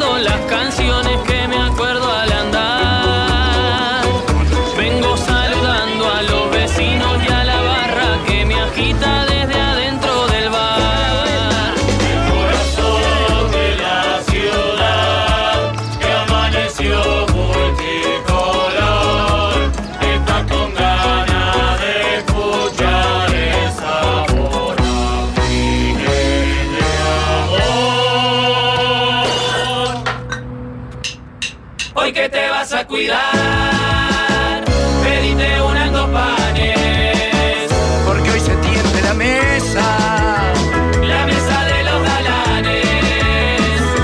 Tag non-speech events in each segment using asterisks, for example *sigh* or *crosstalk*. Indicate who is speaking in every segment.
Speaker 1: son las canciones que me acuerdo al andar. Vengo saludando a los vecinos y a la barra que me agita desde adentro del bar.
Speaker 2: Corazón de la ciudad que amaneció multicolor, está con ganas de escuchar esa voz de amor.
Speaker 1: Hoy que te vas a cuidar, pedite unas dos panes.
Speaker 3: Porque hoy se tiende la mesa.
Speaker 1: La mesa de los galanes.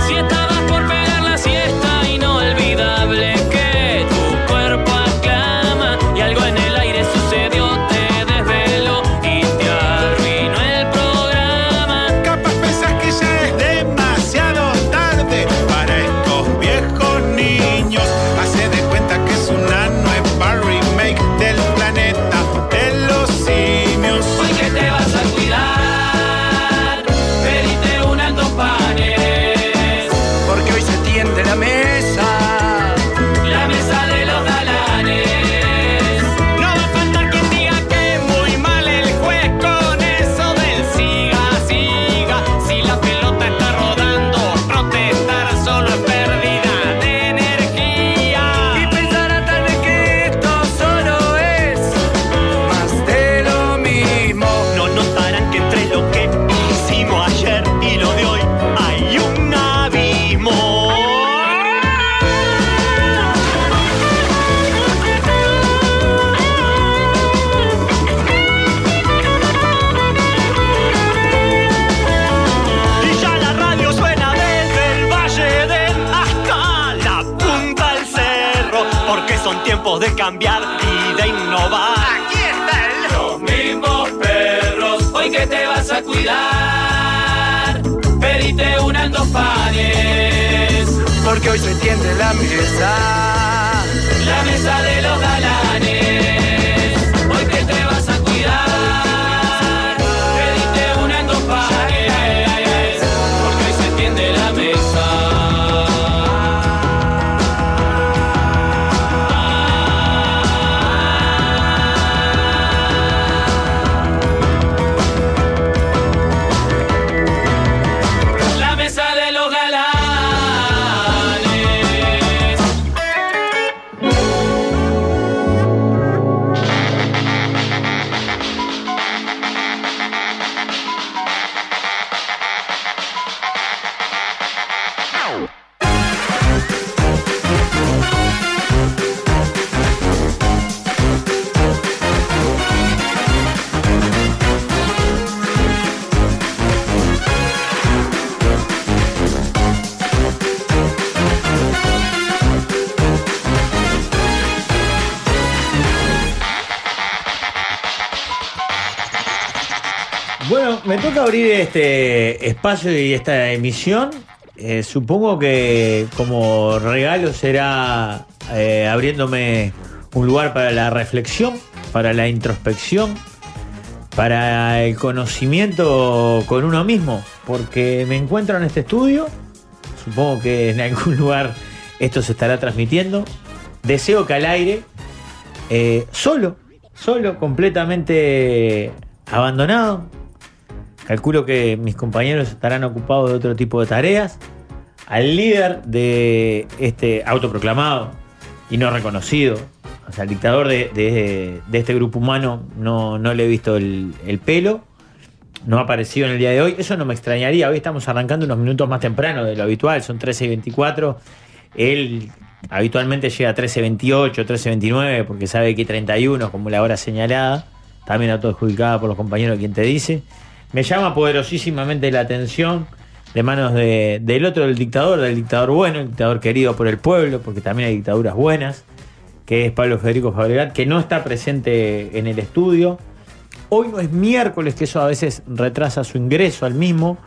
Speaker 1: Si estabas por pegar la siesta, inolvidable que tu cuerpo aclama. Y algo en el aire sucedió, te desveló y te arruinó el programa.
Speaker 4: Capaz pensás que ya es demasiado tarde para estos viejos niños. Hace de cuenta que es una nueva remake del planeta de los simios.
Speaker 1: Hoy que te vas a cuidar, pedite unas dos panes.
Speaker 3: Porque hoy se tiende la mesa.
Speaker 1: La mesa de los galanes.
Speaker 5: No va a faltar quien diga que muy mal el juez con eso del siga, siga. Si la pelota está rodando, protestar solo es pérdida de
Speaker 3: Y
Speaker 5: energía.
Speaker 3: pensará tal vez que esto solo es más de lo mismo.
Speaker 5: No notarán que entre lo que hicimos ayer y lo de hoy hay un abismo. Y ya la radio suena desde el Valle del hasta la punta al cerro, porque son tiempos de cambiar y de innovar.
Speaker 2: Los mismos perros
Speaker 1: Hoy que te vas a cuidar, pedite unas dos panes.
Speaker 3: Porque hoy se tiende la mesa.
Speaker 1: La mesa de los galanes. Hoy que te vas a cuidar, pedite unas dos panes. Porque hoy se tiende la mesa. La mesa de los galanes.
Speaker 6: Bueno, me toca abrir este espacio y esta emisión. Eh, supongo que como regalo será eh, abriéndome un lugar para la reflexión, para la introspección, para el conocimiento con uno mismo, porque me encuentro en este estudio, supongo que en algún lugar esto se estará transmitiendo, deseo que al aire, eh, solo, solo, completamente abandonado, Calculo que mis compañeros estarán ocupados de otro tipo de tareas. Al líder de este autoproclamado y no reconocido, o sea, al dictador de, de- de este grupo humano, no, no le he visto el, el pelo. No ha aparecido en el día de hoy. Eso no me extrañaría. Hoy estamos arrancando unos minutos más temprano de lo habitual. Son 13 y 24. Él habitualmente llega a 13 28, 13 29, porque sabe que 31 es como la hora señalada. También autoadjudicada por los compañeros de quien te dice. Me llama poderosísimamente la atención de manos de- del otro, del dictador, del dictador bueno, el dictador querido por el pueblo, porque también hay dictaduras buenas, que es Pablo Federico Fabregat, que no está presente en el estudio. Hoy no es miércoles, que eso a veces retrasa su ingreso al mismo,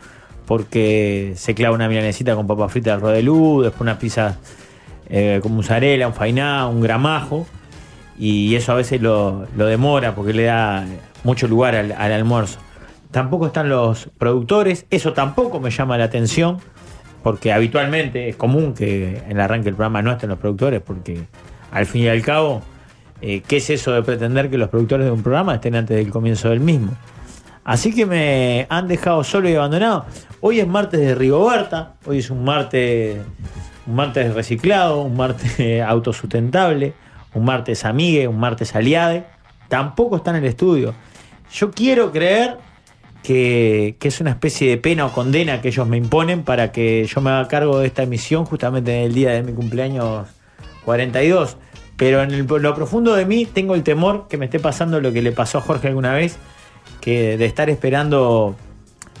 Speaker 6: porque se clava una milanecita con papa frita al rodelú, después una pizza eh, con mozzarella, un fainá, un gramajo, y eso a veces lo, lo demora porque le da mucho lugar al, al almuerzo. Tampoco están los productores, eso tampoco me llama la atención, porque habitualmente es común que en el arranque del programa no estén los productores, porque al fin y al cabo, eh, ¿qué es eso de pretender que los productores de un programa estén antes del comienzo del mismo? Así que me han dejado solo y abandonado. Hoy es martes de Rigoberta, hoy es un martes, un martes reciclado, un martes *laughs* autosustentable, un martes amigue, un martes aliade. Tampoco está en el estudio. Yo quiero creer que, que es una especie de pena o condena que ellos me imponen para que yo me haga cargo de esta emisión justamente en el día de mi cumpleaños 42. Pero en, el- lo profundo de mí tengo el temor que me esté pasando lo que le pasó a Jorge alguna vez, que de estar esperando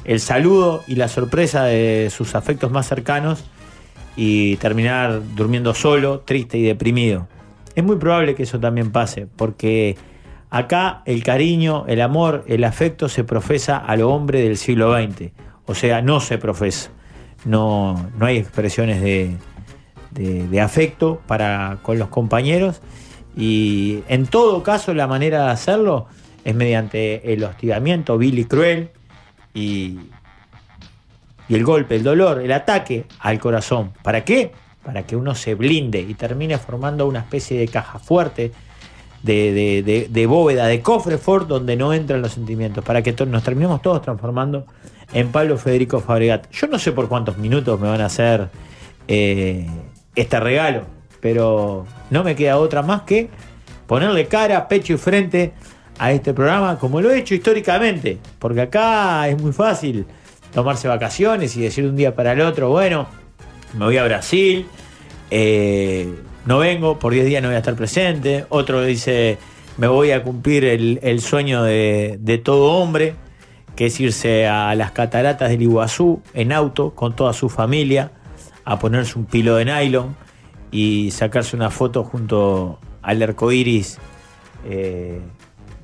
Speaker 6: el saludo y la sorpresa de sus afectos más cercanos y terminar durmiendo solo, triste y deprimido. Es muy probable que eso también pase, porque acá el cariño, el amor, el afecto se profesa a lo hombre del siglo XX. O sea, no se profesa. No, no hay expresiones de, de- de afecto para con los compañeros. Y en todo caso, la manera de hacerlo es mediante el hostigamiento vil y cruel y, y el golpe, el dolor, el ataque al corazón. ¿Para qué? Para que uno se blinde y termine formando una especie de caja fuerte, de, de- de- de bóveda, de cofre fort donde no entran los sentimientos, para que to- nos terminemos todos transformando en Pablo Federico Fabregat. Yo no sé por cuántos minutos me van a hacer eh, este regalo, pero no me queda otra más que ponerle cara, pecho y frente a este programa como lo he hecho históricamente, porque acá es muy fácil tomarse vacaciones y decir de un día para el otro, bueno, me voy a Brasil, eh, no vengo, por 10 días no voy a estar presente, otro dice, me voy a cumplir el, el sueño de, de todo hombre, que es irse a las cataratas del Iguazú en auto con toda su familia, a ponerse un pilo de nylon y sacarse una foto junto al arco iris eh,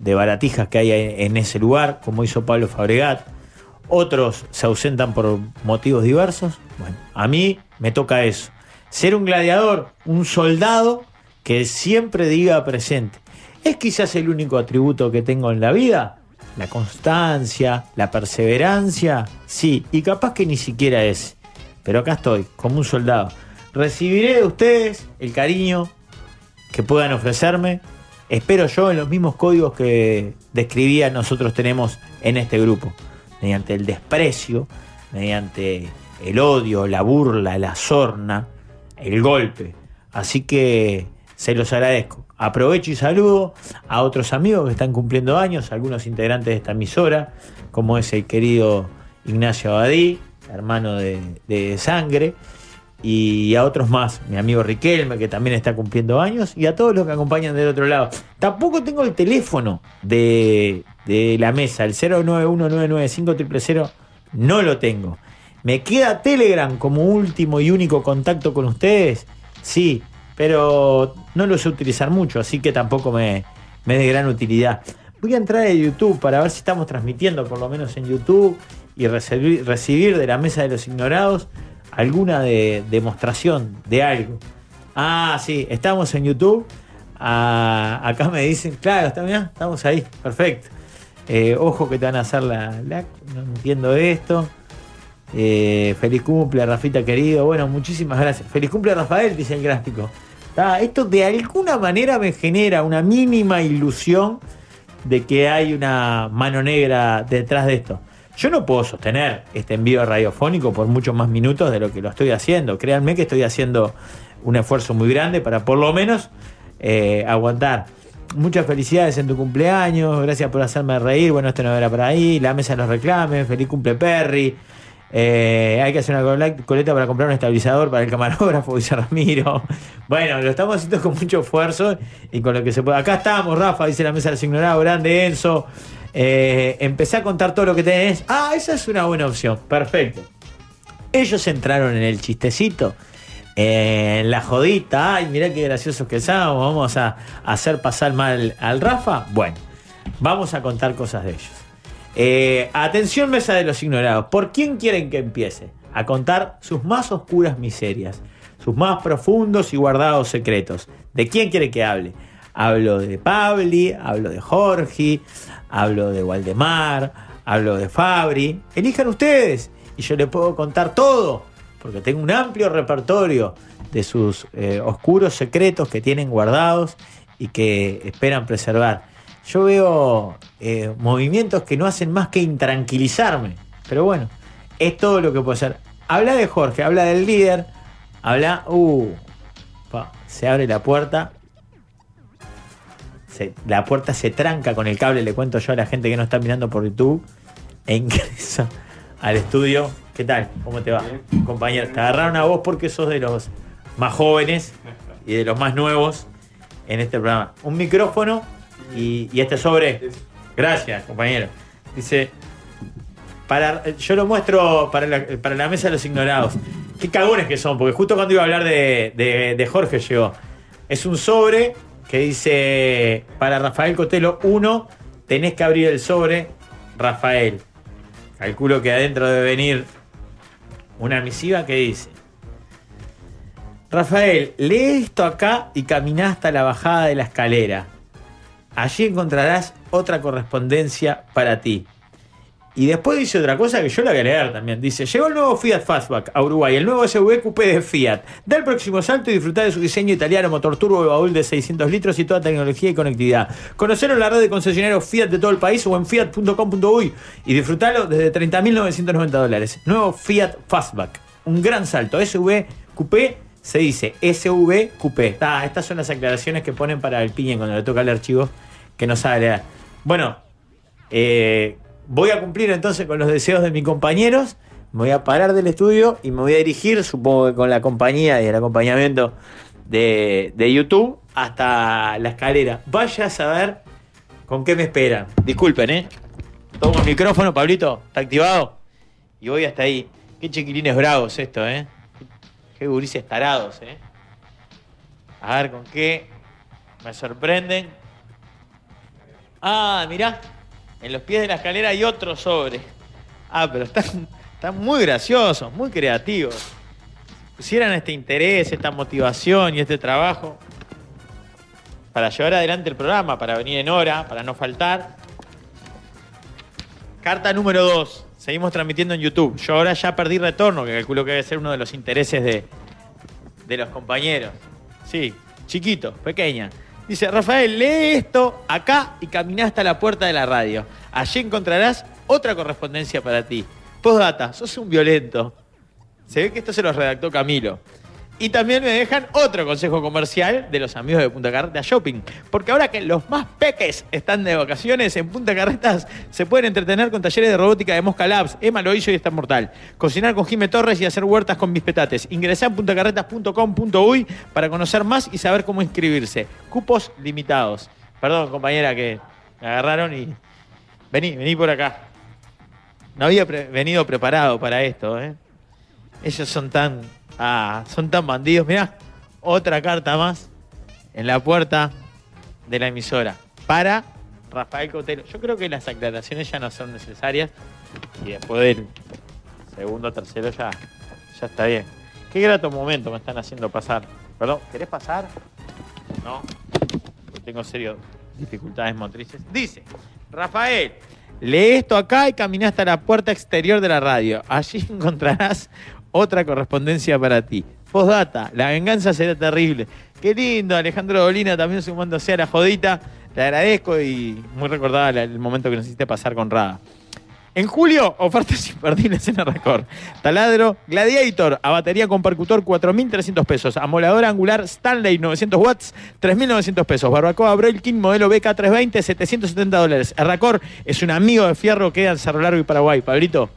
Speaker 6: de baratijas que hay en ese lugar, como hizo Pablo Fabregat. Otros se ausentan por motivos diversos. Bueno, a mí me toca eso. Ser un gladiador, un soldado que siempre diga presente. Es quizás el único atributo que tengo en la vida. La constancia, la perseverancia, sí, y capaz que ni siquiera es. Pero acá estoy, como un soldado. Recibiré de ustedes el cariño que puedan ofrecerme. Espero yo en los mismos códigos que describía nosotros tenemos en este grupo. Mediante el desprecio, mediante el odio, la burla, la sorna, el golpe. Así que se los agradezco. Aprovecho y saludo a otros amigos que están cumpliendo años, algunos integrantes de esta emisora, como es el querido Ignacio Abadí, hermano de, de sangre y a otros más, mi amigo Riquelme, que también está cumpliendo años, y a todos los que acompañan del otro lado. Tampoco tengo el teléfono de, de la mesa, el 091995000, no lo tengo. ¿Me queda Telegram como último y único contacto con ustedes? Sí, pero no lo sé utilizar mucho, así que tampoco me, me es de gran utilidad. Voy a entrar a YouTube para ver si estamos transmitiendo, por lo menos en YouTube, y recibir, recibir de la mesa de los ignorados alguna de- demostración de algo. Ah, sí, estamos en YouTube. Ah, acá me dicen, claro, está, mirá, estamos ahí, perfecto. Eh, ojo que te van a hacer la, la- No entiendo esto. Eh, feliz cumple, Rafita querido. Bueno, muchísimas gracias. Feliz cumple, Rafael, dice el gráfico. Ah, esto de alguna manera me genera una mínima ilusión de que hay una mano negra detrás de esto. Yo no puedo sostener este envío radiofónico por muchos más minutos de lo que lo estoy haciendo. Créanme que estoy haciendo un esfuerzo muy grande para por lo menos eh, aguantar. Muchas felicidades en tu cumpleaños, gracias por hacerme reír, bueno, esto no era para ahí, la mesa nos reclame, feliz cumple Perry, Eh, hay que hacer una cola- coleta para comprar un estabilizador para el camarógrafo, *laughs* dice Ramiro. Bueno, lo estamos haciendo con mucho esfuerzo y con lo que se puede. Acá estamos, Rafa, dice la mesa del ignorado, grande Enzo. Eh, empecé a contar todo lo que tenés. Ah, esa es una buena opción, perfecto. Ellos entraron en el chistecito, eh, en la jodita. Ay, mirá qué graciosos que somos. Vamos a hacer pasar mal al Rafa. Bueno, vamos a contar cosas de ellos. Eh, atención, mesa de los ignorados. ¿Por quién quieren que empiece? A contar sus más oscuras miserias, sus más profundos y guardados secretos. ¿De quién quiere que hable? Hablo de Pabli, hablo de Jorge, hablo de Waldemar, hablo de Fabri. Elijan ustedes y yo les puedo contar todo porque tengo un amplio repertorio de sus eh, oscuros secretos que tienen guardados y que esperan preservar. Yo veo eh, movimientos que no hacen más que intranquilizarme, pero bueno, es todo lo que puedo hacer. Habla de Jorge, habla del líder, habla... Uh, pa, se abre la puerta. Se- la puerta se tranca con el cable, le cuento yo a la gente que no está mirando por YouTube, e ingresa *laughs* al estudio. ¿Qué tal? ¿Cómo te va? Compañero, te agarraron a vos porque sos de los más jóvenes y de los más nuevos en este programa. Un micrófono y, y este sobre. Gracias, compañero. Dice, para, yo lo muestro para la, para la mesa de los ignorados. Qué cagones que son, porque justo cuando iba a hablar de, de- de Jorge llegó. Es un sobre que dice, para Rafael Cotelo 1, tenés que abrir el sobre, Rafael. Calculo que adentro debe venir una misiva que dice, Rafael, lee esto acá y camina hasta la bajada de la escalera. Allí encontrarás otra correspondencia para ti. Y después dice otra cosa que yo la voy a leer también. Dice, llegó el nuevo Fiat Fastback a Uruguay, el nuevo SUV coupé de Fiat. Da el próximo salto y disfrutar de su diseño italiano, motor turbo, baúl de 600 litros y toda tecnología y conectividad. Conocerlo en la red de concesionarios Fiat de todo el país o en fiat.com.uy y disfrutarlo desde 30.990 dólares. Nuevo Fiat Fastback. Un gran salto. SUV coupé se dice SUV coupé. Ta, estas son las aclaraciones que ponen para el piñe cuando le toca el archivo que no sabe leer. Bueno, eh, voy a cumplir entonces con los deseos de mis compañeros. Me voy a parar del estudio y me voy a dirigir, supongo que con la compañía y el acompañamiento de, de YouTube, hasta la escalera. Vaya a saber con qué me esperan. Disculpen, ¿eh? Tomo el micrófono, Pablito, está activado. Y voy hasta ahí. Qué chiquilines bravos esto, ¿eh? Qué gurises tarados, ¿eh? A ver con qué me sorprenden. Ah, mirá, en los pies de la escalera hay otro sobre. Ah, pero están, están muy graciosos, muy creativos. Si Pusieran este interés, esta motivación y este trabajo para llevar adelante el programa, para venir en hora, para no faltar. Carta número 2. Seguimos transmitiendo en YouTube. Yo ahora ya perdí retorno, que calculo que debe ser uno de los intereses de, de los compañeros. Sí, chiquito, pequeña. Dice, Rafael, lee esto acá y caminá hasta la puerta de la radio. Allí encontrarás otra correspondencia para ti. Postdata, sos un violento. Se ve que esto se lo redactó Camilo. Y también me dejan otro consejo comercial de los amigos de Punta Carreta Shopping. Porque ahora que los más peques están de vacaciones en Punta Carretas, se pueden entretener con talleres de robótica de Mosca Labs. Emma lo hizo y está mortal. Cocinar con Jime Torres y hacer huertas con mis petates. Ingresá en puntacarretas.com.uy para conocer más y saber cómo inscribirse. Cupos limitados. Perdón, compañera, que me agarraron y. Vení, vení por acá. No había pre- venido preparado para esto, ¿eh? Ellos son tan. Ah, son tan bandidos. Mirá, otra carta más en la puerta de la emisora. Para Rafael Cotelo. Yo creo que las aclaraciones ya no son necesarias. Y después del segundo, tercero ya, ya está bien. Qué grato momento me están haciendo pasar. Perdón, ¿querés pasar? No. Tengo serias dificultades motrices. Dice, Rafael, lee esto acá y camina hasta la puerta exterior de la radio. Allí *laughs* encontrarás otra correspondencia para ti. Postdata, la venganza será terrible. Qué lindo, Alejandro Dolina también sumándose a la jodita. Le agradezco y muy recordada la- el momento que nos hiciste pasar con Rada. En julio, ofertas imperdibles en Arracor. Taladro Gladiator a batería con percutor 4.300 pesos. Amoladora angular Stanley 900 watts 3.900 pesos. Barbacoa Broilkin modelo BK320 770 dólares. Arracor es un amigo de fierro que queda en Cerro Largo y Paraguay. Pablito,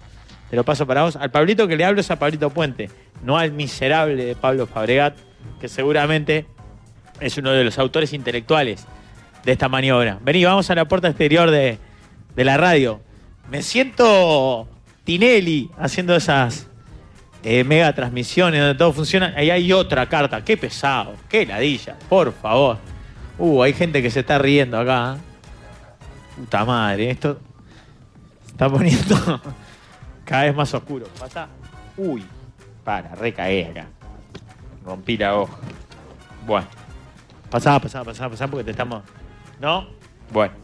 Speaker 6: te lo paso para vos. Al Pablito que le hablo es a Pablito Puente, no al miserable de Pablo Fabregat, que seguramente es uno de los autores intelectuales de esta maniobra. Vení, vamos a la puerta exterior de, de la radio. Me siento Tinelli haciendo esas eh, mega transmisiones donde todo funciona. Ahí hay otra carta. Qué pesado, qué ladilla, por favor. Uh, hay gente que se está riendo acá. ¿eh? Puta madre, esto se está poniendo *laughs* cada vez más oscuro. Pasa. Uy, para, recagué acá. Rompí la hoja. Bueno. Pasá, pasá, pasá, pasá porque te estamos. ¿No? Bueno.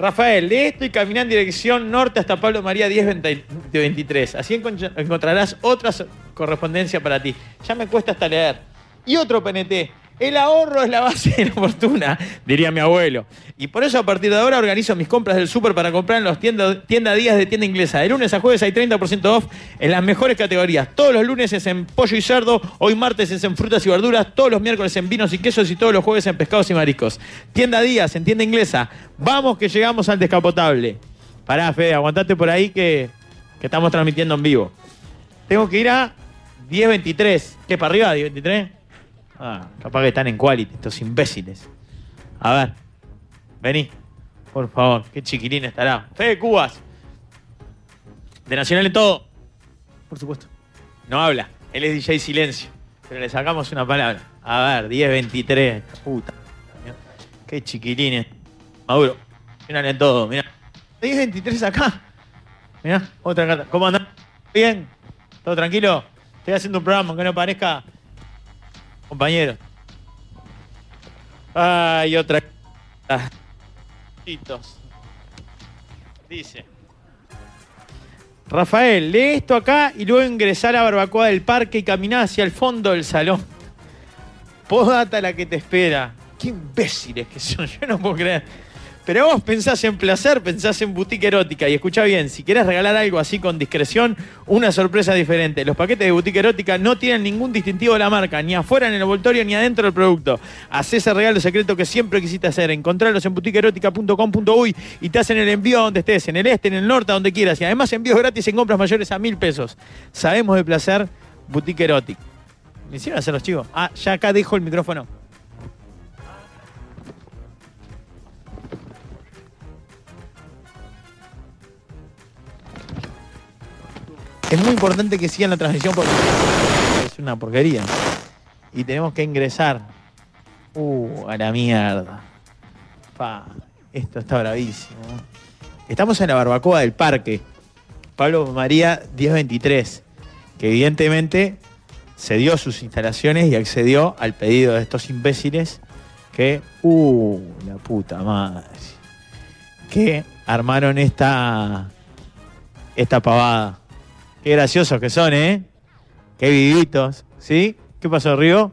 Speaker 6: Rafael, lee esto y camina en dirección norte hasta Pablo María 1023. Así encon- encontrarás otra so- correspondencia para ti. Ya me cuesta hasta leer. Y otro PNT. El ahorro es la base de la fortuna, diría mi abuelo. Y por eso a partir de ahora organizo mis compras del súper para comprar en los tiendas tienda días de tienda inglesa. De lunes a jueves hay 30% off en las mejores categorías. Todos los lunes es en pollo y cerdo, hoy martes es en frutas y verduras, todos los miércoles en vinos y quesos y todos los jueves en pescados y mariscos. Tienda días, en tienda inglesa. Vamos que llegamos al descapotable. Pará, Fede, aguantate por ahí que, que estamos transmitiendo en vivo. Tengo que ir a 10.23. ¿Qué, para arriba, 10.23? Ah, capaz que están en quality, estos imbéciles. A ver, vení, por favor, qué chiquilín estará. Fede Cubas, de Nacional en todo. Por supuesto. No habla, él es DJ Silencio, pero le sacamos una palabra. A ver, 10.23, puta. Qué chiquilines. Maduro, miran en todo, mirá. 10.23 acá. Mirá, otra carta. ¿Cómo andás? ¿Bien? ¿Todo tranquilo? Estoy haciendo un programa, aunque no parezca compañero. Ay, otra. c- Chitos. Dice. Rafael, lee esto acá y luego ingresar a Barbacoa del Parque y caminar hacia el fondo del salón. Podata la que te espera. Qué imbéciles que son, *laughs* yo no puedo creer. Pero vos pensás en placer, pensás en boutique erótica. Y escucha bien, si querés regalar algo así con discreción, una sorpresa diferente. Los paquetes de boutique erótica no tienen ningún distintivo de la marca, ni afuera en el envoltorio, ni adentro del producto. Hacés ese regalo secreto que siempre quisiste hacer. Encontralos en boutiqueerótica.com.uy y te hacen el envío donde estés, en el este, en el norte, a donde quieras. Y además envíos gratis en compras mayores a mil pesos. Sabemos de placer, boutique erótica. ¿Me hicieron hacer los chicos? Ah, ya acá dejo el micrófono. Es muy importante que sigan la transmisión porque es una porquería. Y tenemos que ingresar. Uh, a la mierda. Pa, esto está bravísimo. Estamos en la barbacoa del parque. Pablo María 1023, que evidentemente cedió sus instalaciones y accedió al pedido de estos imbéciles que, uh, la puta madre, que armaron esta, esta pavada. Qué graciosos que son, ¿eh? Qué vivitos, ¿sí? ¿Qué pasó, Río?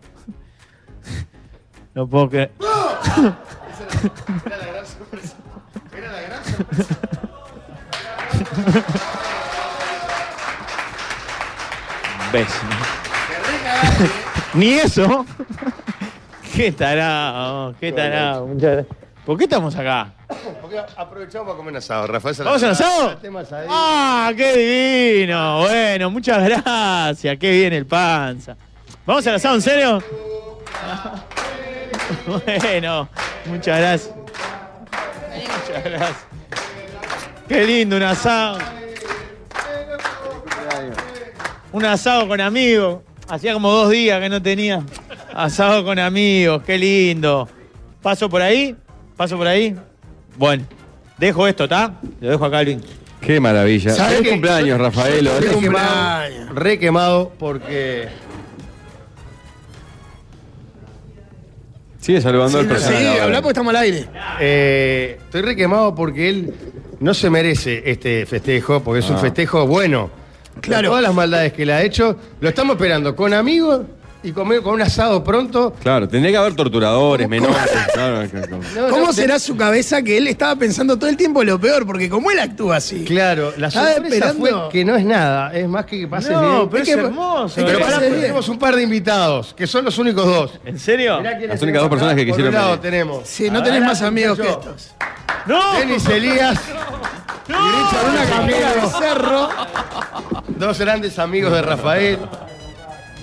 Speaker 6: No puedo creer. *laughs* Imbécil. Ni eso. *laughs* Qué tarado, qué tarado. muchas gracias. ¿Por qué estamos acá?
Speaker 7: Porque aprovechamos para comer un asado, Rafael.
Speaker 6: ¿Vamos a un asado?
Speaker 7: Este Tema asadito.
Speaker 6: ¡Ah, qué divino! Bueno, muchas gracias. Qué bien el panza. ¿Vamos al asado, en serio? *laughs* Bueno, muchas gracias. *laughs* Muchas gracias. Qué lindo un asado. Un asado con amigos. Hacía como dos días que no tenía. Asado con amigos, qué lindo. ¿Paso por ahí? ¿Paso por ahí? Bueno, dejo esto, ¿está? Lo dejo acá, Luis.
Speaker 8: Qué maravilla.
Speaker 7: ¿Sabés
Speaker 8: Feliz
Speaker 7: qué?
Speaker 8: cumpleaños, este Rafael.
Speaker 7: Re quemado, re quemado porque.
Speaker 8: Sigue saludando al personal.
Speaker 7: sí,
Speaker 8: ahora.
Speaker 7: hablá porque estamos al aire. Eh, estoy re quemado porque él no se merece este festejo, porque es un
Speaker 8: Ah.
Speaker 7: festejo bueno. Claro. Todas las maldades que le ha hecho, lo estamos esperando con amigos y comer con un asado pronto.
Speaker 8: Claro, tendría que haber torturadores, menores. claro, que- como-
Speaker 7: No,
Speaker 9: ¿Cómo
Speaker 7: no,
Speaker 9: será su cabeza que él estaba pensando todo el tiempo lo peor? Porque como él actúa así.
Speaker 7: Claro, la
Speaker 9: Estaba
Speaker 7: sorpresa fue
Speaker 9: esperando.
Speaker 7: que no es nada, es más que que pases bien.
Speaker 6: pero
Speaker 7: que-
Speaker 6: es hermoso.
Speaker 7: Pero
Speaker 6: Pero
Speaker 7: pará,
Speaker 6: pará,
Speaker 7: tenemos un par de invitados, que son los únicos dos.
Speaker 6: ¿En serio?
Speaker 8: Las únicas dos personas que quisieron
Speaker 7: Ah, Por un lado
Speaker 8: venir.
Speaker 7: tenemos
Speaker 9: Sí, no tenés más amigos que
Speaker 7: yo.
Speaker 9: estos.
Speaker 6: ¡No!
Speaker 7: Denis Elías y Richard Una Camila Becerro, dos grandes amigos de Rafael.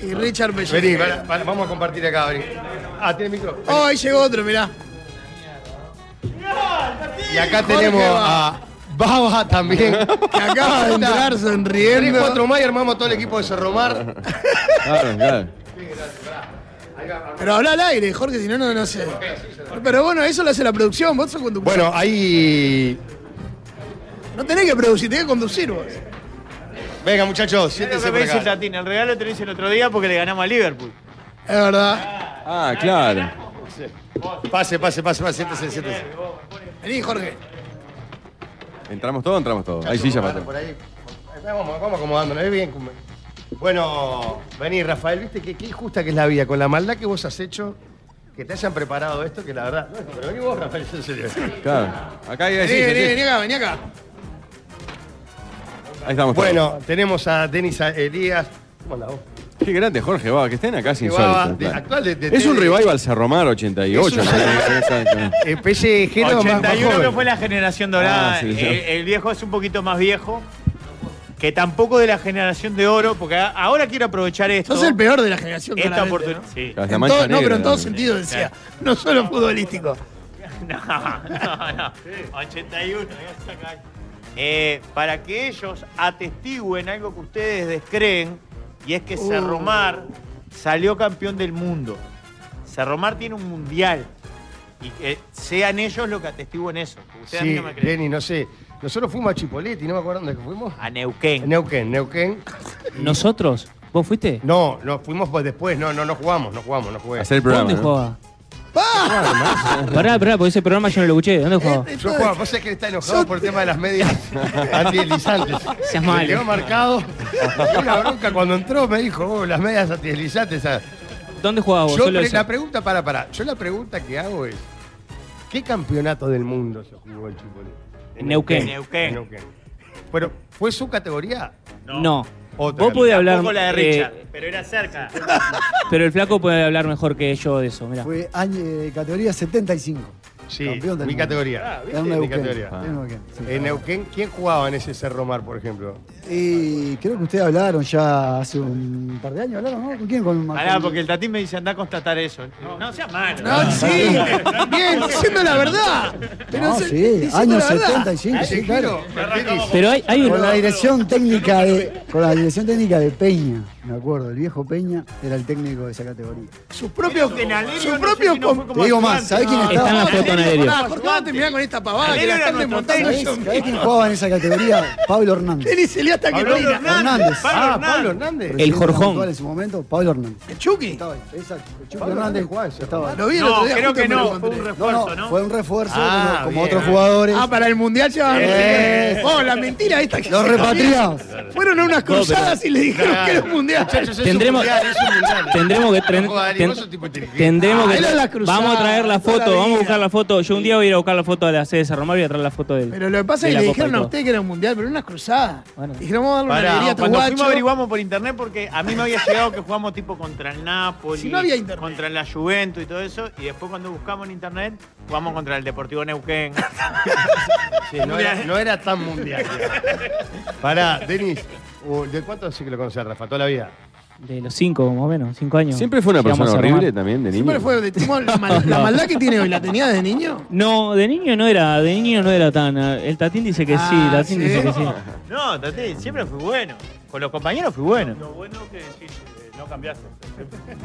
Speaker 9: Y Richard Pellicer.
Speaker 7: Vení, para- para- vamos a compartir acá, vení. Ah, tiene micro.
Speaker 9: Oh, ahí llegó otro, mirá.
Speaker 7: Y acá tenemos a Baba también.
Speaker 9: Que acaba de entrar
Speaker 7: Tres,
Speaker 9: sonriendo.
Speaker 7: cuatro más y armamos todo el equipo de Cerro Mar.
Speaker 8: Claro, claro.
Speaker 9: Pero habla al aire, Jorge, si no, no, no sé. Pero bueno, eso lo hace la producción, vos sos conductor.
Speaker 7: Bueno, ahí.
Speaker 9: No tenés que producir, tenés que conducir vos.
Speaker 7: Venga, muchachos,
Speaker 6: Mirá lo
Speaker 7: siéntense
Speaker 6: que me
Speaker 7: por
Speaker 6: dice el
Speaker 7: acá.
Speaker 6: latín. El regalo te lo hice el otro día porque le ganamos a Liverpool.
Speaker 9: Es verdad.
Speaker 8: Ah, claro.
Speaker 7: Pase, pase, pase, pase, siéntese, siéntese.
Speaker 9: Vení, Jorge.
Speaker 8: ¿Entramos todos? Entramos todos. Ahí sí, ya
Speaker 7: Por ahí. Vamos, vamos acomodándonos, es bien. Bueno, vení, Rafael, viste que qué injusta que es la vida, con la maldad que vos has hecho, que te hayan preparado esto, que la verdad. No, pero vení vos, Rafael, en serio.
Speaker 8: Claro. Acá hay
Speaker 9: Vení,
Speaker 8: sí, sí,
Speaker 9: vení,
Speaker 8: sí.
Speaker 9: vení acá, vení acá.
Speaker 8: Ahí estamos.
Speaker 7: Bueno, tenemos a Denis a- Elías. ¿Cómo andás vos?
Speaker 8: Qué grande, Jorge Baba, que estén acá sin
Speaker 7: Baba,
Speaker 8: sol.
Speaker 7: de- actual de- de-
Speaker 8: es un
Speaker 7: de-
Speaker 8: revival Cerromar 88.
Speaker 7: Es
Speaker 8: ¿no?
Speaker 7: Eh, pellejero más- más
Speaker 6: 81 que
Speaker 7: joven.
Speaker 6: fue la generación dorada.
Speaker 8: Ah, sí, sí.
Speaker 6: El, el viejo es un poquito más viejo. Que tampoco de la generación de oro, porque a- ahora quiero aprovechar esto.
Speaker 9: Sos el peor de la generación.
Speaker 6: Esta
Speaker 9: claramente,
Speaker 6: oportunidad.
Speaker 9: ¿no?
Speaker 6: Sí.
Speaker 8: La
Speaker 9: En
Speaker 8: mancha
Speaker 9: todo- no,
Speaker 8: negra,
Speaker 9: pero en todo
Speaker 8: ¿no?
Speaker 9: sentido decía, no solo futbolístico.
Speaker 6: No, no, no. 81. *laughs* Eh, para que ellos atestiguen algo que ustedes descreen, y es que
Speaker 9: Uh.
Speaker 6: Cerromar salió campeón del mundo. Cerromar tiene un mundial. Y que sean ellos los que atestiguen eso. Ustedes a mí
Speaker 7: Sí,
Speaker 6: no me creen.
Speaker 7: Denis, no sé. Nosotros fuimos a Chipoletti, no me acuerdo dónde fuimos.
Speaker 6: A Neuquén.
Speaker 7: Neuquén, Neuquén.
Speaker 10: ¿Nosotros? ¿Vos fuiste?
Speaker 7: No, no, fuimos pues después, no, no, no jugamos, no jugamos, no jugué. ¡Ah!
Speaker 8: Hacer el programa. ¿no?
Speaker 10: ¿Dónde jugaba? Pará, pará, porque ese programa yo no lo escuché. ¿Dónde jugaba?
Speaker 7: Yo jugaba, pasa que él está enojado por el tema de las medias
Speaker 11: *laughs*
Speaker 7: antideslizantes.
Speaker 10: Seas
Speaker 7: Me
Speaker 10: malo.
Speaker 7: Quedó marcado. Y una bronca cuando entró me dijo, "Oh, las medias antideslizantes. ah".
Speaker 10: ¿Dónde jugabas vos?
Speaker 7: Yo
Speaker 10: Solo
Speaker 7: pre-
Speaker 10: eso.
Speaker 7: la pregunta, para, para. Yo la pregunta que hago es, ¿qué campeonato del mundo se jugó en Chipoletti?
Speaker 10: En Neuquén.
Speaker 6: Neuquén.
Speaker 7: En Pero, ¿fue su categoría?
Speaker 10: No.
Speaker 7: eh, Otra.
Speaker 10: Vos podés hablar.
Speaker 6: Tampoco la de
Speaker 10: eh,
Speaker 6: Richard, pero era cerca.
Speaker 10: pero el flaco puede hablar mejor que yo de eso, mirá.
Speaker 11: Fue año, eh, categoría 75.
Speaker 7: Sí,
Speaker 11: Campeón del
Speaker 7: mi
Speaker 11: mundo.
Speaker 7: categoría.
Speaker 11: En
Speaker 7: mi
Speaker 11: Neuquén. Ah.
Speaker 7: categoría.
Speaker 11: En Neuquén, sí.
Speaker 7: En Neuquén, ¿quién jugaba en ese Cerro Mar, por ejemplo?
Speaker 11: Y creo que ustedes hablaron ya hace un par de años, ¿hablaron? ¿no? ¿Con quién? Con
Speaker 6: Pará, porque el tatín me dice anda a constatar eso. No, sea malo.
Speaker 9: No, Ah, sí, bien, diciendo la verdad. Pero
Speaker 11: No,
Speaker 9: se-
Speaker 11: sí,
Speaker 9: diciendo
Speaker 11: años
Speaker 9: la verdad.
Speaker 11: 75, sí, claro.
Speaker 10: Pero hay, hay
Speaker 11: Con la
Speaker 10: un.
Speaker 11: dirección técnica de con la dirección técnica de Peña, me acuerdo, el viejo Peña era el técnico de esa categoría.
Speaker 9: Sus propios, sus propios com-
Speaker 11: Te digo más, ¿sabés quién
Speaker 10: Está en
Speaker 11: estaba?
Speaker 10: la foto, Naderio.
Speaker 9: Ah, ¿Por qué vamos a terminar con esta pavada que
Speaker 6: Anhelo
Speaker 9: la
Speaker 6: era
Speaker 9: están
Speaker 6: nuestro
Speaker 9: desmontando?
Speaker 11: ¿Sabés, sabés quién jugaba en esa categoría? Pablo Hernández.
Speaker 9: Denis Elías hasta que
Speaker 6: Pablo
Speaker 9: reina.
Speaker 6: Hernández.
Speaker 11: Hernández.
Speaker 6: Pablo
Speaker 7: ah, Pablo
Speaker 6: Hernández.
Speaker 7: Hernández.
Speaker 10: El Jorjón.
Speaker 11: actual En su momento, Pablo Hernández.
Speaker 9: Chucky.
Speaker 11: Estaba ahí, exacto. El Chucky
Speaker 7: Pablo
Speaker 11: Hernández
Speaker 7: Hernández jugaba en Cerro
Speaker 11: estaba ahí.
Speaker 9: Lo vi el
Speaker 6: No,
Speaker 9: otro día,
Speaker 6: creo
Speaker 9: justo
Speaker 6: que
Speaker 9: me lo
Speaker 6: no, fue
Speaker 9: encontré.
Speaker 6: un refuerzo,
Speaker 11: No,
Speaker 6: ¿no?
Speaker 11: no, fue un refuerzo
Speaker 6: Ah,
Speaker 11: como, como
Speaker 6: bien.
Speaker 11: otros jugadores.
Speaker 9: Ah, para el mundial llevan. Oh, la mentira esta que *laughs*
Speaker 11: Los
Speaker 9: se-
Speaker 11: repatriados.
Speaker 9: Fueron a unas cruzadas y le dijeron que era un mundial.
Speaker 10: Tendremos, tendremos que. tren-
Speaker 7: Ojo, Dani,
Speaker 10: ten-
Speaker 7: vos sos tipo inteligente.
Speaker 10: tendremos
Speaker 9: Ah,
Speaker 10: que.
Speaker 9: era la cruzada,
Speaker 10: Vamos a traer la
Speaker 9: toda la
Speaker 10: foto, vamos
Speaker 9: vida.
Speaker 10: a buscar la foto. Yo un día voy a ir a buscar la foto de la sede de San Román y voy a traer la foto de él.
Speaker 9: Pero lo que pasa
Speaker 10: de
Speaker 9: es que
Speaker 10: la
Speaker 9: le
Speaker 10: Copa y
Speaker 9: dijeron a
Speaker 10: todo.
Speaker 9: usted que era un mundial, pero era unas cruzadas.
Speaker 10: Bueno.
Speaker 9: Dijeron, vamos a darle una
Speaker 6: Pará,
Speaker 9: alegría a tu
Speaker 6: cuando fuimos
Speaker 9: guacho.
Speaker 6: averiguamos por internet porque a mí me había llegado que jugamos tipo contra el Napoli,
Speaker 9: Si no había internet.
Speaker 6: contra la Juventus y todo eso, y después cuando buscamos en internet jugamos contra el Deportivo Neuquén.
Speaker 7: Sí, no, era, no era tan mundial. ya. Pará, Denis, uh, ¿de cuánto hace que lo conoces, Rafa? Toda la vida.
Speaker 10: De los cinco, más o menos, cinco años.
Speaker 8: Siempre fue una
Speaker 10: Llegamos
Speaker 8: persona
Speaker 10: a San Román.
Speaker 8: horrible también, de niño.
Speaker 9: Siempre fue de timón. La, mal- la maldad que tiene hoy, ¿la tenía desde niño?
Speaker 10: No, de niño no era, de niño no era tan. eh, El Tatín dice que sí,
Speaker 9: Ah,
Speaker 10: Tatín
Speaker 9: ¿sí?
Speaker 10: dice que sí.
Speaker 6: No, Tati, siempre fui bueno. Con los compañeros fui bueno.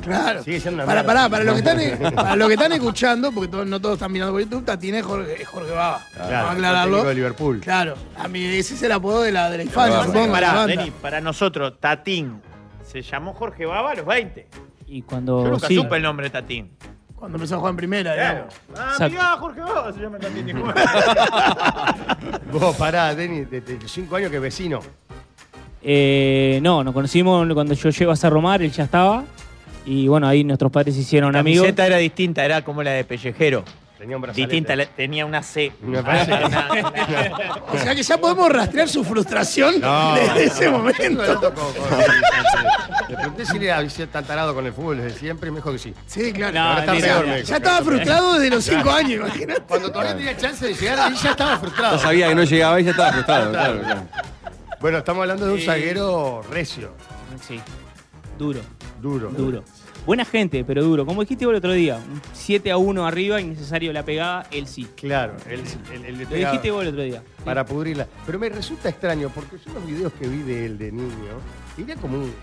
Speaker 9: Claro.
Speaker 7: Sigue siendo una
Speaker 9: Para,
Speaker 7: mierda.
Speaker 9: para, para los que están, para los que están escuchando, porque todos- no todos están mirando por YouTube, Tatín es Jorge, es Jorge Baba. Vamos a
Speaker 7: el técnico de
Speaker 9: aclararlo.
Speaker 7: Liverpool.
Speaker 9: Claro. A mí ese es el apodo de la, de la infancia, supongo. de la
Speaker 6: Pará,
Speaker 9: banda.
Speaker 6: Denis, para nosotros, Tatín. Se llamó Jorge Baba a los 20.
Speaker 10: Y
Speaker 6: Yo
Speaker 10: cuando
Speaker 6: nunca
Speaker 10: sí,
Speaker 6: supe el nombre de Tatín.
Speaker 9: Cuando empezó a jugar en primera, digamos.
Speaker 6: Ah,
Speaker 10: Exacto.
Speaker 6: mirá, Jorge Baba se llama Tatín.
Speaker 7: *laughs* Vos, pará, Denis, desde los cinco años que vecino.
Speaker 10: eh, no, nos conocimos cuando yo llego a San Román, él ya estaba. Y bueno, ahí nuestros padres se hicieron
Speaker 6: La
Speaker 10: amigos.
Speaker 6: camiseta era distinta, era como la de Pellejero.
Speaker 7: Tenía un brazalete.
Speaker 6: Distinta, la- tenía una C.
Speaker 7: Me parece que-
Speaker 12: Ah,
Speaker 9: O sea que ya podemos rastrear su frustración
Speaker 7: No.
Speaker 9: desde ese momento.
Speaker 7: Le pregunté si le había sido tan tarado con el fútbol desde siempre y me dijo que sí.
Speaker 9: Sí,
Speaker 10: No,
Speaker 9: claro.
Speaker 7: Ahora está
Speaker 10: mentira.
Speaker 7: peor, me dijo.
Speaker 9: Ya estaba frustrado desde los cinco años, imagínate.
Speaker 7: Cuando todavía tenía chance de llegar ahí ya estaba
Speaker 8: Ya
Speaker 7: frustrado.
Speaker 8: sabía que no llegaba y ya estaba frustrado. claro, claro.
Speaker 7: Bueno, estamos hablando de un zaguero recio,
Speaker 10: Sí, duro,
Speaker 7: duro.
Speaker 10: duro. Buena gente, pero duro. Como dijiste vos el otro día, un 7 a 1 arriba, innecesario la pegada, él sí.
Speaker 7: Claro, el,
Speaker 10: *laughs*
Speaker 7: el- el de
Speaker 10: Lo
Speaker 7: pegado,
Speaker 10: dijiste vos el otro día.
Speaker 7: para pudrirla. Pero me resulta extraño porque yo los videos que vi de él de niño, diría como un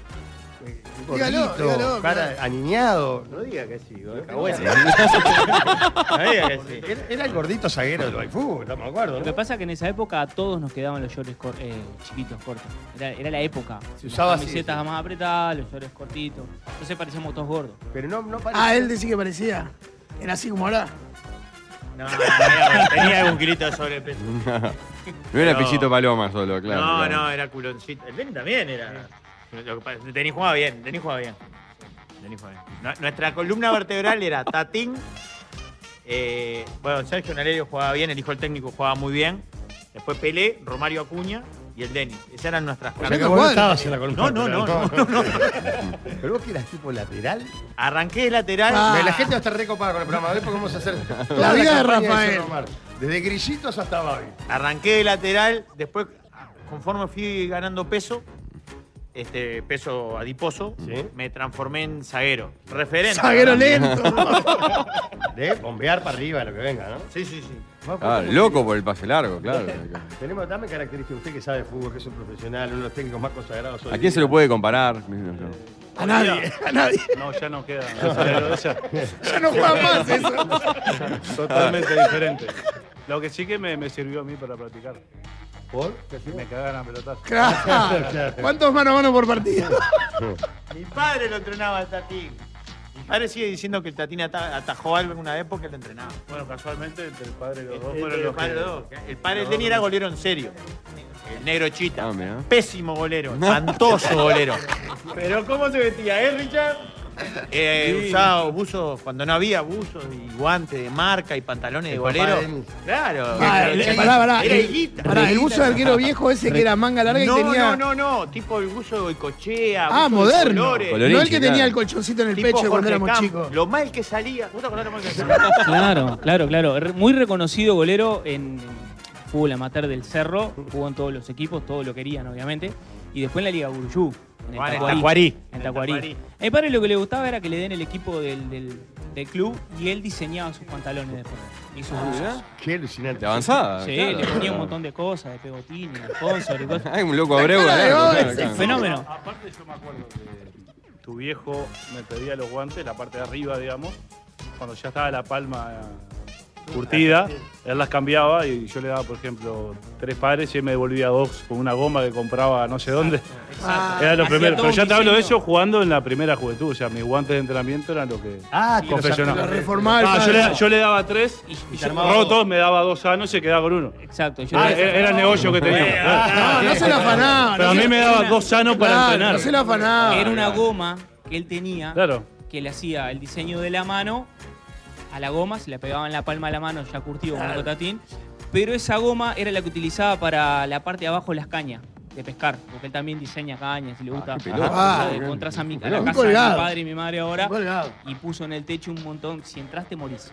Speaker 7: eh, un
Speaker 9: Dígalo,
Speaker 7: gordito,
Speaker 9: dígalo,
Speaker 7: cara
Speaker 9: claro.
Speaker 7: aniñado. No diga que sí, *laughs* Era, era el gordito zaguero del Baifú, estamos de acuerdo,
Speaker 10: Lo que
Speaker 7: ¿no?
Speaker 10: pasa es que en esa época a todos nos quedaban los shorts cor- eh, chiquitos, cortos. Era, era la época.
Speaker 7: Se usaba
Speaker 10: Las
Speaker 7: así,
Speaker 10: camisetas
Speaker 7: sí.
Speaker 10: más apretadas, los shorts cortitos. Entonces parecíamos todos gordos.
Speaker 7: Pero no, no parece.
Speaker 9: Ah, él decía que parecía. Era así como ahora.
Speaker 6: No, era- tenía algún kilito de sobrepeso.
Speaker 8: *laughs* No era
Speaker 6: No.
Speaker 8: Pellito Paloma solo, claro.
Speaker 6: no,
Speaker 8: claro.
Speaker 6: no, era culoncito. El Benny también era.
Speaker 12: Lo que pasa- Denis jugaba bien, Denis jugaba bien. Denis jugaba bien. Nu- Nuestra columna vertebral era Tatín. eh, bueno, Sergio Nalerio jugaba bien, el hijo del técnico jugaba muy bien. Después Pelé, Romario Acuña y el Denis. Esas eran nuestras
Speaker 7: sea que vos no estabas en la columna
Speaker 12: No, no, no, no,
Speaker 7: vertebral.
Speaker 12: no, no.
Speaker 7: *laughs* Pero vos que eras tipo lateral.
Speaker 12: Arranqué de lateral.
Speaker 7: La gente va a estar recopada con el programa. A ver, pues, porque vamos a hacer.
Speaker 12: *laughs*
Speaker 7: toda
Speaker 12: vida de
Speaker 7: campaña
Speaker 12: Rafael.
Speaker 7: Cerro Mar. Desde grillitos hasta Babi.
Speaker 12: Arranqué de lateral, después, conforme fui ganando peso, este peso adiposo, me transformé en zaguero. Referente.
Speaker 7: Zaguero lento.
Speaker 12: *laughs* De bombear para arriba, lo que venga, ¿no? Sí, sí, sí.
Speaker 8: Ah, loco por el pase largo, claro.
Speaker 7: Tenemos, dame características. Usted que sabe de fútbol, que es un profesional, uno de los técnicos más consagrados. hoy
Speaker 8: ¿A quién se lo puede comparar?
Speaker 7: A nadie,
Speaker 12: a
Speaker 7: *laughs* nadie.
Speaker 13: No, ya no queda.
Speaker 7: Ya no juega más
Speaker 13: eso. Totalmente diferente. Lo que sí que me, me sirvió a mí para practicar.
Speaker 7: ¿Por?
Speaker 13: Me cagaban a pelotar. *laughs*
Speaker 9: Claro. Ah, ¿Cuántos mano a mano por *laughs* partido?
Speaker 12: Mi padre lo entrenaba al Tatín. Mi padre sigue diciendo que el Tatín ata- atajó algo en una época que lo entrenaba.
Speaker 13: Bueno, casualmente entre el padre y los dos fueron
Speaker 12: El
Speaker 13: los
Speaker 12: padre,
Speaker 13: que-
Speaker 12: de los dos. El padre de
Speaker 13: los
Speaker 12: Denny
Speaker 13: dos
Speaker 12: era
Speaker 13: fueron-
Speaker 12: golero en serio. El negro chita.
Speaker 8: mira.
Speaker 12: Pésimo golero. Espantoso golero.
Speaker 13: Pero ¿cómo se vestía, eh, Richard?
Speaker 12: Eh,
Speaker 13: Sí.
Speaker 12: Usaba buzos, cuando no había buzos, y guantes de marca y pantalones de
Speaker 9: papá
Speaker 12: golero.
Speaker 9: de Denny.
Speaker 12: Claro.
Speaker 9: Ah, el-
Speaker 12: Era-
Speaker 9: pará, pará.
Speaker 12: Era
Speaker 9: El-
Speaker 12: higuita.
Speaker 9: pará, el buzo de arquero viejo ese que era manga larga y
Speaker 12: no,
Speaker 9: tenía-
Speaker 12: No, no, no. Tipo el buzo de cochea.
Speaker 9: Ah, moderno. no el que tenía el
Speaker 12: colchón
Speaker 9: colchoncito en el pecho cuando éramos chicos.
Speaker 12: Lo mal que salía. ¿Vos te acordás lo mal que
Speaker 10: Claro, claro, claro. Re- Muy reconocido golero en fútbol amateur del Cerro. Jugó en todos los equipos, todos lo querían, obviamente. Y después en la Liga Burjú. En el
Speaker 12: Ah, en el
Speaker 10: Tacuarí.
Speaker 12: Tacuarí.
Speaker 10: En Tacuarí.
Speaker 12: En el Tacuarí.
Speaker 10: A mi padre lo que le gustaba era que le den el equipo del, del- del club y él diseñaba sus pantalones después. Y sus
Speaker 8: Ah,
Speaker 10: buzos.
Speaker 8: mirá.
Speaker 7: Qué alucinante.
Speaker 8: De avanzada.
Speaker 10: Sí,
Speaker 8: claro.
Speaker 10: le ponía un montón de cosas, de pegotines, de sponsor y
Speaker 8: *laughs*
Speaker 10: cosas.
Speaker 8: Hay un loco Abreu, La cara de claro, Bob claro, es claro.
Speaker 10: Fenómeno.
Speaker 13: Aparte yo me acuerdo que tu viejo me pedía los guantes, la parte de arriba, digamos, cuando ya estaba la palma eh, curtida, él las cambiaba y yo le daba, por ejemplo, tres pares y él me devolvía dos con una goma que compraba no sé dónde.
Speaker 14: exacto.
Speaker 13: Era lo
Speaker 14: Hacía
Speaker 13: primero.
Speaker 14: todo
Speaker 13: Pero
Speaker 14: un
Speaker 13: ya te hablo de
Speaker 14: diseño.
Speaker 13: eso jugando en la primera juventud. O sea, mis guantes de entrenamiento eran lo que
Speaker 7: Ah, que los-
Speaker 13: confeccionaba.
Speaker 7: los reformaba el
Speaker 13: Ah, yo,
Speaker 7: padre.
Speaker 13: le, yo le daba tres,
Speaker 7: y
Speaker 13: y
Speaker 7: te armaba
Speaker 13: rotos, me daba dos sanos y se quedaba con uno.
Speaker 10: Exacto.
Speaker 9: yo
Speaker 13: Ah,
Speaker 9: le-
Speaker 13: era, era el negocio que tenía.
Speaker 10: Ah,
Speaker 9: Ah, No, no se la afanaba.
Speaker 13: Pero
Speaker 9: no
Speaker 13: a
Speaker 9: se-
Speaker 13: mí me daba dos sanos para
Speaker 9: Claro,
Speaker 13: entrenar.
Speaker 9: No se la afanaba.
Speaker 10: Era una goma que él tenía.
Speaker 13: Claro.
Speaker 10: Que le hacía el diseño de la mano a la goma, se la pegaba en la palma de la mano, ya curtido con un cotatín. Pero esa goma era la que utilizaba para la parte de abajo de las cañas de pescar, porque él también diseña cañas y le gusta.
Speaker 9: Ah, pelota,
Speaker 10: Ajá.
Speaker 9: boludo.
Speaker 10: Encontrás a, mi, a
Speaker 9: Pelota.
Speaker 10: la
Speaker 9: Un
Speaker 10: casa de mi
Speaker 9: colgado.
Speaker 10: padre y mi madre ahora y puso en el techo un montón. Si entraste, morís.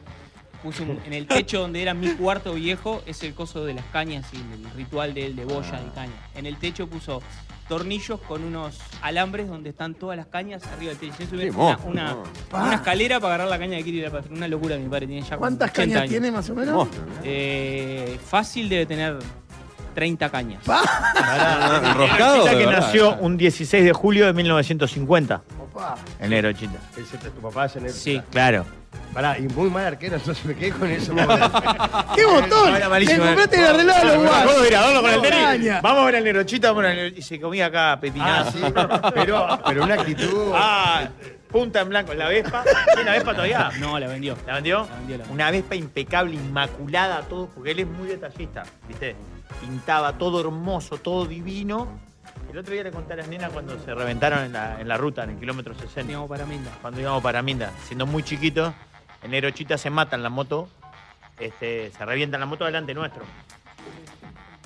Speaker 10: Puso un- en el techo donde era mi cuarto viejo, es el coso de las cañas y el ritual de él de boya
Speaker 9: Ah.
Speaker 10: de caña. En el techo puso tornillos con unos alambres donde están todas las cañas arriba del techo. Yo subí
Speaker 8: Qué
Speaker 10: una,
Speaker 8: monstruo,
Speaker 10: una-
Speaker 8: no.
Speaker 10: una escalera para agarrar la caña de Kiri de la Patria. Una locura mi padre tiene ya como
Speaker 9: ¿Cuántas
Speaker 10: 80
Speaker 9: cañas
Speaker 10: años.
Speaker 9: tiene más o menos?
Speaker 8: Monstruo,
Speaker 10: Eh, fácil debe tener 30 cañas. *laughs*
Speaker 6: Enroscado. que nació un 16 de julio de 1950. En Erochita.
Speaker 7: Ese es tu papá, ese
Speaker 10: Sí.
Speaker 6: Claro.
Speaker 7: Pará, y muy mal arquero, *laughs* entonces me quedé con eso.
Speaker 9: ¡Qué botón!
Speaker 7: Era
Speaker 9: Te
Speaker 7: malísimo,
Speaker 9: compraste
Speaker 7: eh.
Speaker 9: el arreglado de los guantes.
Speaker 6: Vamos a ir a verlo con el tenis.
Speaker 9: Caña.
Speaker 6: Vamos a ver al Nerochita, vamos a ver al Nerochita. Y se comía acá pepinazo.
Speaker 10: Ah,
Speaker 7: pero, pero una actitud.
Speaker 6: Ah, punta en blanco. La Vespa. ¿Tiene la Vespa todavía?
Speaker 10: No, la vendió.
Speaker 6: ¿La vendió?
Speaker 10: vendió, la vendió.
Speaker 6: Una Vespa impecable, inmaculada a todos, porque él es muy detallista, ¿viste? Pintaba todo hermoso, todo divino. El otro día le conté a las nenas cuando se reventaron en la, en la ruta, en el kilómetro 60.
Speaker 10: Íbamos para Minda.
Speaker 6: Cuando íbamos para Minda, siendo muy chiquitos, en Erochita se matan la moto, este, se revientan la moto delante nuestro.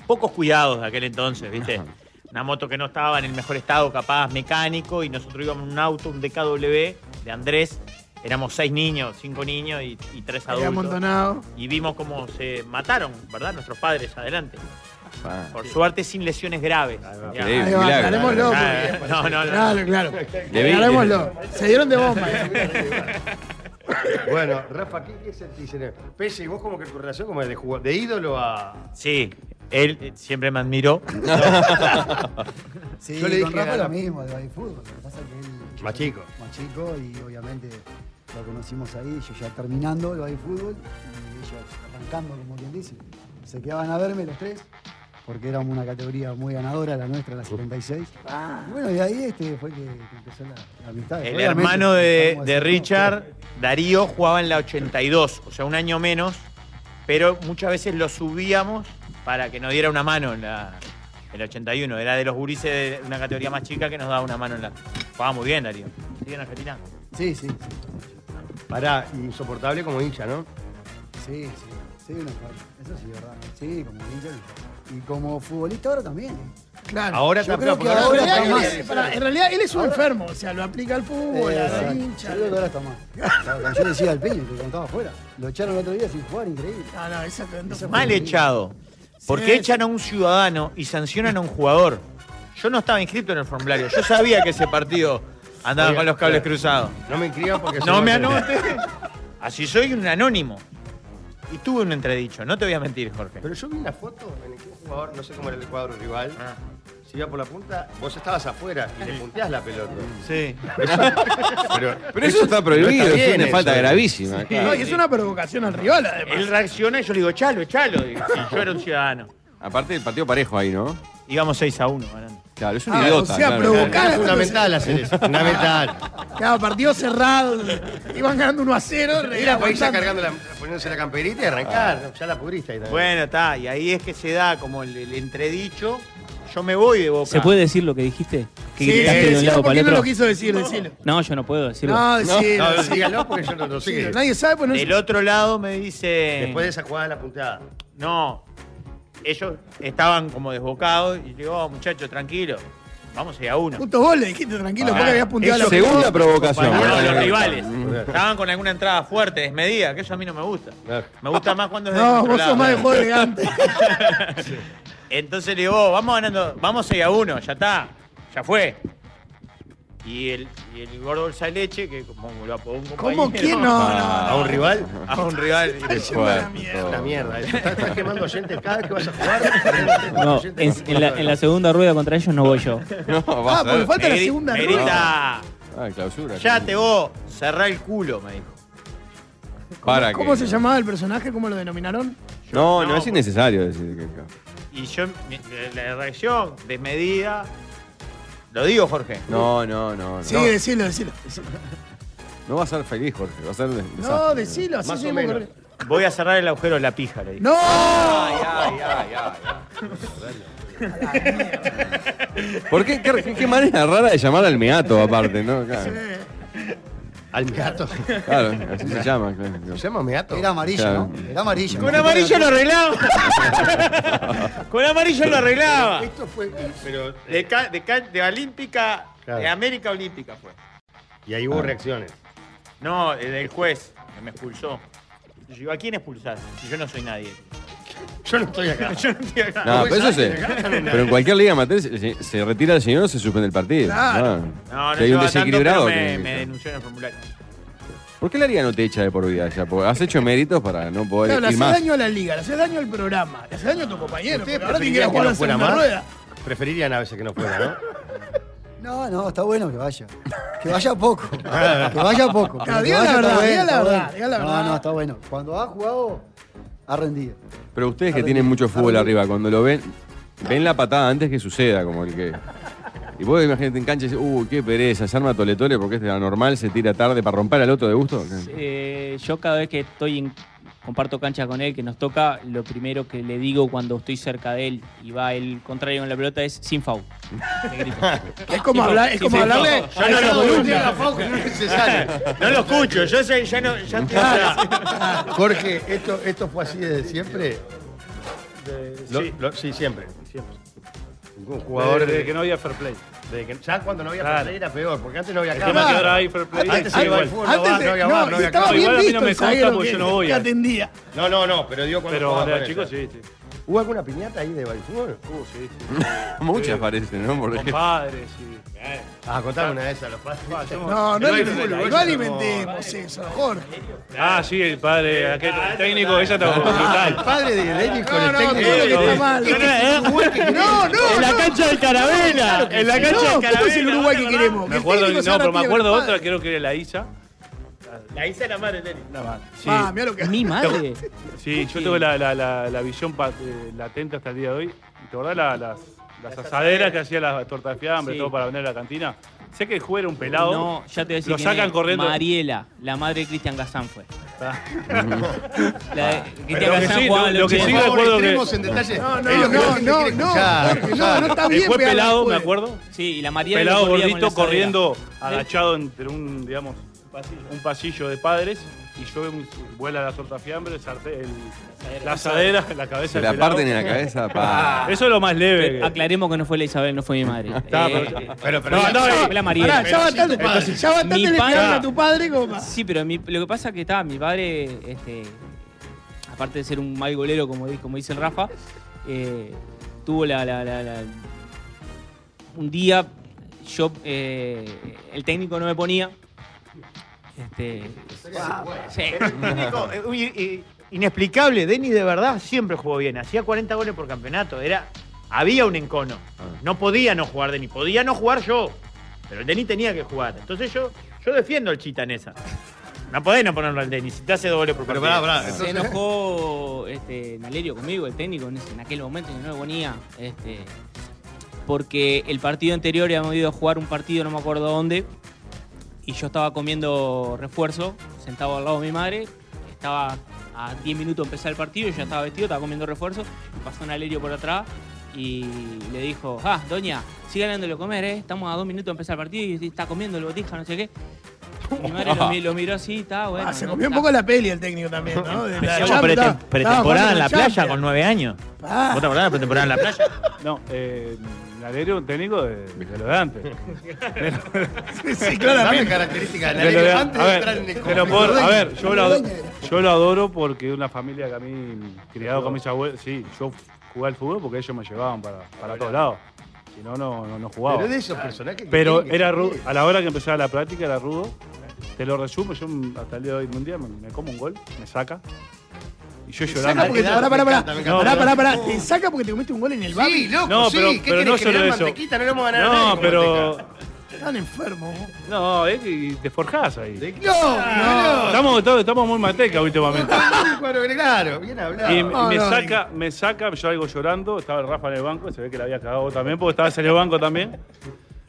Speaker 6: Pocos cuidados de aquel entonces, ¿viste? Una moto que no estaba en el mejor estado, capaz, mecánico, y nosotros íbamos en un auto, un DKW de Andrés. Éramos seis niños, cinco niños y, y tres
Speaker 9: Ahí
Speaker 6: adultos.
Speaker 9: amontonado.
Speaker 6: Y vimos cómo se mataron, ¿verdad? Nuestros padres, adelante. Por suerte, sin lesiones graves.
Speaker 8: Increíble, Ahí va, milagro. aclarémoslo,
Speaker 6: Ah, No, no, no.
Speaker 9: Claro, claro.
Speaker 8: Debí-
Speaker 9: Aclarémoslo. Se dieron de bomba.
Speaker 7: *laughs* Bueno, Rafa, ¿qué, qué sentís en él? Pese, y vos como que tu relación como de, jugo- de ídolo a.
Speaker 6: Sí, él eh, siempre me admiró.
Speaker 11: Sí,
Speaker 7: Yo le
Speaker 11: con
Speaker 7: dije
Speaker 11: Rafa
Speaker 7: a la-
Speaker 11: lo mismo, de Baby Fútbol. Lo que pasa es que él.
Speaker 7: Más chico.
Speaker 11: Más chico, y obviamente lo conocimos ahí, yo ya terminando el Baby Fútbol, y ellos arrancando, como quien dice. Se quedaban a verme los tres, porque éramos una categoría muy ganadora, la nuestra, la
Speaker 6: Uh.
Speaker 11: 76.
Speaker 9: Ah.
Speaker 11: Y bueno, y ahí este, fue que, que empezó la, la amistad.
Speaker 6: El
Speaker 11: Obviamente,
Speaker 6: hermano de,
Speaker 11: estábamos
Speaker 6: de
Speaker 11: así, ¿no?
Speaker 6: Richard, Darío, jugaba en la 82, o sea, un año menos, pero muchas veces lo subíamos para que nos diera una mano en la, en El 81, era de los gurises de una categoría más chica que nos daba una mano en la. Jugaba muy bien, Darío. ¿Sigue en Argentina?
Speaker 11: Sí, sí.
Speaker 7: Pará, insoportable como hincha, ¿no?
Speaker 11: Sí, sí. Sí, una falla. Eso sí, verdad. Sí, como hincha. Y como futbolista ahora también. ¿eh?
Speaker 9: Claro.
Speaker 7: Ahora
Speaker 11: Yo
Speaker 7: está-
Speaker 11: creo
Speaker 7: pero
Speaker 11: que
Speaker 7: porque
Speaker 11: ahora
Speaker 7: ahora
Speaker 11: está
Speaker 7: está
Speaker 11: más.
Speaker 7: bien.
Speaker 9: Pará, en realidad él es un enfermo, o sea, lo aplica al fútbol,
Speaker 11: Eh,
Speaker 9: a la
Speaker 11: exacto.
Speaker 9: hincha.
Speaker 11: Yo creo que ahora está más. *laughs* Claro, cuando yo le decía al Peña que cantaba afuera. Lo echaron el otro día sin jugar, increíble.
Speaker 9: No, no, esa
Speaker 11: fue
Speaker 6: Mal
Speaker 11: increíble.
Speaker 6: echado. Porque echan a un ciudadano y sancionan a un jugador. Yo no estaba inscrito en el formulario. Yo sabía que ese partido andaba
Speaker 7: Oiga,
Speaker 6: con los cables
Speaker 7: claro.
Speaker 6: cruzados.
Speaker 7: eh, No me inscriban porque
Speaker 6: No
Speaker 7: soy
Speaker 6: me
Speaker 7: un-
Speaker 6: anotes. Así soy un anónimo. Y tuve un entredicho, no te voy a mentir, Jorge.
Speaker 7: Pero yo vi una foto *laughs* en el que un jugador, no sé cómo era el cuadro rival,
Speaker 6: Ah.
Speaker 7: se iba por la punta, vos estabas afuera y le punteás la pelota.
Speaker 6: Sí. *laughs*
Speaker 7: Pero,
Speaker 8: Pero eso está prohibido,
Speaker 7: no está
Speaker 8: es
Speaker 7: bien
Speaker 8: una
Speaker 7: eso.
Speaker 8: falta gravísima.
Speaker 7: Sí.
Speaker 8: claro.
Speaker 9: No, y es una provocación al rival, además.
Speaker 6: Él reacciona y yo le digo, chalo, chalo. digo, si yo era
Speaker 7: *laughs*
Speaker 6: un ciudadano.
Speaker 8: Aparte el partido parejo ahí, ¿no?
Speaker 6: Íbamos 6 a 1 ganando.
Speaker 8: Claro, es un
Speaker 9: Ah, o
Speaker 8: idiota.
Speaker 9: sea,
Speaker 8: claro.
Speaker 9: provocar-
Speaker 7: Es fundamental hacer eso, fundamental.
Speaker 9: Claro, partido cerrado. Iban ganando 1 a 0.
Speaker 7: Era para ir ya cargando la, poniéndose la camperita y arrancar. Ya la pudriste ahí también.
Speaker 6: Ah. Bueno, está, y ahí es que se da como el, el entredicho. Yo me voy de boca.
Speaker 10: ¿Se puede decir lo que dijiste? ¿Que
Speaker 9: Sí, sí,
Speaker 10: gritaste de un
Speaker 9: decilo,
Speaker 10: lado
Speaker 9: ¿por
Speaker 10: para
Speaker 9: qué
Speaker 10: el
Speaker 9: no
Speaker 10: otro?
Speaker 9: lo quiso decir? Decilo.
Speaker 10: No, yo no puedo decirlo.
Speaker 9: No, decilo.
Speaker 7: No,
Speaker 9: decilo.
Speaker 7: dígalo porque yo no lo sé.
Speaker 9: Nadie sabe, pues no
Speaker 6: Del otro lado me dice.
Speaker 7: Después de esa jugada de la punteada.
Speaker 6: No, ellos estaban como desbocados y le digo, oh, muchachos, tranquilo, vamos a ir a uno.
Speaker 9: Justo vos le dijiste tranquilo, porque
Speaker 6: Ah,
Speaker 9: habías punteado la
Speaker 6: eso-
Speaker 8: Segunda provocación.
Speaker 6: Uno de los
Speaker 8: Claro.
Speaker 6: rivales. Estaban con alguna entrada fuerte, desmedida, que eso a mí no me gusta. Me gusta más cuando es de
Speaker 9: No,
Speaker 6: nuestro
Speaker 9: vos
Speaker 6: lado.
Speaker 9: sos más de juego elegante.
Speaker 6: Entonces le digo, "Oh, vamos ganando, vamos 6 a 1, ya está, ya fue. Y el, y el gordo bolsa de leche, que como lo apodó un compañero.
Speaker 9: ¿Cómo? ¿Quién? No, no, no.
Speaker 7: ¿A un rival?
Speaker 6: A un rival.
Speaker 8: Bueno,
Speaker 7: Una
Speaker 8: todo.
Speaker 7: mierda. eso. Estás, estás quemando oyentes cada vez que vas a jugar. estás quemando
Speaker 10: No, en,
Speaker 7: oyentes.
Speaker 10: en la, en la segunda rueda contra ellos no voy yo.
Speaker 8: No,
Speaker 9: Ah,
Speaker 8: vas a
Speaker 9: porque
Speaker 8: ver.
Speaker 9: falta la
Speaker 6: Me gri-
Speaker 9: segunda
Speaker 6: me
Speaker 9: rueda.
Speaker 6: grita,
Speaker 8: Ah, clausura.
Speaker 6: ya te vos, cerrá el culo, me dijo.
Speaker 8: Para
Speaker 9: ¿Cómo
Speaker 8: que-
Speaker 9: se llamaba el personaje? ¿Cómo lo denominaron?
Speaker 8: No, no,
Speaker 6: No,
Speaker 8: es
Speaker 6: porque-
Speaker 8: innecesario decir que.
Speaker 6: Y yo, mi- la reacción desmedida. Lo digo, Jorge.
Speaker 8: No, no, no. No,
Speaker 9: Sí, decilo, decilo.
Speaker 8: no va a ser feliz, Jorge. Va a ser. des-
Speaker 9: No,
Speaker 8: desastre.
Speaker 9: decilo, así
Speaker 7: Más o
Speaker 9: seguimos
Speaker 7: menos.
Speaker 9: corriendo.
Speaker 6: Voy a cerrar el agujero de la pija, le dije.
Speaker 9: ¡No!
Speaker 8: Ay, ay, ay, ay. ¿Por qué? ¿Qué, qué- qué manera rara de llamar al meato, aparte, ¿no? Claro,
Speaker 7: Al meato.
Speaker 8: claro, así se llama. claro.
Speaker 7: ¿Se llama meato?
Speaker 11: Era amarillo,
Speaker 8: Claro.
Speaker 11: ¿no? Era amarillo.
Speaker 6: Con amarillo lo arreglaba. Con amarillo lo arreglaba.
Speaker 7: Esto fue. Pero,
Speaker 6: De, ca- de ca- de Olímpica,
Speaker 7: Claro.
Speaker 6: de América Olímpica fue.
Speaker 7: y ahí hubo reacciones.
Speaker 6: No, el del juez, que me expulsó. Yo digo, ¿a quién expulsás? Si yo no soy nadie.
Speaker 7: Yo no estoy acá.
Speaker 6: Yo no estoy acá.
Speaker 8: No, pero eso se. Pero en cualquier liga amateur se, se retira el señor o se suspende el partido.
Speaker 9: Claro.
Speaker 6: No, no
Speaker 8: Si hay un
Speaker 6: llevaba tanto, pero
Speaker 8: desequilibrado.
Speaker 6: me,
Speaker 8: tiene que
Speaker 6: me
Speaker 8: ser.
Speaker 6: denunció en el formulario.
Speaker 8: ¿Por qué la liga no te echa de por vida ya? Porque has hecho méritos para no poder
Speaker 9: Claro, le
Speaker 8: ir
Speaker 9: haces
Speaker 8: más.
Speaker 9: daño a la liga, le haces daño al programa, le haces daño a tu compañero.
Speaker 7: ¿Ustedes
Speaker 9: porque Ahora tiene que ir
Speaker 7: preferirían que
Speaker 9: a jugar
Speaker 7: no
Speaker 9: la
Speaker 7: fuera
Speaker 9: segunda
Speaker 7: más?
Speaker 9: rueda.
Speaker 7: Preferirían a veces que no fuera, ¿no?
Speaker 11: *laughs* No, no, está bueno que vaya. Que vaya poco. Que vaya poco. pero que
Speaker 9: diga la verdad,
Speaker 11: vaya, está
Speaker 9: diga la
Speaker 11: está
Speaker 9: verdad,
Speaker 11: bueno.
Speaker 9: diga la
Speaker 11: no,
Speaker 9: verdad.
Speaker 11: No, está bueno. Cuando ha jugado, ha rendido.
Speaker 8: Pero ustedes que tienen mucho fútbol arriba, cuando lo ven, ven la patada antes que suceda, como el que. Y vos imagínate en cancha y dices, uh, qué pereza, se arma tole tole porque es la normal, se tira tarde para romper al otro de gusto.
Speaker 10: Eh, yo cada vez que estoy en- comparto cancha con él, que nos toca, lo primero que le digo cuando estoy cerca de él y va el contrario con la pelota es
Speaker 8: *laughs*
Speaker 10: sin foul. Le grito.
Speaker 9: Es como, hablar, es
Speaker 10: sí,
Speaker 9: como
Speaker 10: sí,
Speaker 9: hablarle.
Speaker 10: no,
Speaker 9: a
Speaker 6: no
Speaker 9: esa
Speaker 6: lo
Speaker 9: columna.
Speaker 6: No lo escucho, yo sé, ya no. Ya estoy atrás.
Speaker 7: Jorge, esto, esto fue así desde siempre. Lo- lo- sí, siempre.
Speaker 13: Siempre.
Speaker 7: Un jugador
Speaker 13: Desde
Speaker 7: de,
Speaker 13: que no había fair play.
Speaker 7: de que- ya cuando no había
Speaker 13: Claro.
Speaker 7: fair play era peor, porque antes no había
Speaker 13: El
Speaker 7: cámara.
Speaker 13: tema que ahora hay fair play.
Speaker 7: Antes
Speaker 13: es
Speaker 7: iba al
Speaker 13: igual.
Speaker 7: fútbol,
Speaker 9: Antes
Speaker 7: no,
Speaker 9: de-
Speaker 7: no había
Speaker 9: no,
Speaker 7: bar, no
Speaker 9: y
Speaker 7: había
Speaker 9: estaba
Speaker 7: cámara.
Speaker 9: bien
Speaker 13: Igual a mí no
Speaker 9: visto
Speaker 13: me
Speaker 9: el
Speaker 13: consta
Speaker 9: zaguero
Speaker 13: porque
Speaker 9: que,
Speaker 13: yo no voy
Speaker 9: que
Speaker 13: a-
Speaker 9: atendía.
Speaker 7: No, no, no, pero digo cuando
Speaker 13: Pero
Speaker 7: jugaba
Speaker 13: cuando
Speaker 7: con
Speaker 13: era
Speaker 7: ella.
Speaker 13: chico, sí, sí.
Speaker 7: ¿Hubo alguna piñata ahí de Balfútbol?
Speaker 13: Uh, sí, sí.
Speaker 8: Muchas parecen, ¿no? Porque-
Speaker 13: Compadres, sí.
Speaker 7: Ah, contame una de esas, los padres.
Speaker 9: No, no,
Speaker 13: Pero hay
Speaker 9: alimentemos-
Speaker 13: fútbol,
Speaker 9: no alimentemos eso, Jorge.
Speaker 13: Ah, sí, el padre, aquel técnico, ella está
Speaker 7: El
Speaker 13: brutal.
Speaker 7: padre de Denis con
Speaker 9: No,
Speaker 7: el
Speaker 9: no,
Speaker 7: técnico.
Speaker 9: creo que
Speaker 13: no,
Speaker 9: está
Speaker 13: no,
Speaker 9: mal.
Speaker 5: eh,
Speaker 9: *laughs* No, no.
Speaker 10: En la cancha del Carabela. En la cancha
Speaker 9: No,
Speaker 10: del
Speaker 9: ¿cómo es el
Speaker 10: Carabela.
Speaker 9: Uruguay que queremos?
Speaker 13: Me
Speaker 9: Que el
Speaker 13: acuerdo,
Speaker 9: técnico
Speaker 13: no,
Speaker 9: se haga
Speaker 13: pero me
Speaker 9: pibe,
Speaker 13: acuerdo
Speaker 9: padre.
Speaker 13: otra, creo que era la Isa.
Speaker 6: La hice la madre de él.
Speaker 13: La madre. Sí,
Speaker 9: Ah, mirá lo que
Speaker 13: *laughs*
Speaker 10: Mi madre.
Speaker 13: sí yo tengo la, la, la, la visión pa- eh, latente hasta el día de hoy. ¿Te acordás la- las, las asaderas que hacía las tortas de fiambre,
Speaker 10: Sí.
Speaker 13: todo para vender a la cantina? Sé que el juego era un pelado.
Speaker 10: No, ya te voy a decir
Speaker 13: Lo
Speaker 10: quién
Speaker 13: sacan
Speaker 10: es.
Speaker 13: corriendo.
Speaker 10: Mariela, la madre de Cristian Gazán fue. La de-
Speaker 13: Pero lo que sí, lo- lo que sí me acuerdo que.
Speaker 9: No, no, no, no, no, Jorge, no, no está
Speaker 13: Y
Speaker 9: bien.
Speaker 13: Fue
Speaker 9: pegar
Speaker 13: pelado,
Speaker 9: después.
Speaker 13: me acuerdo.
Speaker 10: Sí, y la María
Speaker 13: Pelado
Speaker 10: lo corría con la ¿Eh?
Speaker 13: gordito
Speaker 10: asadera.
Speaker 13: corriendo
Speaker 10: Sí.
Speaker 13: agachado entre un, digamos, un pasillo de padres. Y yo veo un, vuela la torta fiambre, el sartén, el- la asadera, la cabeza.
Speaker 8: Se
Speaker 13: del
Speaker 8: la
Speaker 13: pelado.
Speaker 8: parten en la cabeza, pa.
Speaker 13: Eso es lo más leve.
Speaker 10: Aclaremos que no fue la Isabel, no fue mi madre.
Speaker 13: Está,
Speaker 10: Eh,
Speaker 13: pero-
Speaker 10: eh,
Speaker 13: pero- pero-
Speaker 10: no, no,
Speaker 13: ya-
Speaker 10: fue la María.
Speaker 9: Pará, ya bastante, ya bastante
Speaker 10: Mi
Speaker 9: le
Speaker 10: padre-
Speaker 9: pegaron a tu padre como pa-
Speaker 10: Sí, pero mi- lo que pasa es que estaba mi padre, este, aparte de ser un mal golero, como, di- como dice el Rafa, eh, tuvo la, la- la- la- Un día, yo, eh, el técnico no me ponía. Este, sí.
Speaker 12: Nico, eh, uy, eh, Inexplicable, Denis de verdad siempre jugó bien. Hacía 40 goles por campeonato. Era, había un encono. No podía no jugar Denis. Podía no jugar yo. Pero el Denis tenía que jugar. Entonces yo, yo defiendo al Chita en esa. No podés no ponerlo al Denis. Si te hace doble por
Speaker 7: Pero
Speaker 12: partido.
Speaker 7: pará, pará,
Speaker 10: Se enojó este, Nalerio conmigo, el técnico, en, ese- en aquel momento que no me ponía. Este, porque el partido anterior habíamos ido a jugar un partido, no me acuerdo dónde, y yo estaba comiendo refuerzo, sentado al lado de mi madre, estaba a 10 minutos de empezar el partido, yo ya estaba vestido, estaba comiendo refuerzo, y pasó Nalerio por atrás y le dijo, ah, doña, siga dándole comer, ¿eh? estamos a dos minutos de empezar el partido y está comiendo el botija, no sé qué. Mi madre lo, mi- lo miró así, está bueno.
Speaker 9: Ah, se
Speaker 10: ¿no?
Speaker 9: comió un
Speaker 10: Está-
Speaker 9: poco la peli el técnico también, ¿no? De la
Speaker 6: Hacíamos
Speaker 9: Champions,
Speaker 6: pretem-
Speaker 9: estaba- estaba
Speaker 6: pretemporada en la
Speaker 9: jugando
Speaker 6: playa con nueve años.
Speaker 9: Ah.
Speaker 6: ¿Vos te acordás de la pretemporada en la playa?
Speaker 13: No, eh, Nalerio, un técnico de, de lo de antes.
Speaker 9: sí, sí,
Speaker 13: claramente.
Speaker 7: Dame características de
Speaker 13: De lo de-
Speaker 7: Nalerio
Speaker 13: a
Speaker 7: antes de
Speaker 13: ver,
Speaker 7: entrar en el
Speaker 13: pero por-
Speaker 7: conflicto.
Speaker 13: a ver, yo lo, adoro, yo lo adoro porque una familia que a mí, criado con mis abuelos, sí, yo jugué al fútbol porque ellos me llevaban para, para todos lados. Si no, no, no, no jugaba.
Speaker 7: Pero de esos personajes que
Speaker 13: Pero
Speaker 7: tienen que
Speaker 13: era rudo.
Speaker 7: cumplir.
Speaker 13: A la hora que empezaba la práctica era rudo. Te lo resumo, yo hasta el día de hoy, un día me, me como un gol, me saca. Y yo
Speaker 9: Te
Speaker 13: llorando.
Speaker 9: saca porque te, pará, pará, pará.
Speaker 13: No,
Speaker 9: Pará,
Speaker 13: pero-
Speaker 9: pará, pará. Te saca porque te comiste un gol en el babi.
Speaker 13: No, pero, pero no solo eso. No, pero.
Speaker 9: Están enfermos.
Speaker 13: No, es que te forjás ahí.
Speaker 9: No, no.
Speaker 13: Estamos, estamos- estamos muy mateca últimamente.
Speaker 7: Bueno, claro, bien hablado.
Speaker 13: Y me saca, me saca, yo algo llorando, estaba el Rafa en el banco, se ve que la había cagado vos también, porque estabas en el banco también.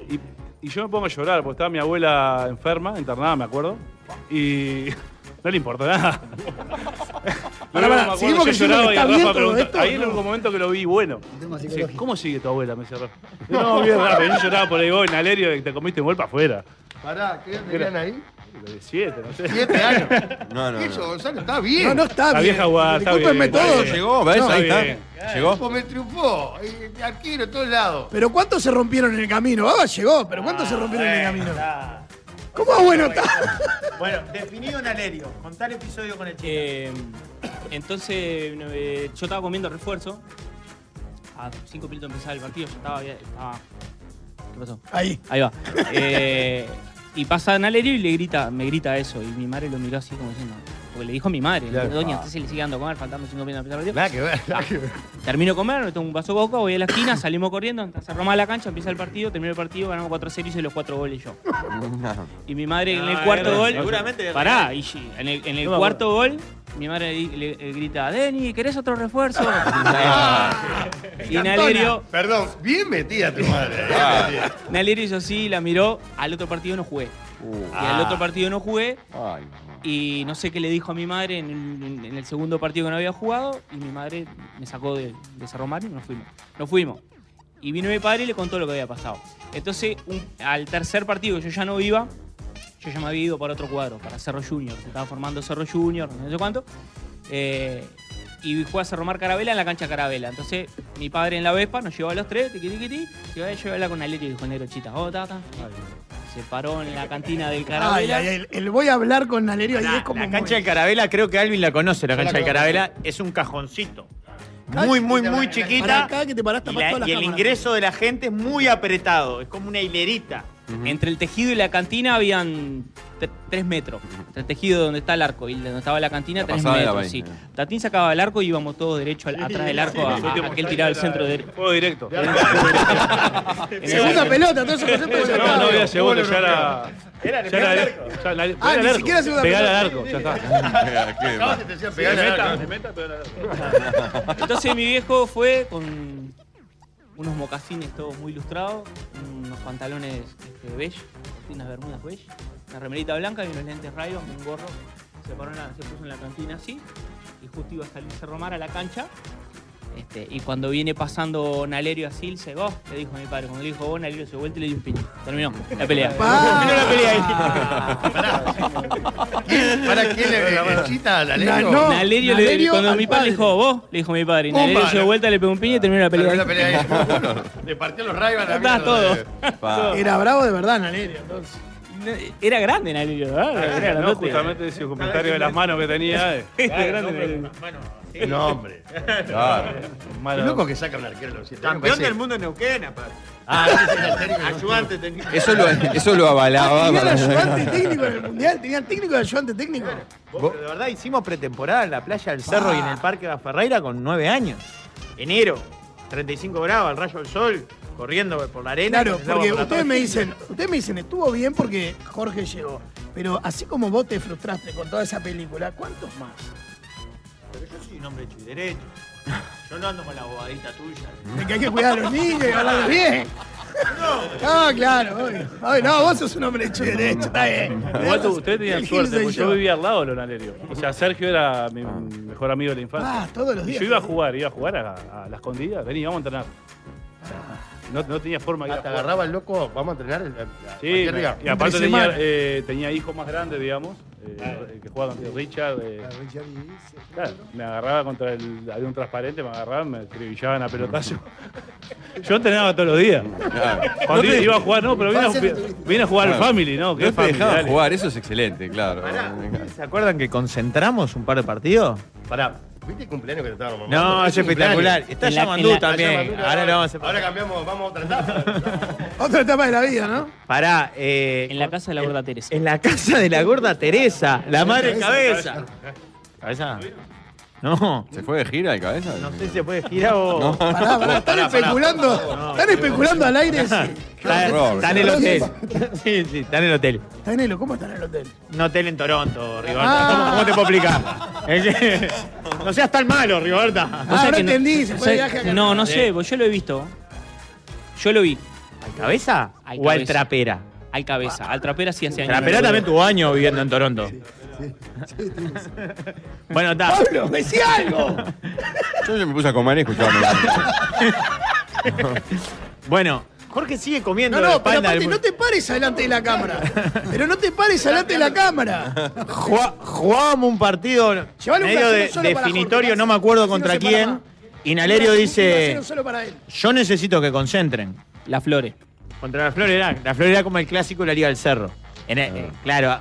Speaker 13: Y, y yo me pongo a llorar, porque estaba mi abuela enferma, internada, me acuerdo. Y *laughs* no le importa nada.
Speaker 9: Pará, pará,
Speaker 13: Luego me acuerdo,
Speaker 9: seguimos
Speaker 13: yo
Speaker 9: que sí,
Speaker 13: lloraba y
Speaker 9: ¿está
Speaker 13: el
Speaker 9: bien todo
Speaker 13: Rafa preguntaba.
Speaker 9: esto?
Speaker 13: Ahí en
Speaker 9: No.
Speaker 13: el único momento que lo vi bueno. Dice,
Speaker 9: psicológico.
Speaker 13: ¿Cómo sigue tu abuela? Me dice Rafa. *laughs* No, bien, Rafa, yo lloraba por el gol, Nalerio, que te comiste un gol para afuera.
Speaker 7: Pará, ¿qué edad tenían ahí?
Speaker 13: Lo de siete, no sé.
Speaker 7: Siete años.
Speaker 8: No, no.
Speaker 7: Eso, Gonzalo, está bien.
Speaker 9: No, no está
Speaker 13: La
Speaker 9: bien.
Speaker 13: vieja guada, está bien.
Speaker 9: Discúlpenme
Speaker 13: está
Speaker 9: todos.
Speaker 13: bien.
Speaker 8: Llegó, ¿ves?
Speaker 13: No,
Speaker 8: Ahí
Speaker 13: está
Speaker 8: está.
Speaker 13: bien.
Speaker 8: Llegó.
Speaker 7: Tipo, me triunfó. eh, Arquero, en todos lados.
Speaker 9: Pero ¿cuántos se rompieron en el camino? Baba llegó, pero ¿cuántos se rompieron en el camino? ¿Cómo es bueno está?
Speaker 12: *laughs* Bueno, definido Nalerio. Contar episodio con el Chita.
Speaker 10: Eh, entonces no, eh, yo estaba comiendo refuerzo. A cinco minutos de empezar el partido, yo estaba, ya estaba- ¿Qué pasó?
Speaker 9: Ahí.
Speaker 10: Ahí va. Eh, y pasa Nalerio y le grita, me grita eso. Y mi madre lo miró así como diciendo. Porque le dijo a mi madre,
Speaker 7: Claro.
Speaker 10: doña, usted se le sigue dando a comer, faltando cinco minutos para empezar el partido.
Speaker 7: Nada que ver, nada que ver.
Speaker 10: Termino de comer, me tomo un vaso de coca, voy a la esquina, salimos corriendo, se arroma la cancha, empieza el partido, termino el partido, ganamos 4-0 y hice los cuatro goles yo. Y mi madre en el
Speaker 12: Ah,
Speaker 10: cuarto
Speaker 12: era-
Speaker 10: gol.
Speaker 12: seguramente era-
Speaker 10: Pará, y sí, en el, en el
Speaker 12: No me
Speaker 10: cuarto gol, mi madre le, le- le grita, Denny, ¿querés
Speaker 7: *laughs*
Speaker 10: otro refuerzo? y Nalerio,
Speaker 7: Perdón, bien metida tu madre. eh, bien metida.
Speaker 10: Nalerio hizo así, la miró, al otro partido no jugué.
Speaker 8: Uh,
Speaker 10: Y al otro partido no jugué.
Speaker 8: Ay,
Speaker 10: Y no sé qué le dijo a mi madre en el, en- en el segundo partido que no había jugado. Y mi madre me sacó de, de Cerro Mario y nos fuimos. Nos fuimos. Y vino mi padre y le contó lo que había pasado. Entonces, un- al tercer partido que yo ya no iba, yo ya me había ido para otro cuadro, para Cerro Junior. Se estaba formando Cerro Junior, no sé cuánto. Eh, y juega Cerro Mar Carabela en la cancha Carabela. Entonces, mi padre en la Vespa nos llevó a los tres, tiqui, tiqui, tiqui, se iba a llevarla con Alerio y dijo, negro chita, oh, ta, ta". Se paró en la cantina del
Speaker 9: Ay,
Speaker 10: Carabela.
Speaker 9: ay, ay, el, el voy a hablar con Nalerio ahí
Speaker 12: La,
Speaker 9: es como.
Speaker 12: la cancha del Carabela, creo que Alvin la conoce, la cancha del Carabela. Es un cajoncito. Muy, muy, muy
Speaker 9: Para
Speaker 12: chiquita.
Speaker 9: acá que te paraste
Speaker 12: Y, la- y el ingreso de la gente es muy apretado. Es como una hilerita.
Speaker 10: Entre el tejido y la cantina habían tre- tres metros. Entre el tejido donde está el arco y donde estaba la cantina, tres
Speaker 8: pasada de la
Speaker 10: metros. sí.
Speaker 8: vaina,
Speaker 10: Tatín sacaba el arco y íbamos todos derecho al- atrás del arco a, a- a aquel tirado al centro derecho.
Speaker 13: Juego
Speaker 10: *laughs*
Speaker 13: directo.
Speaker 9: Segunda pelota, todo eso
Speaker 12: *laughs*
Speaker 9: que se puede
Speaker 13: No, no
Speaker 9: sacar.
Speaker 13: había segundo, ya era.
Speaker 7: Era
Speaker 13: Ya era ya era-
Speaker 9: Ah,
Speaker 13: era
Speaker 9: ni
Speaker 13: arco.
Speaker 9: siquiera segunda
Speaker 13: Pegar al
Speaker 9: pelota.
Speaker 13: arco, ya
Speaker 10: *laughs*
Speaker 13: está.
Speaker 7: Acabas de decir pegar
Speaker 13: De
Speaker 7: al
Speaker 13: meta,
Speaker 7: arco.
Speaker 13: de meta, pegar al arco.
Speaker 10: *laughs* Entonces mi viejo fue con unos mocasines todos muy ilustrados, unos pantalones este, beige, unas bermudas beige, una remerita blanca y unos lentes ray con un gorro. se, paró en la- se puso en la cantina así y justo iba a salirse Romar a la cancha. Este, y cuando viene pasando Nalerio así, se vos, le dijo a mi padre. Cuando le dijo vos, Nalerio se vuelve y le dio un piño. Terminó la pelea.
Speaker 5: Pa.
Speaker 10: Terminó la pelea ahí.
Speaker 7: ¿Para quién le le chita a Nalerio?
Speaker 10: Nalerio le- cuando mi padre le dijo vos, le dijo mi padre. Y Nalerio
Speaker 7: Pumba.
Speaker 10: se dio vuelta, le pegó un piño y terminó la pelea.
Speaker 7: Terminó la
Speaker 10: ahí.
Speaker 7: Le partió los rayos a la
Speaker 10: *laughs* Está
Speaker 7: mierda.
Speaker 10: todo.
Speaker 7: Pa.
Speaker 9: *laughs* Era bravo de verdad, Nalerio, entonces.
Speaker 10: Era grande
Speaker 12: ¿eh?
Speaker 10: Nalerio, ¿verdad? Era
Speaker 13: Ah, No,
Speaker 10: grandote.
Speaker 13: justamente ese comentario de las manos
Speaker 5: *laughs*
Speaker 13: que tenía. eh.
Speaker 5: Este
Speaker 10: Claro,
Speaker 13: Era grande.
Speaker 7: No,
Speaker 13: *laughs*
Speaker 7: hombre.
Speaker 13: Claro.
Speaker 7: Qué loco que saca un arquero de los siete.
Speaker 6: Campeón del mundo en Neuquén, aparte.
Speaker 7: Ah, ese es el
Speaker 6: Ayudante técnico.
Speaker 8: Eso lo, eso lo avalaba.
Speaker 6: Tenía el
Speaker 9: ayudante técnico en el mundial, tenía el técnico de ayudante técnico.
Speaker 6: Vos, pero de verdad hicimos pretemporada en la playa del Cerro y en
Speaker 12: Ah.
Speaker 6: el Parque de Ferreira con nueve años. Enero, 35 grados, al rayo del sol, corriendo por la arena.
Speaker 9: Claro,
Speaker 6: con el agua
Speaker 9: porque
Speaker 6: por la
Speaker 9: ustedes me
Speaker 6: torre.
Speaker 9: dicen, ustedes me dicen, estuvo bien porque Jorge llegó. Pero así como vos te frustraste con toda esa película, ¿cuántos más?
Speaker 6: Pero yo soy un hombre hecho y derecho. Yo no ando con la bobadita tuya.
Speaker 9: De que hay que cuidar a los niños y
Speaker 6: *laughs*
Speaker 9: hablarlos bien. No, claro, obvio. Ay, no, vos sos un hombre hecho y derecho, está bien.
Speaker 13: Igual tú- ustedes tenían
Speaker 9: El Gil
Speaker 13: suerte,
Speaker 9: soy
Speaker 13: porque yo.
Speaker 9: yo.
Speaker 13: vivía al lado de los Nalerio. O sea, Sergio era mi mejor amigo de la infancia.
Speaker 9: Ah, todos los
Speaker 13: Y
Speaker 9: días.
Speaker 13: yo iba a jugar, iba a jugar a, a la escondida. Vení, vamos a entrenar. O sea, No, no tenía forma de ir a
Speaker 7: Ah, Te
Speaker 13: jugar.
Speaker 7: agarraba el loco, vamos a entrenar. el- a-
Speaker 13: Sí,
Speaker 7: cualquier
Speaker 13: me-
Speaker 7: día.
Speaker 13: y aparte tenía, eh, tenía hijos más grandes, digamos, eh, que jugaban contigo, Richard. eh,
Speaker 9: Ah,
Speaker 13: claro, me agarraba contra el. Había un transparente, me agarraban, me escribillaban a pelotazo. *laughs* Yo entrenaba *laughs* todos los días. Cuando
Speaker 8: No te-
Speaker 13: iba a jugar, no, pero vine a,
Speaker 8: Infancia no tuviste.
Speaker 13: vine a jugar al
Speaker 8: Claro.
Speaker 13: Family, ¿no?
Speaker 8: No
Speaker 13: ¿Qué
Speaker 8: te
Speaker 13: family?
Speaker 8: dejaban
Speaker 13: Dale.
Speaker 8: jugar, eso es excelente, claro.
Speaker 6: ¿Se acuerdan que concentramos un par de partidos? Pará.
Speaker 7: ¿Viste el cumpleaños que te estaba mamando?
Speaker 6: No, es
Speaker 7: ¿Viste el
Speaker 6: espectacular.
Speaker 7: cumpleaños?
Speaker 6: Está
Speaker 7: En la-
Speaker 6: Yamandú
Speaker 7: en la-
Speaker 6: también.
Speaker 7: Ah, Yamandú,
Speaker 6: Ahora lo vamos a separar.
Speaker 7: Ahora cambiamos, vamos a otra etapa.
Speaker 9: Otra etapa de la vida, ¿no?
Speaker 6: Pará. eh,
Speaker 10: En la casa de la gorda Teresa.
Speaker 6: En la casa de la gorda Teresa, la madre cabeza. ¿Cabeza? No.
Speaker 8: ¿Se fue de gira de cabeza?
Speaker 6: No sé si se puede girar o.
Speaker 8: No.
Speaker 9: Pará, pará, están especulando, están especulando al aire. si-
Speaker 6: Está, está en el hotel. Sí, sí, está en el hotel.
Speaker 9: Está en el, ¿cómo está en el hotel?
Speaker 6: Un hotel en Toronto, Rigoberta.
Speaker 9: Ah.
Speaker 6: ¿Cómo, cómo te
Speaker 9: *laughs*
Speaker 6: puedo explicar? Es que- no seas tan malo,
Speaker 9: Ah,
Speaker 6: Rigoberta.
Speaker 10: Vos sabés que sabés- No, no sé, vos- yo lo he visto. Yo lo vi.
Speaker 6: ¿Al cabeza?
Speaker 10: Al
Speaker 6: ¿O al
Speaker 10: cabeza.
Speaker 6: trapera?
Speaker 10: Al cabeza. Al trapera sí hace años.
Speaker 6: Trapera también tuvo años viviendo en Toronto. Bueno, está.
Speaker 9: ¡Pablo, decí algo!
Speaker 8: Yo, yo me puse a comer y escuchaba música.
Speaker 6: *laughs* Bueno, Jorge sigue comiendo.
Speaker 9: No, no,
Speaker 6: de
Speaker 9: pero
Speaker 6: espalda al
Speaker 9: aparte
Speaker 6: mu-
Speaker 9: no te pares adelante de la cámara. Pero no te pares adelante de la cámara.
Speaker 6: Jugá- Jugábamos un partido
Speaker 9: Llévale un
Speaker 6: medio
Speaker 9: casero
Speaker 6: de,
Speaker 9: solo para
Speaker 6: definitorio,
Speaker 9: Jorge,
Speaker 6: no me
Speaker 9: así
Speaker 6: acuerdo
Speaker 9: no
Speaker 6: contra
Speaker 9: se para más.
Speaker 6: quién. Y Nalerio
Speaker 9: Un- un
Speaker 6: dice,
Speaker 9: casero solo para él.
Speaker 6: yo necesito que concentren.
Speaker 10: Las flores.
Speaker 6: Contra las flores era, la flores era como el clásico de la Liga del Cerro. En el- eh, claro,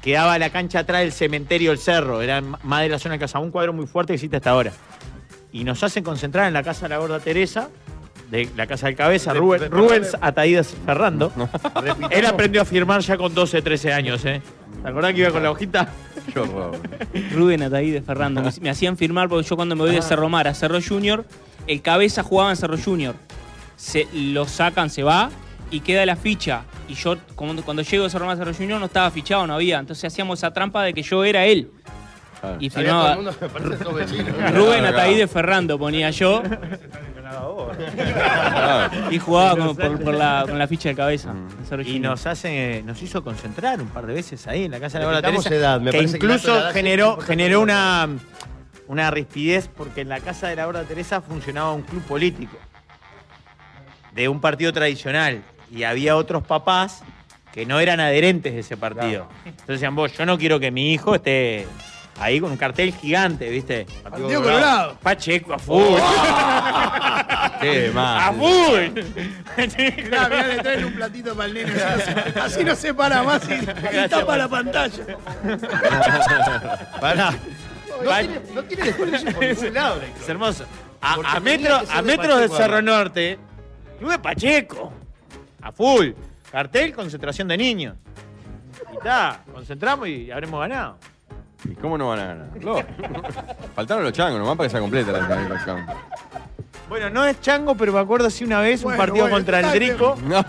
Speaker 6: quedaba la cancha atrás del cementerio del Cerro, era m- más de la zona de casa, un cuadro muy fuerte que existe hasta ahora. Y nos hacen concentrar en la casa de la gorda Teresa, de la casa del cabeza,
Speaker 7: Re-
Speaker 6: Rubén,
Speaker 7: re-
Speaker 6: Rubens Ataídas Ferrando.
Speaker 7: Repitamos.
Speaker 6: Él aprendió a firmar ya con 12, 13 años, ¿eh? ¿Te acordás que iba con la hojita?
Speaker 10: Rubén Ataí de Ferrando. Me, me hacían firmar porque yo cuando me voy
Speaker 7: Ah.
Speaker 10: de Cerro Mar a Cerro Junior, el cabeza jugaba en Cerro Junior. Se, lo sacan, se va y queda la ficha. Y yo, cuando, cuando llego de Cerro Mar a Cerro Junior, no estaba fichado, no había. Entonces hacíamos esa trampa de que yo era él.
Speaker 7: Sabía todo el
Speaker 10: Y firmaba.
Speaker 7: mundo, me parece todo vecino.
Speaker 12: *laughs*
Speaker 10: Rubén Ataí de Ferrando ponía
Speaker 7: *laughs*
Speaker 10: yo. Y jugaba con, por- por la, con la ficha de cabeza. en Cerro
Speaker 6: Y
Speaker 10: Junior.
Speaker 6: nos hace, nos hizo concentrar un par de veces ahí en la casa de la Gorda
Speaker 7: Necesitamos
Speaker 6: Teresa.
Speaker 7: edad, me
Speaker 6: que
Speaker 7: parece que la
Speaker 6: incluso
Speaker 7: edad es
Speaker 6: generó,
Speaker 7: importante.
Speaker 6: generó una, una rispidez porque en la casa de la Gorda Teresa funcionaba un club político de un partido tradicional y había otros papás que no eran adherentes de ese partido. Entonces decían, vos, yo no quiero que mi hijo esté ahí con un cartel gigante, ¿viste?
Speaker 9: Partido Colorado.
Speaker 6: Pacheco,
Speaker 9: *laughs*
Speaker 6: a full.
Speaker 8: Qué
Speaker 6: ¡A
Speaker 8: mal.
Speaker 6: full!
Speaker 9: Mirá, mirá, le traen un platito para el nene. Así no se, así no se para más y, y tapa la pantalla.
Speaker 6: Pará.
Speaker 7: No tiene, no tiene desperdicio por ningún lado. Nico.
Speaker 6: Es hermoso. A,
Speaker 7: Porque
Speaker 6: a
Speaker 7: tenía
Speaker 6: metro-
Speaker 7: que ser de
Speaker 6: a metros del
Speaker 7: Pacheco,
Speaker 6: Cerro
Speaker 7: además.
Speaker 6: Norte, Club de Pacheco. A full. Cartel, concentración de niños. Y está, concentramos y habremos ganado.
Speaker 8: ¿Y cómo no van a ganar? No. Faltaron los changos nomás para que sea completa la la- la- la-
Speaker 6: Bueno, no es chango, pero me acuerdo así una vez
Speaker 9: Bueno,
Speaker 6: un partido
Speaker 9: bueno,
Speaker 6: contra el
Speaker 9: está
Speaker 6: Drico.
Speaker 8: No.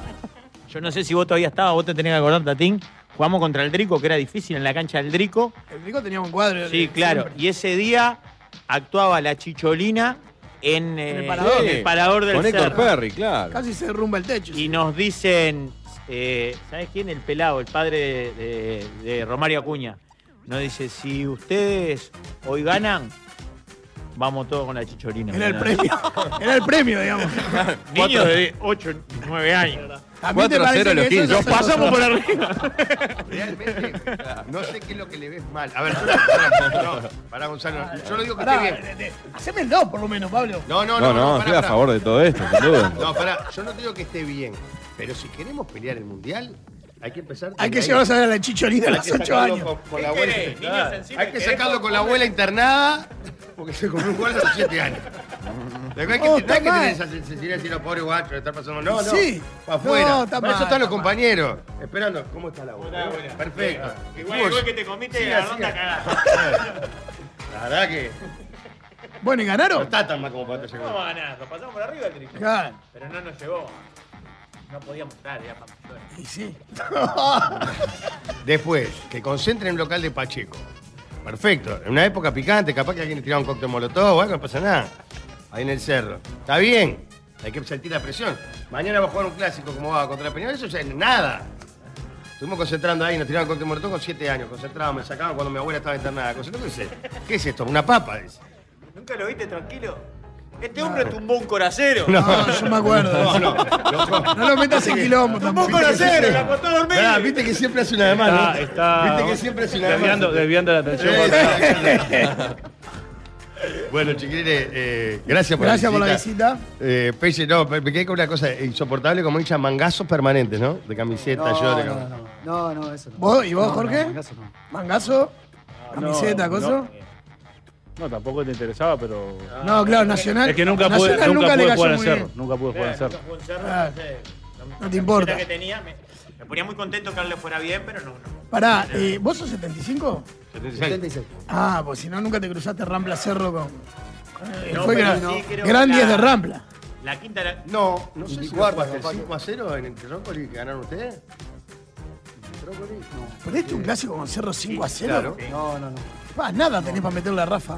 Speaker 6: Yo no sé si vos todavía estabas, vos te tenés que acordar, Tatín. Jugamos contra el Drico, que era difícil en la cancha del Drico.
Speaker 9: El rico tenía un cuadro.
Speaker 6: Sí, claro. Y ese día actuaba la chicholina en, eh,
Speaker 9: el parador.
Speaker 6: en el parador del
Speaker 8: Con Héctor
Speaker 6: Cerro.
Speaker 8: Perry, claro.
Speaker 9: Casi se derrumba el techo.
Speaker 6: Y nos dicen, eh, ¿sabes quién? El pelado, el padre de, de- de Romario Acuña.
Speaker 12: nos dice, si ustedes hoy ganan, vamos todos con la chichorina.
Speaker 9: Era el premio.
Speaker 6: *laughs*
Speaker 9: Era el premio, digamos.
Speaker 12: Niños de 8, 9 años.
Speaker 9: También te 4 a 0 parece los que eso 15.
Speaker 12: Los
Speaker 9: ya se
Speaker 12: pasamos
Speaker 9: pasó.
Speaker 12: por arriba.
Speaker 7: Realmente, no sé qué es lo que le ves mal. A ver, pará, no, pará, Gonzalo. Yo lo digo que
Speaker 9: Pará,
Speaker 7: esté bien.
Speaker 9: Haceme el 2 por lo menos, Pablo.
Speaker 7: No, no,
Speaker 8: No,
Speaker 7: no. pará,
Speaker 8: no, estoy a
Speaker 7: pará.
Speaker 8: favor de todo esto, sin duda.
Speaker 7: No, pará, yo no digo que esté bien. Pero si queremos pelear el mundial, hay que empezar.
Speaker 9: Hay que
Speaker 7: desde ahí.
Speaker 9: llevarlos a ver a la chicholina a
Speaker 7: Hay
Speaker 9: los
Speaker 7: que
Speaker 9: 8
Speaker 7: sacarlo
Speaker 9: años.
Speaker 7: Con, con la abuela,
Speaker 9: querés, niños
Speaker 7: internada.
Speaker 9: encima?
Speaker 7: hay que
Speaker 9: ¿Querés
Speaker 7: sacarlo con la
Speaker 9: confundir?
Speaker 7: abuela internada porque se comió un gol a los 7 años. La verdad es que
Speaker 9: Oh,
Speaker 7: te- no hay
Speaker 9: está
Speaker 7: que tener
Speaker 9: mal.
Speaker 7: esa sensibilidad de decir, "No, pobre guacho, le está pasando. No, no.
Speaker 9: Sí.
Speaker 7: Para afuera.
Speaker 9: No, está
Speaker 7: Para eso están
Speaker 9: mal,
Speaker 7: los
Speaker 9: está mal.
Speaker 7: compañeros. Esperando. ¿Cómo está la abuela? Perfecto.
Speaker 12: Igual, igual que te comiste
Speaker 7: Siga,
Speaker 12: la ronda
Speaker 7: siga.
Speaker 12: cagada.
Speaker 7: *laughs*
Speaker 9: *laughs*
Speaker 7: La verdad que.
Speaker 9: Bueno, ¿y ganaron?
Speaker 7: No está tan mal como para llegar.
Speaker 12: Vamos a ganar, lo pasamos por arriba el triple.
Speaker 9: Claro.
Speaker 12: Pero no nos llegó. No podíamos estar, era para mayores.
Speaker 9: Y sí. *laughs*
Speaker 7: Después, que concentren el local de Pacheco. Perfecto. En una época picante, capaz que alguien le tiraba un cóctel molotov o algo, no pasa nada. Ahí en el cerro. Está bien. Hay que sentir la presión. Mañana va a jugar un clásico como va contra Peñarol. Eso ya es nada. Estuvimos concentrando ahí, nos tiraban cóctel molotov con siete años. Concentrábamos, me sacaban cuando mi abuela estaba internada. Concentramos, ¿qué es esto? ¿Qué es esto? Una papa, dice.
Speaker 12: ¿Nunca lo viste tranquilo? Este hombre tumbó un coracero.
Speaker 9: No, yo me
Speaker 12: *laughs*
Speaker 9: acuerdo.
Speaker 7: No, no.
Speaker 9: No lo metas en quilombo tampoco.
Speaker 12: Tumbó un coracero, la acostó a dormir.
Speaker 7: Pará, viste que siempre hace una de más, ¿no?
Speaker 13: Está, está
Speaker 7: Viste que siempre hace una de más.
Speaker 13: desviando, desviando la atención.
Speaker 7: Sí,
Speaker 13: para-
Speaker 7: Bueno, chiquilines, eh, *laughs* gracias por
Speaker 9: Gracias
Speaker 7: la
Speaker 9: por la
Speaker 7: visita.
Speaker 9: visita.
Speaker 7: Eh, Peche, no, me me quedé con una cosa insoportable, como hincha, mangazos permanentes, ¿no? De camiseta,
Speaker 11: No,
Speaker 7: yo de
Speaker 11: no,
Speaker 7: camiseta.
Speaker 11: No, no, eso no.
Speaker 9: ¿Vos? ¿Y vos,
Speaker 11: No,
Speaker 9: Jorge?
Speaker 11: No, mangazo no.
Speaker 9: Mangazo, camiseta,
Speaker 13: no,
Speaker 9: coso.
Speaker 13: No, tampoco te interesaba, pero.
Speaker 9: No, claro, Nacional.
Speaker 13: Es que nunca pude,
Speaker 9: Nacional
Speaker 13: nunca
Speaker 9: le
Speaker 13: pude
Speaker 9: cayó
Speaker 13: jugar en
Speaker 9: muy
Speaker 13: Cerro.
Speaker 9: bien.
Speaker 13: Nunca pude jugar en Cerro.
Speaker 9: Claro.
Speaker 12: No
Speaker 9: Ah, te importa.
Speaker 12: que tenía, me, me ponía muy contento que a él le fuera bien, pero no. no.
Speaker 9: Pará, eh, ¿vos sos 75?
Speaker 11: 76.
Speaker 9: Ah, pues si no, nunca te cruzaste Rampla Cerro con. con- eh,
Speaker 12: No,
Speaker 9: fue
Speaker 12: pero
Speaker 9: gran,
Speaker 12: sí creo
Speaker 9: gran
Speaker 12: que
Speaker 9: 10 de
Speaker 12: la-
Speaker 9: Rampla.
Speaker 12: La quinta era.
Speaker 7: No, no sé si lo
Speaker 11: Veinticuatro,
Speaker 7: jugaste el
Speaker 11: capaz que.
Speaker 7: 5 a 0 en el Trócoli que ganaron ustedes. ¿Trócoli? No.
Speaker 9: ¿Poniste un clásico con Cerro 5 a 0?
Speaker 7: Claro.
Speaker 11: No, no, no.
Speaker 9: Más nada tenés para meterle a Rafa.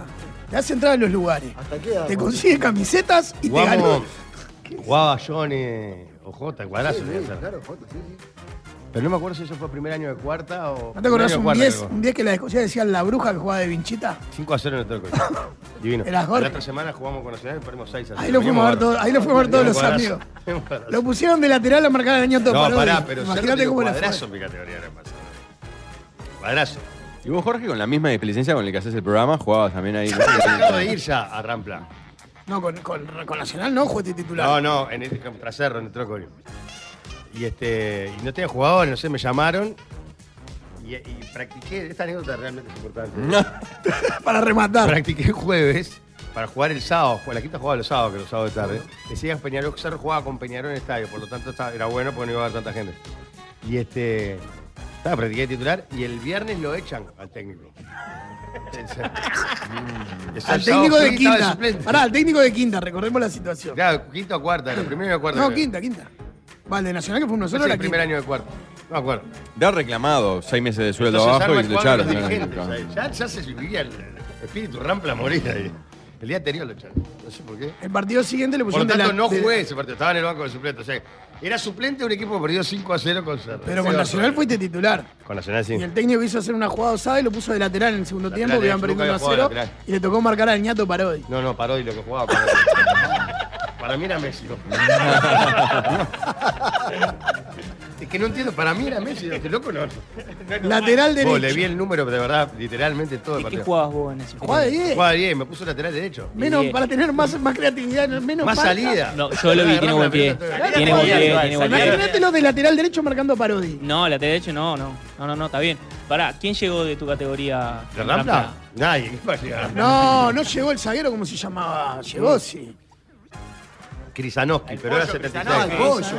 Speaker 9: Te hace entrar en los lugares.
Speaker 11: ¿Hasta qué edad?
Speaker 9: Te consigue camisetas y te ganó.
Speaker 7: Jugamos, jugaba Johnny Ojota, cuadrazo.
Speaker 11: Sí,
Speaker 7: debía ser.
Speaker 11: claro, Jorge, sí, sí.
Speaker 7: Pero no me acuerdo si eso fue primer año de cuarta o.
Speaker 9: ¿No te acordás un 10, un 10 que la escuché decían la bruja que jugaba de vinchita?
Speaker 7: 5 a 0 en el Trócoli.
Speaker 9: *laughs*
Speaker 7: Divino.
Speaker 9: Eras
Speaker 7: La
Speaker 9: gordo.
Speaker 7: otra semana jugamos con Nacional y perdimos 6 a 0.
Speaker 9: Ahí lo fuimos a ver, todo- ahí lo fuimos a ver todos los amigos.
Speaker 7: *laughs*
Speaker 9: Lo pusieron de lateral a marcar al año todo
Speaker 7: No,
Speaker 9: Parodi.
Speaker 7: pará, pero
Speaker 9: Imagínate cómo la
Speaker 7: cuadrazo
Speaker 9: fue.
Speaker 7: en mi categoría era pasado. Cuadrazo.
Speaker 8: Y vos, Jorge, con la misma displicencia con la que haces el programa, jugabas también ahí.
Speaker 7: *laughs* Acabo de ir ya a Rampla.
Speaker 9: No, con, con- con Nacional no jugaste titular.
Speaker 7: No, no, en el contra Cerro, en el Trócoli. Y este, y no tenía jugadores, no sé, me llamaron y, y practiqué, esta anécdota realmente es importante. *laughs*
Speaker 9: *laughs* *laughs* Para rematar.
Speaker 7: Practiqué el jueves para jugar el sábado. La quinta jugaba los sábados, que los sábados de tarde. Decía que Peñarol Cerro jugaba con Peñarol en el estadio, por lo tanto estaba- era bueno porque no iba a haber tanta gente. Y este. Estaba practiqué de titular y el viernes lo echan al
Speaker 9: *laughs*
Speaker 7: técnico.
Speaker 9: Mm. Al técnico de quinta. Pará,
Speaker 7: Pará.
Speaker 9: al técnico de quinta, recordemos la situación.
Speaker 7: Claro, quinta o cuarta, era primero o cuarta.
Speaker 9: No,
Speaker 7: creo.
Speaker 9: quinta, quinta. Vale, de Nacional que fuimos
Speaker 7: Ese es
Speaker 9: nosotros
Speaker 7: el
Speaker 9: la
Speaker 7: primer
Speaker 9: quinta.
Speaker 7: año de cuarta. No me acuerdo.
Speaker 8: Da reclamado seis meses de sueldo
Speaker 7: Entonces,
Speaker 8: abajo
Speaker 7: arma
Speaker 8: y
Speaker 7: el
Speaker 8: lo
Speaker 7: cuadro de
Speaker 8: echaron.
Speaker 7: los dirigentes, ahí. Ya, ya se vivía el el espíritu rampla morir ahí. El día anterior lo echaron. No sé por qué.
Speaker 9: El partido siguiente le
Speaker 7: Por lo
Speaker 9: pusieron
Speaker 7: tanto,
Speaker 9: de la-
Speaker 7: no
Speaker 9: de-
Speaker 7: jugué ese partido. Estaba en el banco de suplentes. O sea, era suplente de un equipo que perdió 5 a 0 con Cerro.
Speaker 9: Pero con Nacional fuiste titular.
Speaker 7: Con Nacional Ah, sí.
Speaker 9: Y el técnico quiso hacer una jugada osada y lo puso de lateral en el segundo
Speaker 7: Lateral
Speaker 9: tiempo, que
Speaker 7: derecho,
Speaker 9: iban perdiendo 1
Speaker 7: nunca
Speaker 9: a
Speaker 7: había jugado
Speaker 9: 0.
Speaker 7: lateral.
Speaker 9: Y le tocó marcar al ñato Parodi.
Speaker 7: No, no, paró y lo que jugaba. paró. para mí era
Speaker 9: *laughs*
Speaker 7: Messi. es que no entiendo, para mí era Messi. Este loco no.
Speaker 9: Lateral derecho.
Speaker 7: Vos, le vi el número, pero de verdad, literalmente todo el
Speaker 10: ¿Y qué
Speaker 7: partido.
Speaker 10: jugabas vos en ese
Speaker 9: Jugaba de 10.
Speaker 7: Jugaba bien, me puso lateral derecho.
Speaker 9: Menos
Speaker 10: Bien.
Speaker 9: para tener más, más creatividad, menos
Speaker 7: Más
Speaker 9: falta.
Speaker 7: salida.
Speaker 10: No, yo lo vi, tiene buen pie. Tiene buen pie, tiene buen pie.
Speaker 9: Imagínate los de lateral derecho marcando a Parodi.
Speaker 10: No, la derecho no, no. No, no, no, está bien. Pará, ¿quién llegó de tu categoría?
Speaker 7: ¿De Rampla? Nadie, ¿qué pasa?
Speaker 9: No, no llegó el zaguero como se llamaba. Llegó, sí.
Speaker 7: Krisanowski, pero era
Speaker 12: pollo
Speaker 7: 76.
Speaker 11: Ah, el pollo. Sí,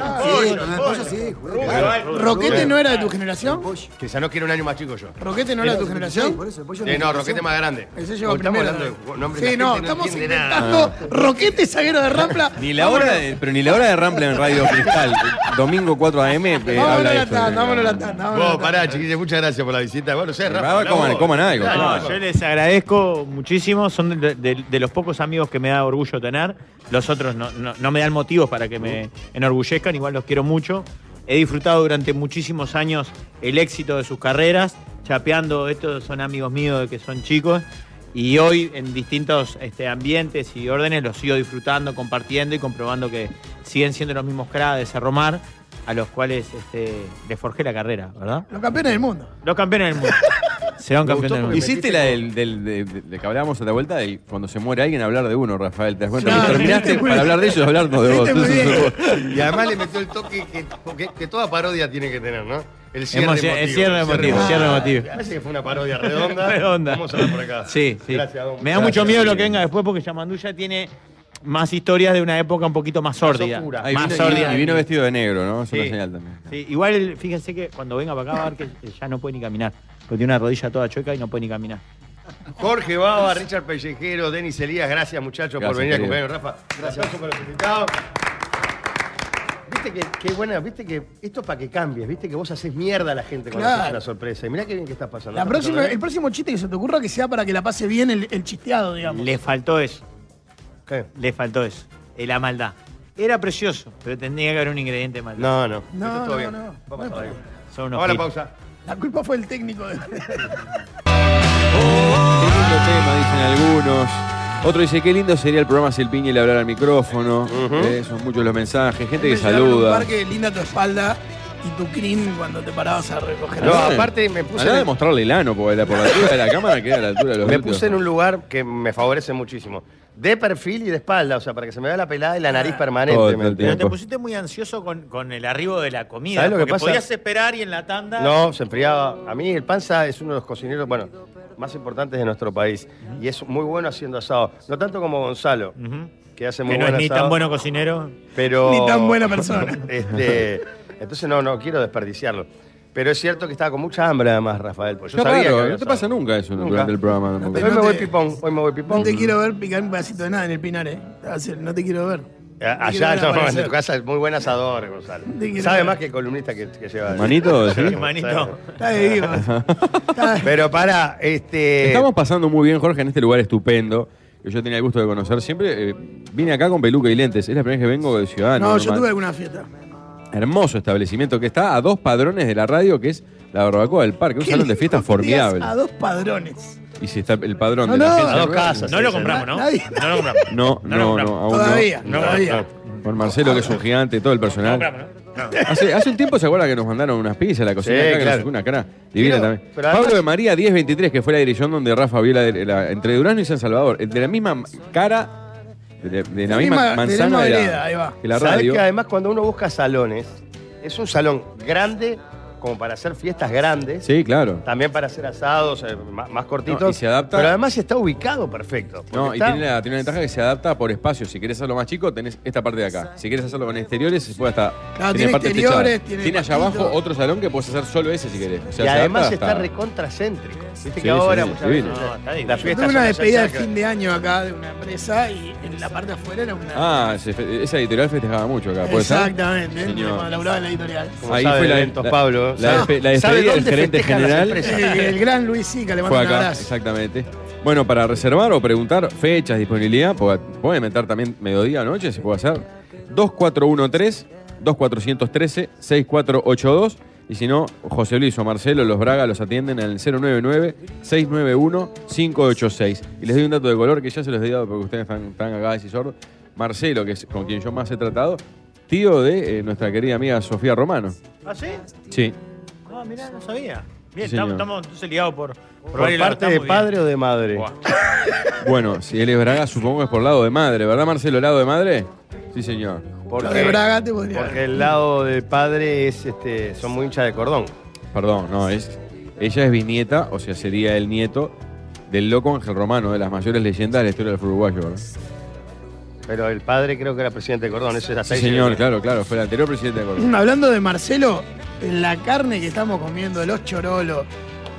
Speaker 11: no, el pollo sí.
Speaker 12: Rubio,
Speaker 11: claro.
Speaker 12: eh.
Speaker 9: ¿Roquete
Speaker 7: Rubio.
Speaker 9: no era de tu generación?
Speaker 11: Pollo.
Speaker 7: Krisanowski era un año más chico yo.
Speaker 9: ¿Roquete no era de tu
Speaker 11: Sí,
Speaker 9: generación?
Speaker 11: por eso, el pollo
Speaker 7: Sí, no, Roquete
Speaker 11: generación.
Speaker 7: más grande.
Speaker 9: Ese llegó
Speaker 7: Hoy estamos hablando
Speaker 9: primero.
Speaker 7: de nombres, la
Speaker 9: sí, no,
Speaker 7: gente no
Speaker 9: estamos
Speaker 7: entiende nada.
Speaker 9: inventando Roquete zaguero de Rampla.
Speaker 8: Ni la hora de, pero ni la hora de Rampla en Radio Cristal. Domingo 4 AM. eh,
Speaker 9: Vámonos
Speaker 8: habla
Speaker 9: a la
Speaker 8: esto.
Speaker 9: tanda, vámonos a la tanda. vámonos a
Speaker 7: Vos,
Speaker 9: la tanda.
Speaker 7: pará, chiquillos, muchas gracias por la visita. Bueno, sé, Rafa.
Speaker 8: Bravo,
Speaker 7: bravo.
Speaker 8: coman- coman algo,
Speaker 7: Dale,
Speaker 8: coman.
Speaker 7: Rafa.
Speaker 12: Yo les agradezco muchísimo, son de, de- de los pocos amigos que me da orgullo tener. Los otros no, no- no me dan motivos para que me enorgullezcan, igual los quiero mucho. He disfrutado durante muchísimos años el éxito de sus carreras, chapeando, estos son amigos míos que son chicos. Y hoy en distintos este, ambientes y órdenes los sigo disfrutando, compartiendo y comprobando que siguen siendo los mismos cradas de Cerro Mar, a los cuales este, les forjé la carrera, ¿verdad?
Speaker 9: Los campeones del mundo.
Speaker 12: Los campeones del *laughs* mundo. Serán
Speaker 8: Me
Speaker 12: campeones
Speaker 8: gustó
Speaker 12: del mundo.
Speaker 8: porque Hiciste la del, del- de, de- de que hablábamos a la vuelta de cuando se muere alguien hablar de uno, Rafael. ¿Te das cuenta?
Speaker 7: Claro,
Speaker 8: Porque
Speaker 9: Este
Speaker 8: terminaste
Speaker 7: hiciste muy
Speaker 8: para
Speaker 7: bien.
Speaker 8: hablar de ellos hablarnos de vos.
Speaker 7: Hiciste muy
Speaker 8: Entonces,
Speaker 7: bien.
Speaker 8: sos vos.
Speaker 7: Y además le metió el toque que, que, que toda parodia tiene que tener, ¿no? El cierre
Speaker 12: Emoci-
Speaker 7: emotivo.
Speaker 12: el cierre emotivo, cierre emotivo.
Speaker 7: Parece que fue una parodia *laughs*
Speaker 6: *laughs*
Speaker 7: redonda.
Speaker 12: Redonda.
Speaker 7: Vamos a ver por acá.
Speaker 12: Sí, sí.
Speaker 7: Gracias, Don.
Speaker 12: Me da
Speaker 7: Gracias.
Speaker 12: mucho miedo lo que venga después porque Yamanduya tiene más historias de una época un poquito más sórdida.
Speaker 8: oscura.
Speaker 12: Más
Speaker 8: Ahí vino-
Speaker 12: sórdida.
Speaker 8: y vino vestido de negro, ¿no? Es una
Speaker 12: Sí.
Speaker 8: señal también.
Speaker 12: Sí, igual, fíjense que cuando venga para acá va a ver que ya no puede ni caminar. Porque tiene una rodilla toda chueca y no puede ni caminar.
Speaker 7: Jorge Baba, Richard Pellejero, Denis Elías, gracias muchachos por
Speaker 12: Gracias,
Speaker 7: venir a
Speaker 12: querido.
Speaker 7: cumpleaños, Rafa. Gracias por los invitados. Viste que, qué buena, viste que esto es para que cambies, viste que vos haces mierda a la gente cuando
Speaker 9: Claro.
Speaker 7: haces una sorpresa. Y mirá qué bien que estás pasando.
Speaker 9: La
Speaker 7: ¿Estás
Speaker 9: próxima,
Speaker 7: pasando
Speaker 9: el próximo chiste que se te ocurra que sea para que la pase bien el, el chisteado, digamos.
Speaker 12: Le faltó eso.
Speaker 7: ¿Qué?
Speaker 12: Le faltó eso. Eh, La maldad. Era precioso, pero tendría que haber un ingrediente de maldad.
Speaker 7: No, no.
Speaker 9: No, no, no.
Speaker 7: Vamos a ver.
Speaker 12: Son unos
Speaker 7: Vamos a la
Speaker 12: hippies.
Speaker 7: pausa.
Speaker 9: La culpa fue el técnico. De...
Speaker 8: Qué lindo tema, dicen algunos. Otro dice, qué lindo sería el programa si el piñe le hablara al micrófono. Eh, son muchos los mensajes, gente
Speaker 9: *laughs*
Speaker 8: que
Speaker 9: Me llevaron a Un
Speaker 8: saluda.
Speaker 9: parque linda tu espalda y tu crin cuando te parabas a recoger.
Speaker 7: No, aparte me puse
Speaker 8: eh, Andá
Speaker 7: en
Speaker 8: de
Speaker 7: el-
Speaker 8: mostrarle el ano, porque la, por la altura de la cámara queda a la altura de los
Speaker 7: Me
Speaker 8: glúteos.
Speaker 7: puse en un lugar que me favorece muchísimo. De perfil y de espalda, o sea, para que se me vea la pelada y la
Speaker 12: Ah.
Speaker 7: nariz
Speaker 8: todo el
Speaker 7: permanentemente.
Speaker 12: Pero
Speaker 8: tiempo.
Speaker 12: te pusiste muy ansioso con, con el arribo de la comida.
Speaker 7: ¿Sabés lo que
Speaker 12: porque
Speaker 7: pasa?
Speaker 12: podías esperar y en la tanda.
Speaker 7: No, se enfriaba. A mí el panza es uno de los cocineros, bueno, más importantes de nuestro país. Y es muy bueno haciendo asado. No tanto como Gonzalo, que hace muy
Speaker 12: que no es
Speaker 7: buen
Speaker 12: ni
Speaker 7: asado,
Speaker 12: tan bueno cocinero.
Speaker 7: pero...
Speaker 9: Ni tan buena persona.
Speaker 7: *laughs* este, entonces no, no quiero desperdiciarlo. Pero es cierto que estaba con mucha hambre además, Rafael. Pues yo
Speaker 8: Qué
Speaker 7: sabía
Speaker 8: raro, ¿eh?
Speaker 7: que había
Speaker 8: no te
Speaker 7: asado.
Speaker 8: pasa nunca eso
Speaker 7: Nunca.
Speaker 8: durante el programa. ¿no?
Speaker 7: Hoy me
Speaker 9: no
Speaker 7: voy
Speaker 9: te-
Speaker 7: pipón, hoy me voy
Speaker 9: No
Speaker 7: pipón. Eh,
Speaker 9: te quiero ver picar un pedacito de nada en el pinar, eh. Va a ser, No te quiero
Speaker 7: A-
Speaker 9: ver. Te quiero
Speaker 7: Allá,
Speaker 9: ver
Speaker 7: no, en
Speaker 9: aparecer.
Speaker 7: tu casa es muy buen asador, Gonzalo.
Speaker 9: Te quiero
Speaker 7: Sabe
Speaker 9: ver.
Speaker 7: más que el columnista que, que lleva. *laughs*
Speaker 8: Manito, ¿sí?
Speaker 12: Manito.
Speaker 9: Está de vivo.
Speaker 8: *laughs*
Speaker 7: Pero para, este.
Speaker 8: Estamos pasando muy bien, Jorge, en este lugar estupendo que yo tenía el gusto de conocer. Siempre eh, vine acá con peluca y lentes. Es la primera vez que vengo de Ciudadano.
Speaker 9: No, yo
Speaker 8: normal.
Speaker 9: tuve alguna fiesta.
Speaker 8: Hermoso establecimiento que está a dos padrones de la radio, que es la Barbacoa del Parque, un
Speaker 9: Qué
Speaker 8: salón de
Speaker 9: lindo
Speaker 8: fiestas
Speaker 9: que digas
Speaker 8: formidable.
Speaker 9: A dos padrones.
Speaker 8: Y si está el padrón de
Speaker 9: No,
Speaker 8: la
Speaker 9: no,
Speaker 8: agencia
Speaker 9: a dos
Speaker 8: de ruedas,
Speaker 7: casas,
Speaker 8: no.
Speaker 12: No lo compramos, ¿no?
Speaker 9: Nadie.
Speaker 12: No lo compramos.
Speaker 8: No,
Speaker 12: lo
Speaker 8: no, no,
Speaker 12: compramos.
Speaker 8: aún no.
Speaker 9: Todavía,
Speaker 12: No,
Speaker 9: todavía.
Speaker 8: Con Marcelo, que es un gigante, todo el
Speaker 12: No lo
Speaker 8: personal.
Speaker 12: compramos, ¿no?
Speaker 8: Hace, hace un tiempo se acuerda que nos mandaron unas pizzas a la cocina
Speaker 7: Sí,
Speaker 8: acá, que
Speaker 7: claro.
Speaker 8: nos sacó una cara divina
Speaker 7: Pero-
Speaker 8: también.
Speaker 7: pero además-
Speaker 8: Pablo de María 1023, que fue la dirección donde Rafa vio la, la- entre Durazno y San Salvador, de la misma cara, de, la- de la misma
Speaker 9: misma- de la
Speaker 8: manzana
Speaker 9: misma
Speaker 8: de la,
Speaker 9: vereda, ahí va.
Speaker 8: que la
Speaker 7: Sabés
Speaker 8: radio.
Speaker 7: que además cuando uno busca salones, es un salón grande como para hacer fiestas grandes,
Speaker 8: Sí, claro.
Speaker 7: también para hacer asados eh, ma- más, cortitos.
Speaker 8: No, y se adapta-
Speaker 7: Pero además está ubicado perfecto. porque
Speaker 8: No, y
Speaker 7: está-
Speaker 8: tiene, la- tiene una ventaja que se adapta por espacio. Si quieres hacerlo más chico, tenés esta parte de acá. Si quieres hacerlo con exteriores, se puede hasta.
Speaker 9: Claro, tiene exteriores,
Speaker 8: techada.
Speaker 9: tiene
Speaker 8: tiene allá
Speaker 9: patito.
Speaker 8: abajo otro salón que puedes hacer solo ese si querés. O sea,
Speaker 7: y
Speaker 8: se Ah.
Speaker 7: además
Speaker 8: adapta
Speaker 7: está
Speaker 8: hasta-
Speaker 7: recontracéntrico. Viste
Speaker 8: Sí,
Speaker 7: que ahora
Speaker 8: sí,
Speaker 7: muchas
Speaker 8: divino.
Speaker 7: veces
Speaker 12: No, está divino.
Speaker 7: las
Speaker 9: Yo
Speaker 7: fiestas
Speaker 9: tuve una
Speaker 7: son
Speaker 9: despedida de
Speaker 7: allá cerca.
Speaker 9: fin de año acá de una empresa y en la parte afuera era una.
Speaker 8: Ah, se fe- esa editorial festejaba mucho acá, ¿puede ser?
Speaker 9: Exactamente, ¿eh?
Speaker 8: Señor.
Speaker 9: cuando laburaba en la editorial.
Speaker 7: Como sabe de eventos,
Speaker 9: Ah,
Speaker 7: Pablo.
Speaker 8: La,
Speaker 7: Sabe-
Speaker 8: despe- la
Speaker 7: sabe
Speaker 8: despedida del
Speaker 7: dónde
Speaker 8: gerente
Speaker 7: festejan las
Speaker 8: general
Speaker 7: empresas.
Speaker 9: El, el gran Luis Sica, le mando
Speaker 8: fue
Speaker 9: un
Speaker 8: acá,
Speaker 9: abrazo.
Speaker 8: exactamente. Bueno, para reservar o preguntar fechas, disponibilidad, porque pueden meter también mediodía, noche, se puede hacer. 2413-2413-6482. Y si no, José Luis o Marcelo, los Braga los atienden al 099-691-586. Y les doy un dato de color que ya se los he dado porque ustedes están, están acá y sordos. Marcelo, que es con quien yo más he tratado, tío de eh, nuestra querida amiga Sofía Romano.
Speaker 12: ¿Ah, sí?
Speaker 8: Sí.
Speaker 12: Ah, mirá, no sabía. Bien,
Speaker 8: Sí,
Speaker 12: estamos,
Speaker 8: señor.
Speaker 12: estamos entonces ligados por, por
Speaker 7: ¿Por
Speaker 12: varios lados,
Speaker 7: parte
Speaker 12: está
Speaker 7: de
Speaker 12: muy bien.
Speaker 7: padre o de madre?
Speaker 12: Buah.
Speaker 8: *laughs* Bueno, si él es Braga, supongo que es por lado de madre, ¿verdad, Marcelo? ¿Lado de madre? Sí, señor.
Speaker 9: Lo de Braga te podría
Speaker 7: Porque el lado de padre es este, son muy hinchas de cordón.
Speaker 8: Perdón, no, es. Ella es bisnieta, o sea, sería el nieto del loco Ángel Romano, de las mayores leyendas de la historia del fútbol uruguayo, ¿verdad? Sí,
Speaker 7: Pero el padre creo que era presidente de cordón, eso es hasta ahí
Speaker 8: señor,
Speaker 7: llegué.
Speaker 8: claro, claro, fue el anterior presidente de Colombia.
Speaker 9: Mm, Hablando de Marcelo, la carne que estamos comiendo, los chorolos,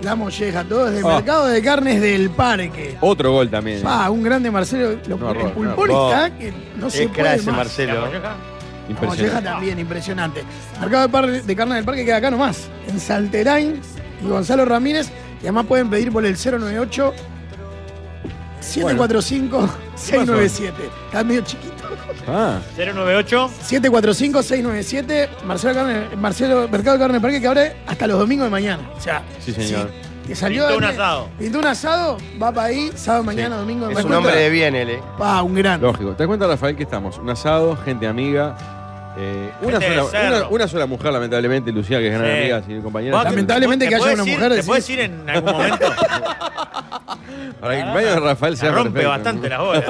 Speaker 9: la molleja, todo es del
Speaker 8: Ah.
Speaker 9: mercado de carnes del parque.
Speaker 8: Otro gol también.
Speaker 9: Pa, un grande Marcelo. Lo,
Speaker 8: No,
Speaker 9: el
Speaker 8: Rob,
Speaker 9: pulpón
Speaker 7: no.
Speaker 9: está que no
Speaker 7: Es
Speaker 9: se puede
Speaker 7: crase,
Speaker 9: más.
Speaker 7: Marcelo.
Speaker 9: La molleja
Speaker 8: Impresionante.
Speaker 9: también, impresionante. Mercado de, par- de carne del parque queda acá nomás, en Salterain y Gonzalo Ramírez. Y además pueden pedir por el 098 745 697. Está medio chiquito.
Speaker 8: Ah,
Speaker 12: 098.
Speaker 9: 745-697, Marcelo, Carne- Marcelo Mercado de Carne del Parque, que abre hasta los domingos de mañana. O sea,
Speaker 8: sí, señor.
Speaker 9: si Te salió.
Speaker 6: Pintó un
Speaker 9: Daniel.
Speaker 6: asado.
Speaker 9: Pintó un asado, va para ahí, sábado, mañana, domingo.
Speaker 8: Es
Speaker 9: me
Speaker 8: un
Speaker 9: cuenta.
Speaker 8: hombre de bien.
Speaker 7: Bien, él, ¿eh?
Speaker 9: Pa, un gran.
Speaker 8: Lógico. ¿Te das cuenta, Rafael, que estamos? Un asado, gente amiga. eh, una,
Speaker 6: Gente de
Speaker 8: sola,
Speaker 6: cerro.
Speaker 8: una, una sola mujer, lamentablemente, Lucía, que es gran
Speaker 6: Sí.
Speaker 8: amiga, sin compañera.
Speaker 6: Vos-
Speaker 9: Lamentablemente
Speaker 6: ¿te
Speaker 9: que haya
Speaker 6: puedes
Speaker 9: una
Speaker 6: ir-
Speaker 9: mujer,
Speaker 6: ¿Te
Speaker 9: decís.
Speaker 6: puedes ir en algún *laughs* momento?
Speaker 8: Para que el baño de Rafael
Speaker 6: Se
Speaker 8: sea
Speaker 6: rompe
Speaker 8: perfecto.
Speaker 6: bastante
Speaker 8: *laughs*
Speaker 6: las bolas.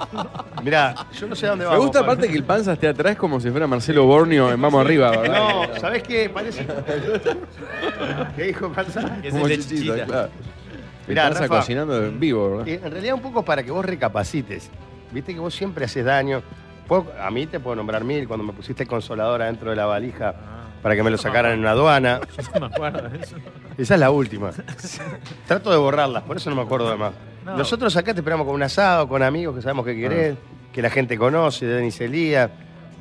Speaker 7: *laughs* Mirá, yo no sé a dónde
Speaker 8: Me
Speaker 7: vamos.
Speaker 8: gusta aparte que el panza esté atrás como si fuera Marcelo Borneo en Vamos Arriba. ¿verdad?
Speaker 7: No, ¿sabés qué? Parece. *laughs* ¿Qué dijo Panza?
Speaker 8: Como chichita, claro. El
Speaker 7: Mirá,
Speaker 8: panza
Speaker 7: Rafa.
Speaker 8: cocinando en vivo, ¿verdad?
Speaker 7: Eh, En realidad, un poco para que vos recapacites. Viste que vos siempre haces daño. Puedo- a mí te puedo nombrar mil cuando me pusiste consoladora dentro de la valija
Speaker 6: Ah,
Speaker 7: para que me lo sacaran en una aduana.
Speaker 6: No me acuerdo de eso.
Speaker 7: Esa es la última. *laughs* Trato de borrarlas, por eso no me acuerdo de más.
Speaker 6: No.
Speaker 7: Nosotros acá te esperamos con un asado, con amigos que sabemos que querés,
Speaker 6: Ah.
Speaker 7: que la gente conoce, Denis Elías,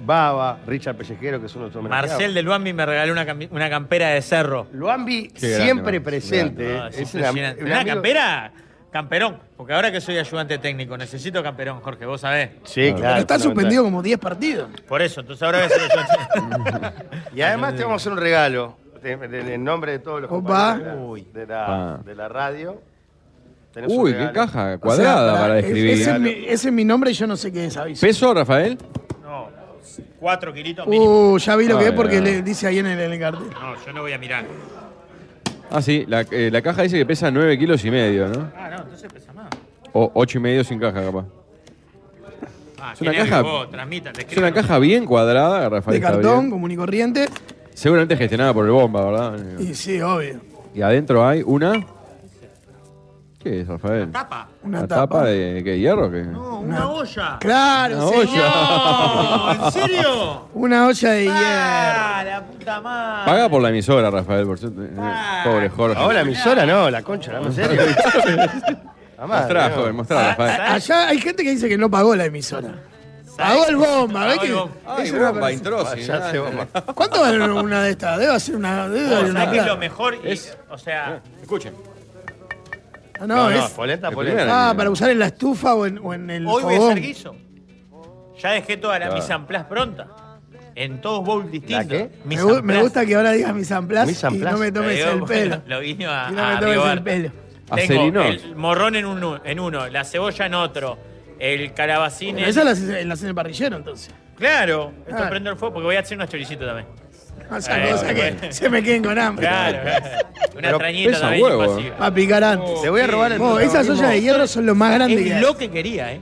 Speaker 7: Baba, Richard Pellejero, que es uno de nuestros
Speaker 6: Marcel
Speaker 7: homenajeados.
Speaker 6: del Luambi me regaló una, cami- una campera de cerro.
Speaker 7: Luambi
Speaker 8: Qué grande,
Speaker 7: siempre
Speaker 8: Marcel,
Speaker 7: presente.
Speaker 6: No,
Speaker 7: eh.
Speaker 6: es
Speaker 7: Es una-
Speaker 6: impresionante.
Speaker 7: un
Speaker 6: una
Speaker 7: amigo-
Speaker 6: campera, camperón. Porque ahora que soy ayudante técnico, necesito camperón, Jorge, vos sabés.
Speaker 7: Sí, claro.
Speaker 9: Pero está
Speaker 7: fundamental.
Speaker 9: suspendido como 10 partidos.
Speaker 6: Por eso, entonces ahora voy a ser ayudante
Speaker 7: Y además te vamos a hacer un regalo. En- En en nombre de todos los
Speaker 9: Opa.
Speaker 7: compañeros de la- de la,
Speaker 8: Opa.
Speaker 7: de la radio. tenés un
Speaker 8: Uy, qué
Speaker 7: regalo.
Speaker 8: caja
Speaker 9: O sea,
Speaker 8: cuadrada para
Speaker 9: pará, es-
Speaker 8: describir.
Speaker 9: Ese es, mi, ese es mi nombre y yo no sé qué es, aviso.
Speaker 8: ¿Peso, Rafael?
Speaker 6: No, cuatro kilitos mínimo.
Speaker 9: Uh, ya vi lo que
Speaker 8: Ah,
Speaker 9: es porque
Speaker 8: ya.
Speaker 9: le dice ahí en el, en el cartel.
Speaker 6: No, yo no voy a mirar.
Speaker 8: Ah, sí, la, eh, la caja dice que pesa 9 kilos y medio, ¿no?
Speaker 6: Ah, no, entonces pesa más.
Speaker 8: O 8 y medio sin caja, capaz.
Speaker 6: Ah,
Speaker 8: Es una
Speaker 6: qué nervio
Speaker 8: caja-
Speaker 6: vos, transmita, te
Speaker 8: Es una
Speaker 6: escribo.
Speaker 8: caja bien cuadrada, Rafael.
Speaker 9: De
Speaker 8: está
Speaker 9: cartón,
Speaker 8: bien.
Speaker 9: común y corriente.
Speaker 8: Seguramente gestionada por el bomba, ¿verdad?
Speaker 9: Y sí, obvio.
Speaker 8: Y adentro hay una. ¿Qué es, Rafael?
Speaker 6: Tapa.
Speaker 9: Una
Speaker 8: ¿La
Speaker 9: tapa.
Speaker 8: tapa de qué hierro? ¿Qué?
Speaker 6: No, una olla.
Speaker 9: Claro,
Speaker 8: Una
Speaker 9: señor.
Speaker 6: No, ¿en serio?
Speaker 9: Una olla de hierro.
Speaker 6: Ah, la puta madre. Ah.
Speaker 8: Paga por la emisora, Rafael, por cierto. Eh, Pobre Jorge.
Speaker 7: Ahora, emisora no, la concha, ¿no? ¿En serio? La madre,
Speaker 8: Mostrá,
Speaker 7: ¿no?
Speaker 8: joven, mostrá,
Speaker 6: Ah,
Speaker 8: Rafael.
Speaker 9: *laughs* Allá hay gente que dice que no pagó la emisora. Pagó el bomba, ¿ves
Speaker 6: Pagó el
Speaker 9: que?
Speaker 6: bomba.
Speaker 8: Ay,
Speaker 9: es una
Speaker 8: bomba,
Speaker 9: persona-
Speaker 8: introsi.
Speaker 7: Ya se va.
Speaker 9: ¿Cuánto vale una de estas? Debe ser una. Debe valer
Speaker 6: O
Speaker 9: una
Speaker 6: sea, que es
Speaker 9: plata.
Speaker 6: lo mejor y, o sea,
Speaker 8: Escuchen.
Speaker 9: Ah,
Speaker 7: No,
Speaker 9: no,
Speaker 7: no,
Speaker 9: es.
Speaker 7: polenta,
Speaker 8: La
Speaker 7: polenta.
Speaker 8: primera.
Speaker 9: Ah, para usar en la estufa o en, o en el
Speaker 6: hoy voy a
Speaker 9: fogón.
Speaker 6: hacer guiso. Ya dejé toda la
Speaker 8: Claro.
Speaker 6: mise en place pronta. En todos bowls distintos.
Speaker 7: qué?
Speaker 9: Me,
Speaker 6: Mise
Speaker 9: gu-
Speaker 6: en
Speaker 9: me
Speaker 6: place.
Speaker 9: gusta que ahora digas mis amplas
Speaker 7: Mise en
Speaker 9: y no
Speaker 7: place.
Speaker 9: me tomes
Speaker 6: Lo
Speaker 9: el
Speaker 6: digo,
Speaker 9: pelo.
Speaker 6: Eh, Lo
Speaker 9: *laughs*
Speaker 6: vino
Speaker 9: Y
Speaker 6: a,
Speaker 9: no me
Speaker 6: a
Speaker 9: tomes
Speaker 6: riobar.
Speaker 9: el pelo.
Speaker 6: Tengo
Speaker 8: Acerinox.
Speaker 6: el morrón en, un, en uno, la cebolla en otro, el calabacín
Speaker 9: Pero
Speaker 6: en...
Speaker 9: esa la haces la haces en el parrillero entonces.
Speaker 6: Claro, esto
Speaker 9: Ah.
Speaker 6: prendo el fuego porque voy a hacer unos choricitos también.
Speaker 9: O sea,
Speaker 6: Eh,
Speaker 9: cosa que
Speaker 6: bueno.
Speaker 9: se me queden con hambre.
Speaker 6: Claro,
Speaker 8: *laughs*
Speaker 6: una
Speaker 7: Pero
Speaker 6: trañita
Speaker 8: pesa
Speaker 6: también.
Speaker 8: huevo.
Speaker 6: pasiva.
Speaker 9: A picar antes.
Speaker 7: Te voy a robar el
Speaker 9: Oh, esas ollas de hierro son lo más grande que
Speaker 6: Es
Speaker 9: hay.
Speaker 6: lo que quería, ¿eh?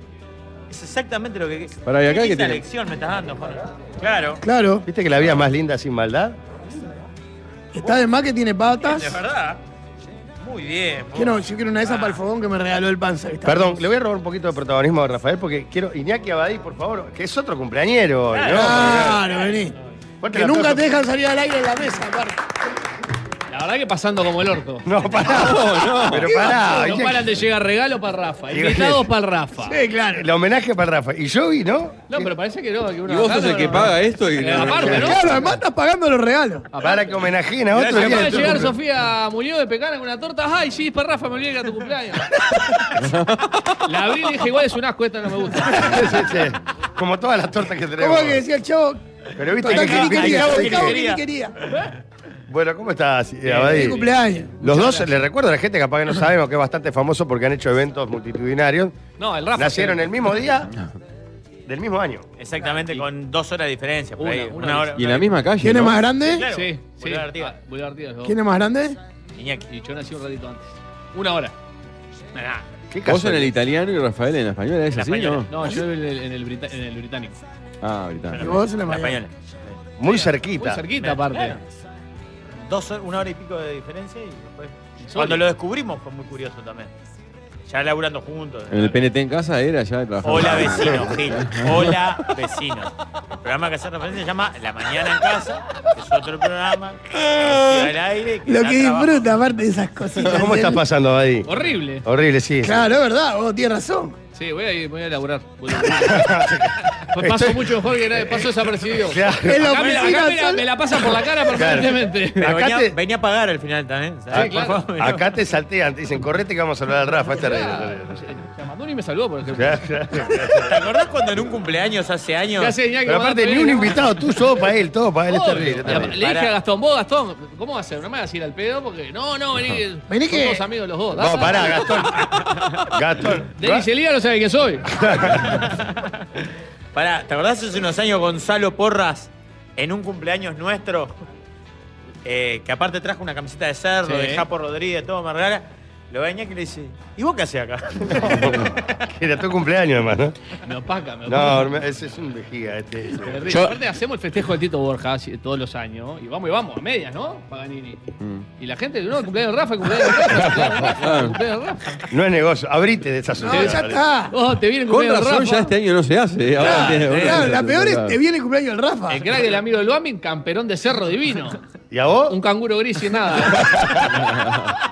Speaker 6: Es exactamente lo que quería.
Speaker 8: Pará, ¿y acá qué
Speaker 6: Esa
Speaker 8: tiene?
Speaker 6: lección me estás dando, Jorge. Claro.
Speaker 9: Claro.
Speaker 7: ¿Viste que la vida es más linda sin maldad?
Speaker 9: Está de más que tiene patas.
Speaker 6: De verdad. Muy bien. vos.
Speaker 9: Quiero, yo quiero una de esas para el fogón que me regaló el panza. que está-
Speaker 7: Perdón, le voy a robar un poquito de protagonismo a Rafael porque quiero. Iñaki Abadí, por favor, que es otro cumpleañero hoy, ¿no?
Speaker 9: Claro, vení.
Speaker 7: Fuerte
Speaker 9: Que
Speaker 7: el
Speaker 9: nunca
Speaker 7: aplauso.
Speaker 9: te dejan salir al aire en la mesa, aparte.
Speaker 14: La verdad que pasando como el orto. *laughs*
Speaker 7: No, pará. Pero
Speaker 9: ¿Qué
Speaker 7: pará.
Speaker 14: No
Speaker 7: Iñaki.
Speaker 14: paran de llegar regalo para Rafa,
Speaker 7: Digo,
Speaker 14: invitados para Rafa.
Speaker 9: Sí, claro.
Speaker 7: El homenaje para Rafa. Y yo vi, ¿no?
Speaker 14: No, pero parece que no. Que
Speaker 8: Y vos sos el que paga esto y.
Speaker 14: Eh, aparte, ¿no?
Speaker 9: Claro, además estás pagando los regalos.
Speaker 7: Para que homenajeen a otro
Speaker 14: Acaba
Speaker 7: día.
Speaker 14: de
Speaker 7: de tu
Speaker 14: llegar
Speaker 7: cumple-
Speaker 14: Sofía Muñoz de Pecana con una torta. Ay, sí, es para Rafa, me olvidé que era
Speaker 9: *laughs*
Speaker 14: tu cumpleaños.
Speaker 7: *laughs*
Speaker 14: La abrí y dije, igual es un asco, esta no me gusta.
Speaker 7: Sí, sí, sí. Como todas las tortas que
Speaker 9: ¿Cómo
Speaker 7: tenemos.
Speaker 9: que decía el chavo?
Speaker 7: Pero viste
Speaker 9: Total,
Speaker 7: que,
Speaker 9: que ni
Speaker 7: viste
Speaker 9: quería,
Speaker 7: que-
Speaker 9: total,
Speaker 7: viste que-
Speaker 9: que ni quería.
Speaker 7: Bueno, ¿cómo estás, eh,
Speaker 9: Feliz
Speaker 7: Abadí?
Speaker 9: cumpleaños.
Speaker 7: Los dos, les recuerdo a la gente, capaz que no sabemos, que es bastante famoso porque han hecho eventos multitudinarios.
Speaker 14: No, el Rafa.
Speaker 7: Nacieron el mismo
Speaker 14: *laughs*
Speaker 7: día del mismo año.
Speaker 6: Exactamente, con dos horas de diferencia. Por
Speaker 14: Una,
Speaker 6: ahí,
Speaker 14: una
Speaker 6: una hora.
Speaker 8: Y en la misma calle.
Speaker 9: ¿Quién es
Speaker 8: ¿no?
Speaker 9: más grande?
Speaker 6: Claro,
Speaker 14: Sí, sí.
Speaker 6: Boulevard Artigas.
Speaker 14: Ah, Boulevard Artigas, no.
Speaker 9: ¿Quién es más grande?
Speaker 6: Iñaki.
Speaker 14: Y yo nací un ratito antes. Una hora.
Speaker 6: Nah,
Speaker 7: ¿Qué
Speaker 8: Vos en el
Speaker 7: casualidad.
Speaker 8: italiano y Rafael en la española, ¿es
Speaker 6: En la
Speaker 8: así,
Speaker 6: española.
Speaker 8: no?
Speaker 7: ¿Ah,
Speaker 14: No, yo en el, en el brita- en el británico.
Speaker 8: Ah, ahorita.
Speaker 9: Y vos en la
Speaker 6: la
Speaker 9: mañana.
Speaker 6: española.
Speaker 7: Muy cerquita.
Speaker 14: Muy cerquita, aparte.
Speaker 6: Claro. Dos horas, una hora y pico de diferencia y después.
Speaker 14: Solo.
Speaker 6: Cuando lo descubrimos fue muy curioso también. Ya laburando juntos.
Speaker 8: En el PNT en casa era ya trabajaba. *laughs*
Speaker 6: Hola vecino, Gil. Hola vecino. El programa que hace referencia se llama La Mañana en Casa, que es otro programa que se al aire.
Speaker 9: Lo
Speaker 6: da
Speaker 9: que
Speaker 6: trabajo.
Speaker 9: disfruta, aparte de esas cositas.
Speaker 7: ¿Cómo estás
Speaker 9: Él-
Speaker 7: pasando, Abadí?
Speaker 14: Horrible.
Speaker 7: Horrible, sí.
Speaker 9: Claro, es verdad, vos tienes razón.
Speaker 14: Sí, voy a, ir- voy a laburar. Voy
Speaker 7: *laughs*
Speaker 14: a laburar. Pues paso
Speaker 7: Estoy-
Speaker 14: mucho mejor que nadie, paso *laughs* desapercibido.
Speaker 7: Claro.
Speaker 14: Acá me la- acá me, la,
Speaker 7: oficina
Speaker 14: me la- me la pasa por la cara permanentemente.
Speaker 7: Acá
Speaker 6: venía,
Speaker 7: te-
Speaker 6: venía a pagar al final también.
Speaker 7: Sí,
Speaker 6: ¿sabes?
Speaker 7: claro.
Speaker 6: Por favor.
Speaker 7: Acá te saltean, te dicen, correte que vamos a hablar al Rafa. Este
Speaker 14: Mandoni me saludó, por ejemplo.
Speaker 6: ¿Te acordás cuando en un cumpleaños hace años?
Speaker 14: ¿Qué hace, Iñaki?
Speaker 7: Pero aparte, ni un invitado, tú, todo para él, todo para él, es
Speaker 14: Obvio.
Speaker 7: terrible. es terrible.
Speaker 14: Le dije a Gastón, vos Gastón, ¿cómo vas a hacer? No me vas a ir al pedo porque. No, no, vení.
Speaker 9: Vení que-
Speaker 14: Somos amigos los dos.
Speaker 7: No, pará, Gastón. Gastón.
Speaker 14: Denis Elía no sabe
Speaker 7: *laughs*
Speaker 14: quién soy.
Speaker 6: Pará, ¿te acordás hace unos años Gonzalo Porras
Speaker 11: en un cumpleaños nuestro?
Speaker 6: eh, que aparte trajo una camiseta de cerdo,
Speaker 11: Sí.
Speaker 6: de Japo Rodríguez, todo, me regala. Lo ve a Iñaki y le dice, ¿y vos qué haces acá?
Speaker 7: Que Era tu cumpleaños, hermano.
Speaker 14: Me opaca, me opaca.
Speaker 7: No, ese es un vejiga. Este,
Speaker 14: Terrible. Eh, Aparte hacemos el festejo del Tito Borja así, todos los años y vamos y vamos, a medias, ¿no? Paganini.
Speaker 7: Mm.
Speaker 14: Y la gente, no, el cumpleaños de Rafa, el cumpleaños de Rafa, el cumpleaños de Rafa, el cumpleaños de Rafa.
Speaker 7: No es negocio, abrite de esa sociedad.
Speaker 14: Oh, te viene el
Speaker 8: Con
Speaker 14: cumpleaños de
Speaker 8: razón
Speaker 14: Rafa.
Speaker 8: ya este año no se
Speaker 7: Eh,
Speaker 8: hace. Ahora tiene-
Speaker 9: Claro, la peor es
Speaker 8: Claro.
Speaker 9: te viene el cumpleaños del Rafa.
Speaker 14: El crack del amigo del Luamin, camperón de
Speaker 9: *laughs*
Speaker 14: cerro divino.
Speaker 7: ¿Y a vos?
Speaker 14: Un canguro gris y nada.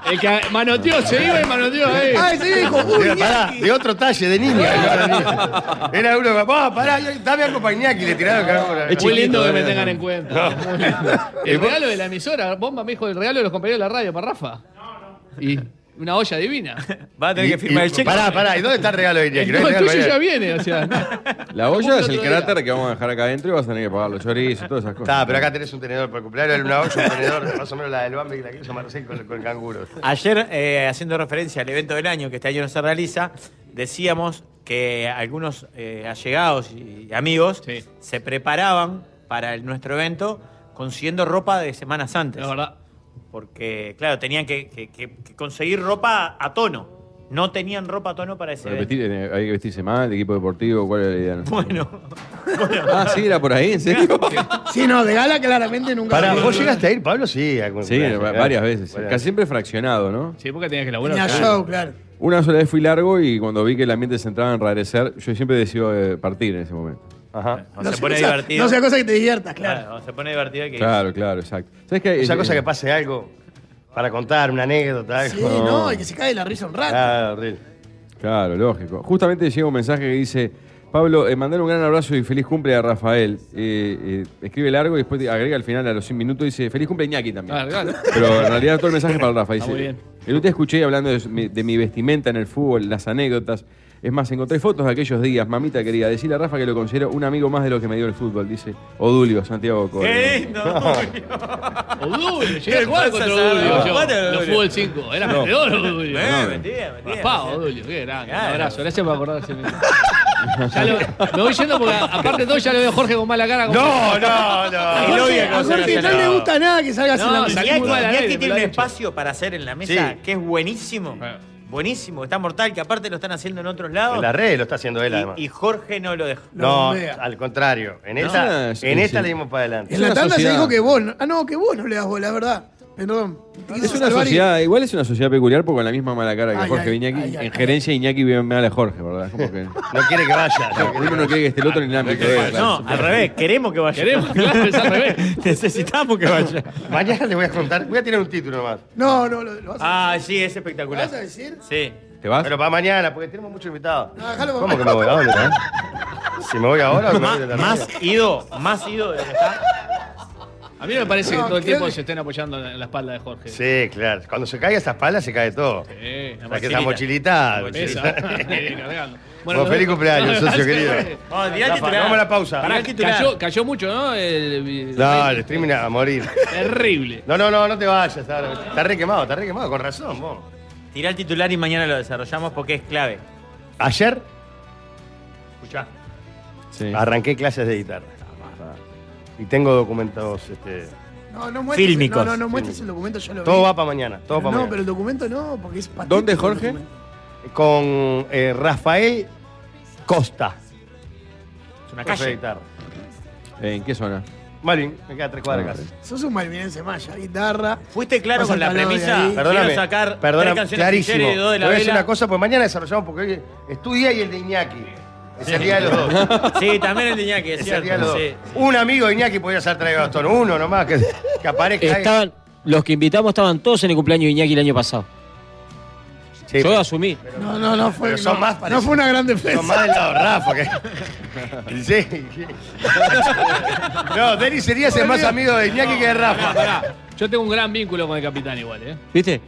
Speaker 14: El que manoteó, se iba y manoteó
Speaker 8: *laughs*
Speaker 14: eh. ahí.
Speaker 9: Ah, ese viejo, uy,
Speaker 7: Era, pará, de otro talle, de niña. no era niña. Era uno que, "Pa, pará, yo- dame algo para Iñaki", le tiraron carajo.
Speaker 14: Muy lindo
Speaker 6: eh.
Speaker 14: que me tengan en
Speaker 7: cuenta.
Speaker 14: cuenta. Muy lindo.
Speaker 7: *laughs*
Speaker 14: El regalo de la emisora, bomba, me dijo, el regalo de los compañeros de la radio para Rafa. Y una
Speaker 9: *laughs*
Speaker 14: olla divina.
Speaker 6: Va a tener que firmar el cheque.
Speaker 7: Pará, pará, ¿y dónde está el regalo de Iñaki?
Speaker 14: No,
Speaker 7: hay
Speaker 14: el
Speaker 7: regalo
Speaker 14: tuyo
Speaker 7: de
Speaker 14: ya
Speaker 7: Iñaki.
Speaker 14: viene, o sea.
Speaker 8: La olla es
Speaker 14: el
Speaker 8: el
Speaker 14: otro día.
Speaker 8: cráter que vamos a dejar acá adentro y vas a tener que pagar los chorizos, todas esas cosas.
Speaker 7: Está, pero acá tenés un tenedor para el cumpleaños, era una olla, un tenedor, más o menos la del Bambi que la quiso Marcel con, con canguros.
Speaker 11: Ayer, eh, haciendo referencia al evento del año que este año no se realiza, decíamos que algunos eh, allegados y amigos se preparaban para el- nuestro evento consiguiendo ropa de semanas antes.
Speaker 14: La verdad.
Speaker 11: Porque, claro, tenían que, que- que- que conseguir ropa a tono. No tenían ropa a tono para ese
Speaker 8: Pero
Speaker 11: evento.
Speaker 8: vestir- eh, hay que vestirse mal, de equipo deportivo, ¿cuál era la idea? No?
Speaker 11: Bueno,
Speaker 8: *laughs* Ah, sí, era por ahí, ¿en serio?
Speaker 9: Sí, no, de gala claramente
Speaker 7: *laughs*
Speaker 9: nunca.
Speaker 7: Pará,
Speaker 9: fue.
Speaker 7: ¿vos llegaste a ir, Pablo? Sí, a
Speaker 8: Sí,
Speaker 7: cumpleaños,
Speaker 8: va-
Speaker 7: claro.
Speaker 8: varias veces.
Speaker 7: Varias
Speaker 8: Casi siempre fraccionado, ¿no?
Speaker 14: Sí, porque tenías que laburar.
Speaker 9: Tenía
Speaker 14: claro.
Speaker 9: show, claro.
Speaker 8: Una sola vez fui largo y cuando vi que el ambiente se entraba a enrarecer, yo siempre decido eh, partir en ese momento.
Speaker 7: Ajá.
Speaker 11: no,
Speaker 9: No
Speaker 11: se
Speaker 9: sea
Speaker 11: pone
Speaker 9: cosa-
Speaker 11: divertido.
Speaker 9: No sea cosa que te diviertas, claro.
Speaker 11: Claro, no se pone divertido que
Speaker 8: Claro, claro, exacto. ¿Sabes qué?
Speaker 7: Esa cosa
Speaker 8: Eh,
Speaker 7: que pase algo para contar, una anécdota, algo.
Speaker 9: Sí, no, y que se cae la risa un rato.
Speaker 7: Ah, horrible.
Speaker 8: Claro, lógico. Justamente llega un mensaje que dice, Pablo, eh, mandar un gran abrazo y feliz cumple a Rafael. Eh, eh, escribe largo y después agrega al final a los 100 minutos y dice, feliz cumple a Iñaki también.
Speaker 14: Ah, claro.
Speaker 8: Pero en realidad todo el mensaje es para Rafa.
Speaker 14: Está
Speaker 8: Dice,
Speaker 14: muy bien.
Speaker 8: El otro día escuché hablando de, mi- de mi vestimenta en el fútbol, las anécdotas. Es más, encontré fotos de aquellos días. Mamita quería decirle a Rafa que lo considero un amigo más de lo que me dio el fútbol, dice Odulio Santiago
Speaker 11: ¡Qué
Speaker 8: Correa.
Speaker 11: lindo!
Speaker 8: *laughs*
Speaker 14: Odulio, llegué a jugar contra
Speaker 11: Pasa,
Speaker 14: Odulio.
Speaker 11: Sara.
Speaker 14: yo.
Speaker 11: Bueno,
Speaker 14: Lo
Speaker 11: Odulio.
Speaker 14: fútbol 5. Era perdedor Odulio.
Speaker 11: Eh,
Speaker 8: No,
Speaker 11: mentira, mentira.
Speaker 14: Raspado, Odulio. Qué grande. Un
Speaker 11: Claro.
Speaker 14: abrazo. Gracias por
Speaker 11: *laughs*
Speaker 14: acordarse. de mí. Ya lo- me voy yendo porque a- aparte de todo ya lo veo a Jorge con mala cara. como-
Speaker 7: No, no,
Speaker 9: *laughs*
Speaker 7: no.
Speaker 9: A Jorge, a Jorge no le gusta nada que salgas en la
Speaker 14: No,
Speaker 9: mesa.
Speaker 14: salí muy mal al
Speaker 11: Iñaki
Speaker 14: aire, me
Speaker 11: tiene
Speaker 14: lo
Speaker 11: un
Speaker 14: han dicho.
Speaker 11: espacio para hacer en la mesa
Speaker 7: Sí.
Speaker 11: que es buenísimo.
Speaker 14: Claro.
Speaker 11: Buenísimo, está mortal, que aparte lo están haciendo en otros lados.
Speaker 7: En la red lo está haciendo él, además.
Speaker 11: y, y Jorge no lo deja.
Speaker 7: No,
Speaker 9: bombea.
Speaker 7: al contrario. En
Speaker 8: No,
Speaker 7: esta,
Speaker 8: es-
Speaker 7: en
Speaker 8: es-
Speaker 7: esta le dimos para adelante.
Speaker 8: Es
Speaker 9: En la
Speaker 8: una
Speaker 9: tanda se
Speaker 8: sociedad.
Speaker 9: dijo que vos. no- Ah, no, que vos no le das bola, es verdad. Perdón. Te
Speaker 8: Es
Speaker 9: quiso
Speaker 8: una
Speaker 9: salvar y-
Speaker 8: sociedad, igual es una sociedad peculiar porque con la misma mala cara que
Speaker 9: Ay,
Speaker 8: Jorge
Speaker 9: ay,
Speaker 8: Iñaki,
Speaker 9: ay, ay, ay.
Speaker 8: en gerencia Iñaki ve mal a Jorge, ¿verdad? Como que...
Speaker 7: No quiere que vaya. no quiere
Speaker 8: Uno
Speaker 7: que
Speaker 8: no quiere que esté el otro ni nada.
Speaker 11: No, al revés, queremos que vaya.
Speaker 14: Queremos, claro, es al revés.
Speaker 11: *laughs* Necesitamos que vaya.
Speaker 7: vaya. Mañana le voy a contar. Voy a tirar un título nomás.
Speaker 9: No, no, lo, lo vas a,
Speaker 11: Ah, sí, es
Speaker 9: ¿lo
Speaker 11: espectacular.
Speaker 9: vas a decir.
Speaker 11: Sí.
Speaker 8: ¿Te vas?
Speaker 7: Pero para mañana, porque tenemos muchos invitados.
Speaker 9: No, déjalo para
Speaker 7: ¿Cómo que me voy? ¿A dónde, eh? Si me voy ahora, me voy
Speaker 11: Más,
Speaker 7: de la
Speaker 11: más
Speaker 7: radio.
Speaker 11: ido, más ido de lo que está.
Speaker 14: A mí no me parece que
Speaker 9: No,
Speaker 14: todo el
Speaker 9: creo
Speaker 14: tiempo
Speaker 9: que-
Speaker 14: se estén apoyando en la en la espalda de Jorge.
Speaker 7: Sí, claro. Cuando se cae esa espalda, se cae todo.
Speaker 14: Eh, la
Speaker 7: La que
Speaker 14: mochila.
Speaker 7: esa mochilita.
Speaker 14: Pesa. Cargando.
Speaker 7: Bueno, feliz
Speaker 11: *laughs*
Speaker 14: *laughs*
Speaker 7: cumpleaños, socio querido.
Speaker 11: Vamos, tirá el
Speaker 7: Rafa,
Speaker 11: titular.
Speaker 7: Vamos a la pausa.
Speaker 14: Pará,
Speaker 11: Mirá el titular.
Speaker 14: cayó, cayó mucho, ¿no? El-
Speaker 7: No, el streaming a morir.
Speaker 14: Terrible.
Speaker 7: No, no, no, no te vayas. ahora. Está re quemado, está re quemado, con razón, vos.
Speaker 11: Tirá el titular y mañana lo desarrollamos porque es clave.
Speaker 7: Ayer
Speaker 11: Escuchá.
Speaker 8: Sí.
Speaker 7: arranqué clases de guitarra. Y tengo documentos. Este,
Speaker 9: No, no muestres.
Speaker 11: Fílmicos.
Speaker 9: No, no, no muestres el documento, yo lo
Speaker 7: todo
Speaker 9: vi.
Speaker 7: va para mañana, todo
Speaker 9: Pero
Speaker 7: para
Speaker 9: No,
Speaker 7: mañana.
Speaker 9: pero el documento no, porque es patético.
Speaker 8: ¿Dónde,
Speaker 9: el
Speaker 8: Jorge?
Speaker 9: documento.
Speaker 7: Con eh, Rafael Costa.
Speaker 11: Es una
Speaker 7: Clase de
Speaker 11: calle.
Speaker 7: guitarra.
Speaker 8: ¿En qué zona?
Speaker 7: Malvin, me queda tres cuadras de casa.
Speaker 9: Sos un malvinense maya, guitarra.
Speaker 11: Fuiste Ah, claro con la
Speaker 9: Pasa el calor de
Speaker 11: premisa.
Speaker 9: ahí.
Speaker 7: Perdóname,
Speaker 11: Quiero sacar
Speaker 7: perdóname,
Speaker 11: tres canciones
Speaker 7: clarísimo.
Speaker 11: de Sherry y dos de
Speaker 7: Te
Speaker 11: la
Speaker 7: voy a decir
Speaker 11: vela.
Speaker 7: una cosa, pues mañana desarrollamos porque hoy es tu día y el de Iñaki. Es el día de los dos.
Speaker 11: Sí, también el de Iñaki, es
Speaker 7: Es el día de los
Speaker 11: cierto.
Speaker 7: dos.
Speaker 11: sí.
Speaker 7: Un amigo de Iñaki podría ser traído a Gastón. Uno nomás que, que aparezca. ahí.
Speaker 5: Estaban, los que invitamos estaban todos en el cumpleaños de Iñaki el año pasado.
Speaker 7: Sí,
Speaker 10: Yo asumí.
Speaker 9: No, no, no fue.
Speaker 7: Pero son
Speaker 9: no,
Speaker 7: más
Speaker 9: no fue una gran defensa.
Speaker 7: Son más del lado de Rafa. que- Sí. No, Denis sería ser más amigo de Iñaki que de
Speaker 14: Pará,
Speaker 7: Rafa.
Speaker 14: pará. Yo tengo un gran vínculo con el capitán igual, ¿eh?
Speaker 10: *laughs* ¿Viste?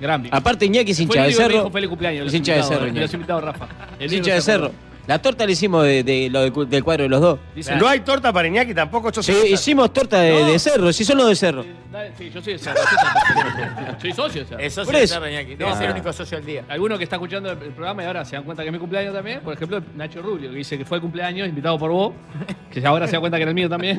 Speaker 14: Gran vínculo.
Speaker 10: Aparte, Iñaki es
Speaker 14: Fue
Speaker 10: hincha
Speaker 14: el
Speaker 10: de
Speaker 14: único que me
Speaker 10: cerro.
Speaker 14: dijo feliz cumpleaños.
Speaker 10: Es hincha de cerro.
Speaker 14: Los
Speaker 10: Iñaki.
Speaker 14: invitado Rafa.
Speaker 10: Es
Speaker 14: El
Speaker 10: hincha de cerro. La torta la hicimos de, de lo de cu- del cuadro de los dos.
Speaker 14: Dice, ¿no
Speaker 7: hay torta para Iñaki tampoco?
Speaker 10: Sí, hicimos torta de, de cerro. Si son los de cerro.
Speaker 14: Dale, Sí, yo soy de *laughs* cerro. soy cerro. Soy socio de cerro.
Speaker 10: Es socio Por de eso. cerro, Iñaki. Debe ser el único
Speaker 15: socio del día.
Speaker 14: Alguno que está escuchando el el programa y ahora se dan cuenta que es mi cumpleaños también. Por ejemplo, Nacho Rubio, que dice que fue el cumpleaños invitado por vos. Que ahora se da cuenta que era el mío *laughs* también.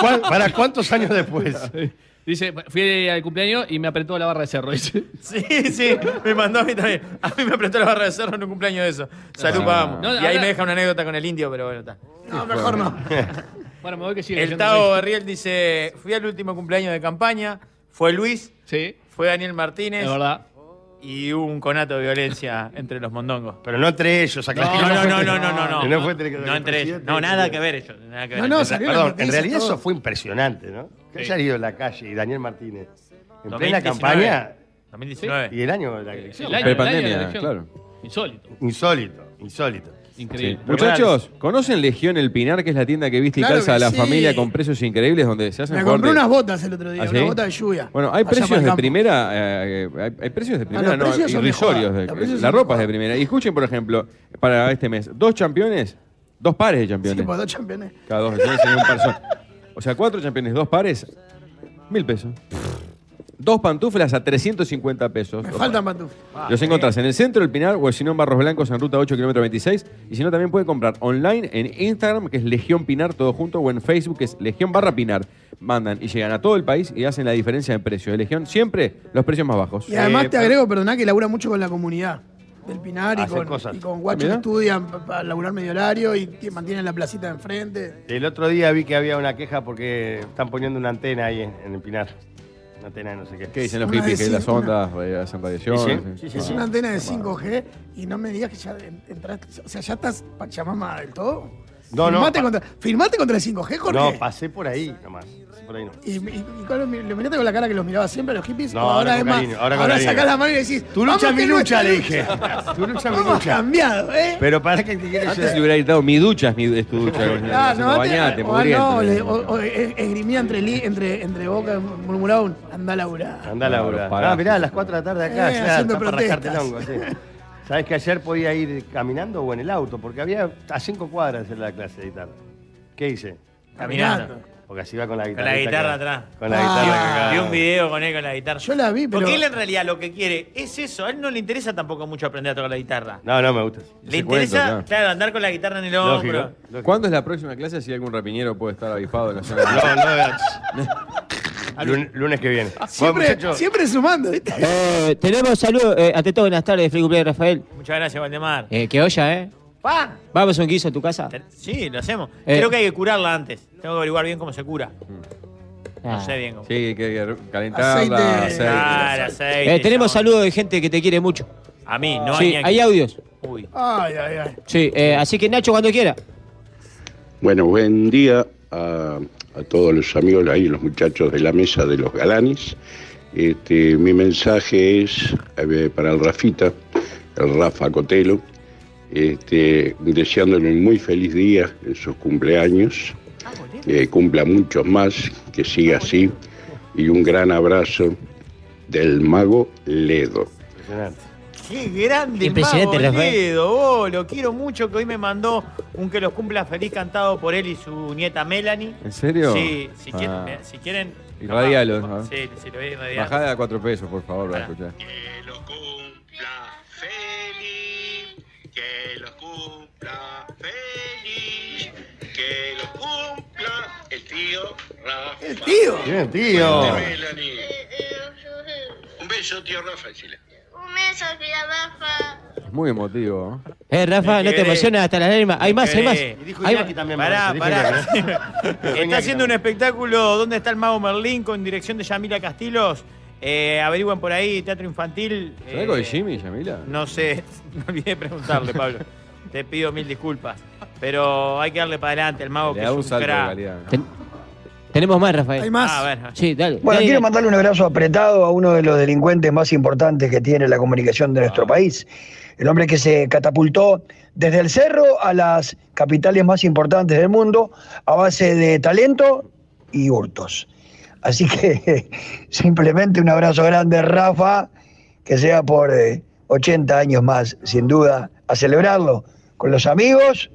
Speaker 7: ¿Cuán- ¿Para cuántos años después?
Speaker 14: *laughs* Dice, fui al cumpleaños y me apretó la barra de cerro. Dice.
Speaker 6: Sí, sí, me mandó a mí también. A mí me apretó la barra de cerro en un cumpleaños de eso. Salud,
Speaker 14: Ah.
Speaker 6: vamos.
Speaker 14: No,
Speaker 6: y ahí
Speaker 14: ahora-
Speaker 6: me deja una anécdota con el indio, pero bueno, está.
Speaker 14: No, mejor no. Bueno, me voy que sigue.
Speaker 6: El Tavo Berriel dice: Fui al último cumpleaños de campaña, fue Luis, fue Daniel Martínez.
Speaker 14: Es verdad.
Speaker 6: Y hubo un conato de violencia entre los mondongos.
Speaker 7: Pero *laughs* no entre ellos, acá.
Speaker 6: No, no, no, no, no, no.
Speaker 7: Que no fue entre-
Speaker 6: No entre ellos.
Speaker 7: presidente.
Speaker 6: No, nada que ver ellos. Nada que ver.
Speaker 7: Perdón, en realidad eso fue impresionante, ¿no? Que haya ido a la calle y Daniel Martínez en plena
Speaker 6: 2019.
Speaker 7: campaña.
Speaker 6: 2019.
Speaker 7: Y el año de la elección.
Speaker 14: El año, el año de la elección. Insólito.
Speaker 7: Insólito, insólito.
Speaker 14: Increíble.
Speaker 7: Sí.
Speaker 8: Muchachos, ¿conocen Legión El Pinar, que es la tienda que viste y
Speaker 9: Claro
Speaker 8: calza
Speaker 9: que
Speaker 8: a la
Speaker 9: sí.
Speaker 8: familia con precios increíbles donde se hacen
Speaker 9: Me
Speaker 8: jugar
Speaker 9: compré
Speaker 8: de-
Speaker 9: unas botas el otro día,
Speaker 8: ¿Ah,
Speaker 9: una
Speaker 8: sí?
Speaker 9: bota de lluvia.
Speaker 8: Bueno, hay
Speaker 9: Allá por
Speaker 8: precios
Speaker 9: el
Speaker 8: de
Speaker 9: campo. Ah,
Speaker 8: primera, eh, hay, hay precios de primera,
Speaker 9: los
Speaker 8: no,
Speaker 9: precios son de
Speaker 8: irrisorios.
Speaker 9: joda,
Speaker 8: de-
Speaker 9: los precios
Speaker 8: la
Speaker 9: son de
Speaker 8: ropa es de primera. Y escuchen, por ejemplo, para este mes, dos campeones, dos pares de
Speaker 9: Sí,
Speaker 8: campeones.
Speaker 9: por dos campeones.
Speaker 8: Cada dos campeones sería un par solo. O sea, cuatro campeones, dos pares, mil pesos. Dos pantuflas a 350 pesos.
Speaker 9: Me faltan pantuflas.
Speaker 7: Ah.
Speaker 8: Los encontrás en el centro del Pinar o si no en Barros Blancos en ruta 8, kilómetro 26. Y si no, también puede comprar online en Instagram, que es Legión Pinar, todo junto, o en Facebook, que es Legión barra Pinar. Mandan y llegan a todo el país y hacen la diferencia de precio. De Legión siempre los precios más bajos.
Speaker 9: Y además te agrego, perdoná, que labura mucho con la comunidad del Pinar y
Speaker 8: Hacer
Speaker 9: con,
Speaker 8: cosas.
Speaker 9: y con guachos
Speaker 8: Mirá.
Speaker 9: que estudian pa- para laburar medio horario y que mantienen la placita de enfrente.
Speaker 7: El otro día vi que había una queja porque están poniendo una antena ahí en, en el Pinar. Una antena de no sé qué.
Speaker 8: ¿Qué dicen los
Speaker 9: Una
Speaker 8: hippies?
Speaker 9: de
Speaker 8: Que las
Speaker 9: cinco,
Speaker 8: ondas eh, hacen eh. radiación.
Speaker 7: Sí, sí,
Speaker 8: sí.
Speaker 9: es una antena de 5G y no me digas que ya en- entraste. O sea, ya estás Pachamama del todo.
Speaker 7: No, no,
Speaker 9: firmate,
Speaker 7: pa-
Speaker 9: contra, firmate contra el 5G, Jorge.
Speaker 7: No, pasé por ahí nomás. Pasé por ahí nomás.
Speaker 9: y, y, y cuál es mi- lo miraste con la cara que los miraba siempre a los hippies.
Speaker 7: No,
Speaker 9: o
Speaker 7: ahora
Speaker 9: ahora es
Speaker 7: con
Speaker 9: más.
Speaker 7: cariño, ahora
Speaker 9: ahora
Speaker 7: con cariño.
Speaker 9: sacás la mano y decís.
Speaker 7: Tu lucha,
Speaker 9: "Vamos,
Speaker 7: mi
Speaker 9: que no es
Speaker 7: lucha",
Speaker 9: tu
Speaker 7: le dije. Tu lucha, mi
Speaker 9: Vamos
Speaker 7: lucha.
Speaker 9: cambiado, ¿eh?
Speaker 7: Pero para que te quieres
Speaker 8: Antes le hubiera gritado, mi ducha es, mi, es tu ducha.
Speaker 9: Ah, no,
Speaker 8: bañate,
Speaker 9: antes- o, ah,
Speaker 8: mugriento.
Speaker 9: no, le- o- o- eh, esgrimía entre, li- entre, entre boca, murmuraba un anda a laburar.
Speaker 7: Andá a laburar.
Speaker 8: pará.
Speaker 7: Ah, mirá, a las 4 de la tarde acá.
Speaker 9: Eh,
Speaker 7: ya,
Speaker 9: haciendo
Speaker 7: está para
Speaker 9: protestas.
Speaker 7: rascarte el hongo, sí. Sabes que ayer podía ir caminando o en el auto, porque había a cinco cuadras en la clase de guitarra. ¿Qué hice?
Speaker 6: Caminando.
Speaker 7: Porque así va con la
Speaker 6: Con
Speaker 7: guitarra.
Speaker 6: la guitarra atrás. Ah.
Speaker 7: Con la guitarra que acá.
Speaker 6: Vi un video con él con la guitarra. Yo
Speaker 9: la vi, pero-
Speaker 6: Porque él en realidad lo que quiere es eso. A él no le interesa tampoco mucho aprender a tocar la guitarra.
Speaker 7: No, no me gusta.
Speaker 6: Le interesa, claro. andar con la guitarra en el hombro.
Speaker 8: ¿Cuándo es la próxima clase si algún rapiñero puede estar avispado en la zona?
Speaker 7: No, no,
Speaker 8: *laughs*
Speaker 7: Lunes, lunes que
Speaker 8: Ah,
Speaker 7: viene.
Speaker 9: Siempre, siempre sumando, ¿viste?
Speaker 10: Eh, tenemos saludos. eh, ante todo, buenas tardes. Feliz cumpleaños, Rafael.
Speaker 6: Muchas gracias, Valdemar.
Speaker 10: Eh, que olla, ¿eh?
Speaker 6: Pa.
Speaker 10: Vamos a un guiso a tu casa.
Speaker 6: Sí, lo hacemos.
Speaker 10: Eh.
Speaker 6: Creo que hay que curarla antes. Tengo que averiguar bien cómo se cura.
Speaker 10: Ah.
Speaker 6: No sé bien cómo.
Speaker 8: Sí, hay que calentarla,
Speaker 6: Aceite.
Speaker 8: aceite.
Speaker 6: Claro, aceite.
Speaker 10: Eh, tenemos saludos de gente que te quiere mucho.
Speaker 6: A mí, no
Speaker 10: Sí,
Speaker 6: hay.
Speaker 10: hay audios.
Speaker 6: Uy.
Speaker 9: Ay, ay, ay.
Speaker 10: Sí, eh, así que Nacho, cuando quiera.
Speaker 16: Bueno, buen día a, a todos los amigos ahí, los muchachos de la mesa de los galanes. Este, mi mensaje es eh, para el Rafita, el Rafa Cotelo, este, deseándole un muy feliz día en sus cumpleaños, que cumpla muchos más, que siga así, y un gran abrazo del mago Ledo.
Speaker 6: Qué grande el
Speaker 16: Impresionante,
Speaker 6: mago
Speaker 16: Rafael.
Speaker 6: Ledo, oh, lo quiero mucho que hoy me mandó un que los cumpla feliz cantado por él y su nieta Melanie.
Speaker 8: ¿En serio?
Speaker 6: Sí, si quieren,
Speaker 8: Ah.
Speaker 6: eh, si quieren.
Speaker 8: Irradialo,
Speaker 6: capaz-
Speaker 8: ¿no?
Speaker 6: Sí, sí, lo voy a irradiar.
Speaker 8: Bajada a cuatro pesos, por favor, para escuchar.
Speaker 9: El tío.
Speaker 7: Bien, tío.
Speaker 5: Un beso, tío Rafa, Un beso, tío Rafa.
Speaker 8: Es muy emotivo. ¿no?
Speaker 10: Eh, Rafa, no te emocionas hasta las lágrimas. Hay más, hay más. Hay más.
Speaker 6: Pará, pará. *laughs*
Speaker 7: Iñaki
Speaker 6: Está haciendo un espectáculo ¿Dónde está el mago Merlín? con dirección de Yamila Castillos. Eh, averigüen por ahí, Teatro Infantil.
Speaker 8: ¿Sabés
Speaker 6: eh,
Speaker 8: algo de Jimmy, Yamila?
Speaker 6: No sé, *laughs* me olvidé de preguntarle, Pablo. Te pido mil disculpas. Pero hay que darle para adelante el mago
Speaker 8: Le
Speaker 6: que
Speaker 8: da
Speaker 6: es
Speaker 8: un
Speaker 6: un
Speaker 8: salto de
Speaker 6: crack.
Speaker 8: calidad.
Speaker 10: Tenemos más, Rafael.
Speaker 9: Hay más.
Speaker 10: Ah, bueno. Sí, dale.
Speaker 17: Bueno,
Speaker 6: Eh,
Speaker 10: Dale,
Speaker 17: quiero
Speaker 10: dale.
Speaker 17: mandarle un abrazo apretado a uno de los delincuentes más importantes que tiene la comunicación de nuestro país. El hombre que se catapultó desde el cerro a las capitales más importantes del mundo a base de talento y hurtos. Así que *laughs* simplemente un abrazo grande, Rafa, que sea por eh, 80 años más, sin duda, a celebrarlo con los amigos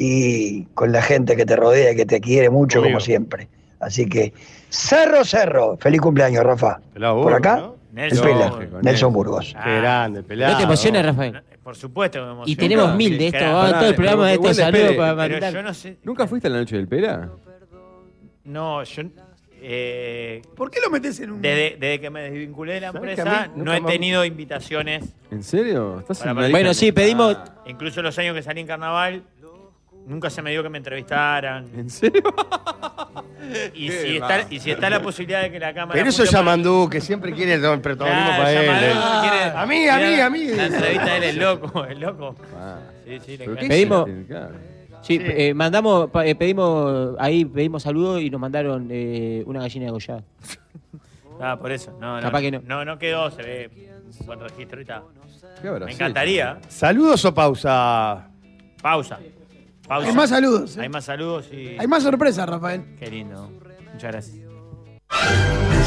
Speaker 17: y con la gente que te rodea, que te quiere mucho, como siempre. Así que, cerro, cerro. Feliz cumpleaños, Rafa. Por acá,
Speaker 6: Nelson.
Speaker 17: el Pela,
Speaker 6: Lógico,
Speaker 17: Nelson Burgos.
Speaker 6: Qué grande, pelado.
Speaker 10: ¿No te emociona, Rafael?
Speaker 6: Por supuesto que me emociona.
Speaker 10: Y tenemos mil de esto,
Speaker 6: Claro.
Speaker 10: va, todo el programa de
Speaker 8: Igual
Speaker 10: estos
Speaker 8: depende.
Speaker 10: saludos para
Speaker 8: Pero
Speaker 10: mandar.
Speaker 8: yo
Speaker 6: no sé-
Speaker 8: ¿Nunca fuiste a la noche del Pera?
Speaker 6: No, yo. eh,
Speaker 9: ¿Por qué lo metes en un.?
Speaker 6: desde, desde que me desvinculé de la
Speaker 18: ¿Sabes que a
Speaker 6: empresa,
Speaker 18: mí nunca
Speaker 6: no he
Speaker 18: me-
Speaker 6: tenido invitaciones.
Speaker 8: ¿En serio? ¿Estás
Speaker 6: Para-
Speaker 8: en
Speaker 6: para-
Speaker 8: la-
Speaker 6: Ah, Incluso los años que salí en carnaval, nunca se me dio que me entrevistaran.
Speaker 8: ¿En serio?
Speaker 6: Y,
Speaker 7: Qué
Speaker 6: si está,
Speaker 7: va.
Speaker 6: y si está la posibilidad de que la cámara.
Speaker 7: Pero eso es
Speaker 6: apunte para-
Speaker 7: Yamandú, que siempre quiere el protagonismo
Speaker 6: Claro,
Speaker 7: para él.
Speaker 6: Yamandú
Speaker 7: eh.
Speaker 6: no quiere-
Speaker 7: a mí, a mí, a mí.
Speaker 6: La entrevista de él es loco, es loco. Sí, sí, le
Speaker 7: ¿Pero
Speaker 6: encanta.
Speaker 7: qué
Speaker 10: Pedimos. Sí,
Speaker 6: Sí.
Speaker 10: eh, mandamos, pa- eh, pedimos, ahí pedimos saludos y nos mandaron eh, una gallina degollada.
Speaker 6: Ah, por eso. No, no,
Speaker 10: Capaz que no.
Speaker 6: No, no quedó, se ve un buen registro ahorita.
Speaker 8: ¿Qué habrá
Speaker 6: Me
Speaker 8: sido?
Speaker 6: encantaría.
Speaker 7: ¿Saludos o pausa?
Speaker 6: Pausa. Pausa.
Speaker 9: Hay más saludos, ¿eh?
Speaker 6: Hay más saludos y.
Speaker 9: Hay más sorpresas, Rafael.
Speaker 6: Qué lindo. Muchas gracias.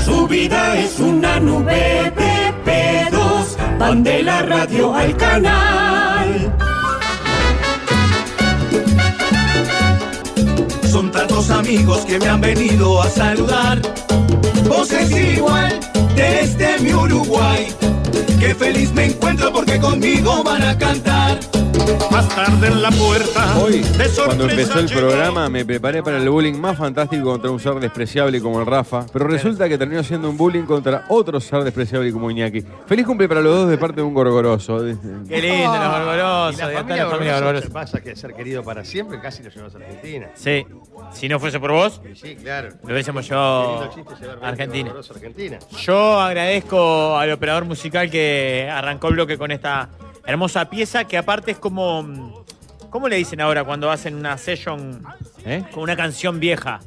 Speaker 5: Su vida es una nube de pedos. Van de la radio al canal. Son tantos amigos que me han venido a saludar. Vos es igual desde mi Uruguay. Qué feliz me encuentro porque conmigo van a cantar. Más tarde en la puerta.
Speaker 8: Hoy,
Speaker 5: de sorpresa
Speaker 8: cuando empezó el
Speaker 5: llegó.
Speaker 8: programa, me preparé para el bullying más fantástico contra un ser despreciable como el Rafa, pero resulta que terminó siendo un bullying contra otro ser despreciable como Iñaki. Feliz cumple para los dos de parte de un gorgoroso. *laughs*
Speaker 6: Qué lindo, los
Speaker 7: Ah. Y
Speaker 6: Barbarosos.
Speaker 7: la
Speaker 6: y
Speaker 7: familia
Speaker 6: acá la familia
Speaker 7: Barbarosa.
Speaker 6: Barbarosa.
Speaker 7: pasa que ser querido para siempre casi lo llevamos a la Argentina.
Speaker 6: Sí. Si no fuese por vos,
Speaker 7: Sí, claro.
Speaker 6: lo hubiésemos
Speaker 7: Qué
Speaker 6: yo.
Speaker 7: lindo chiste llevar
Speaker 6: Argentina.
Speaker 7: Barbarosa, Argentina.
Speaker 6: Yo agradezco al operador musical que arrancó el bloque con esta hermosa pieza, que aparte es como. mm, ¿Cómo le dicen ahora cuando hacen una session
Speaker 8: ¿Eh?
Speaker 6: con una canción vieja?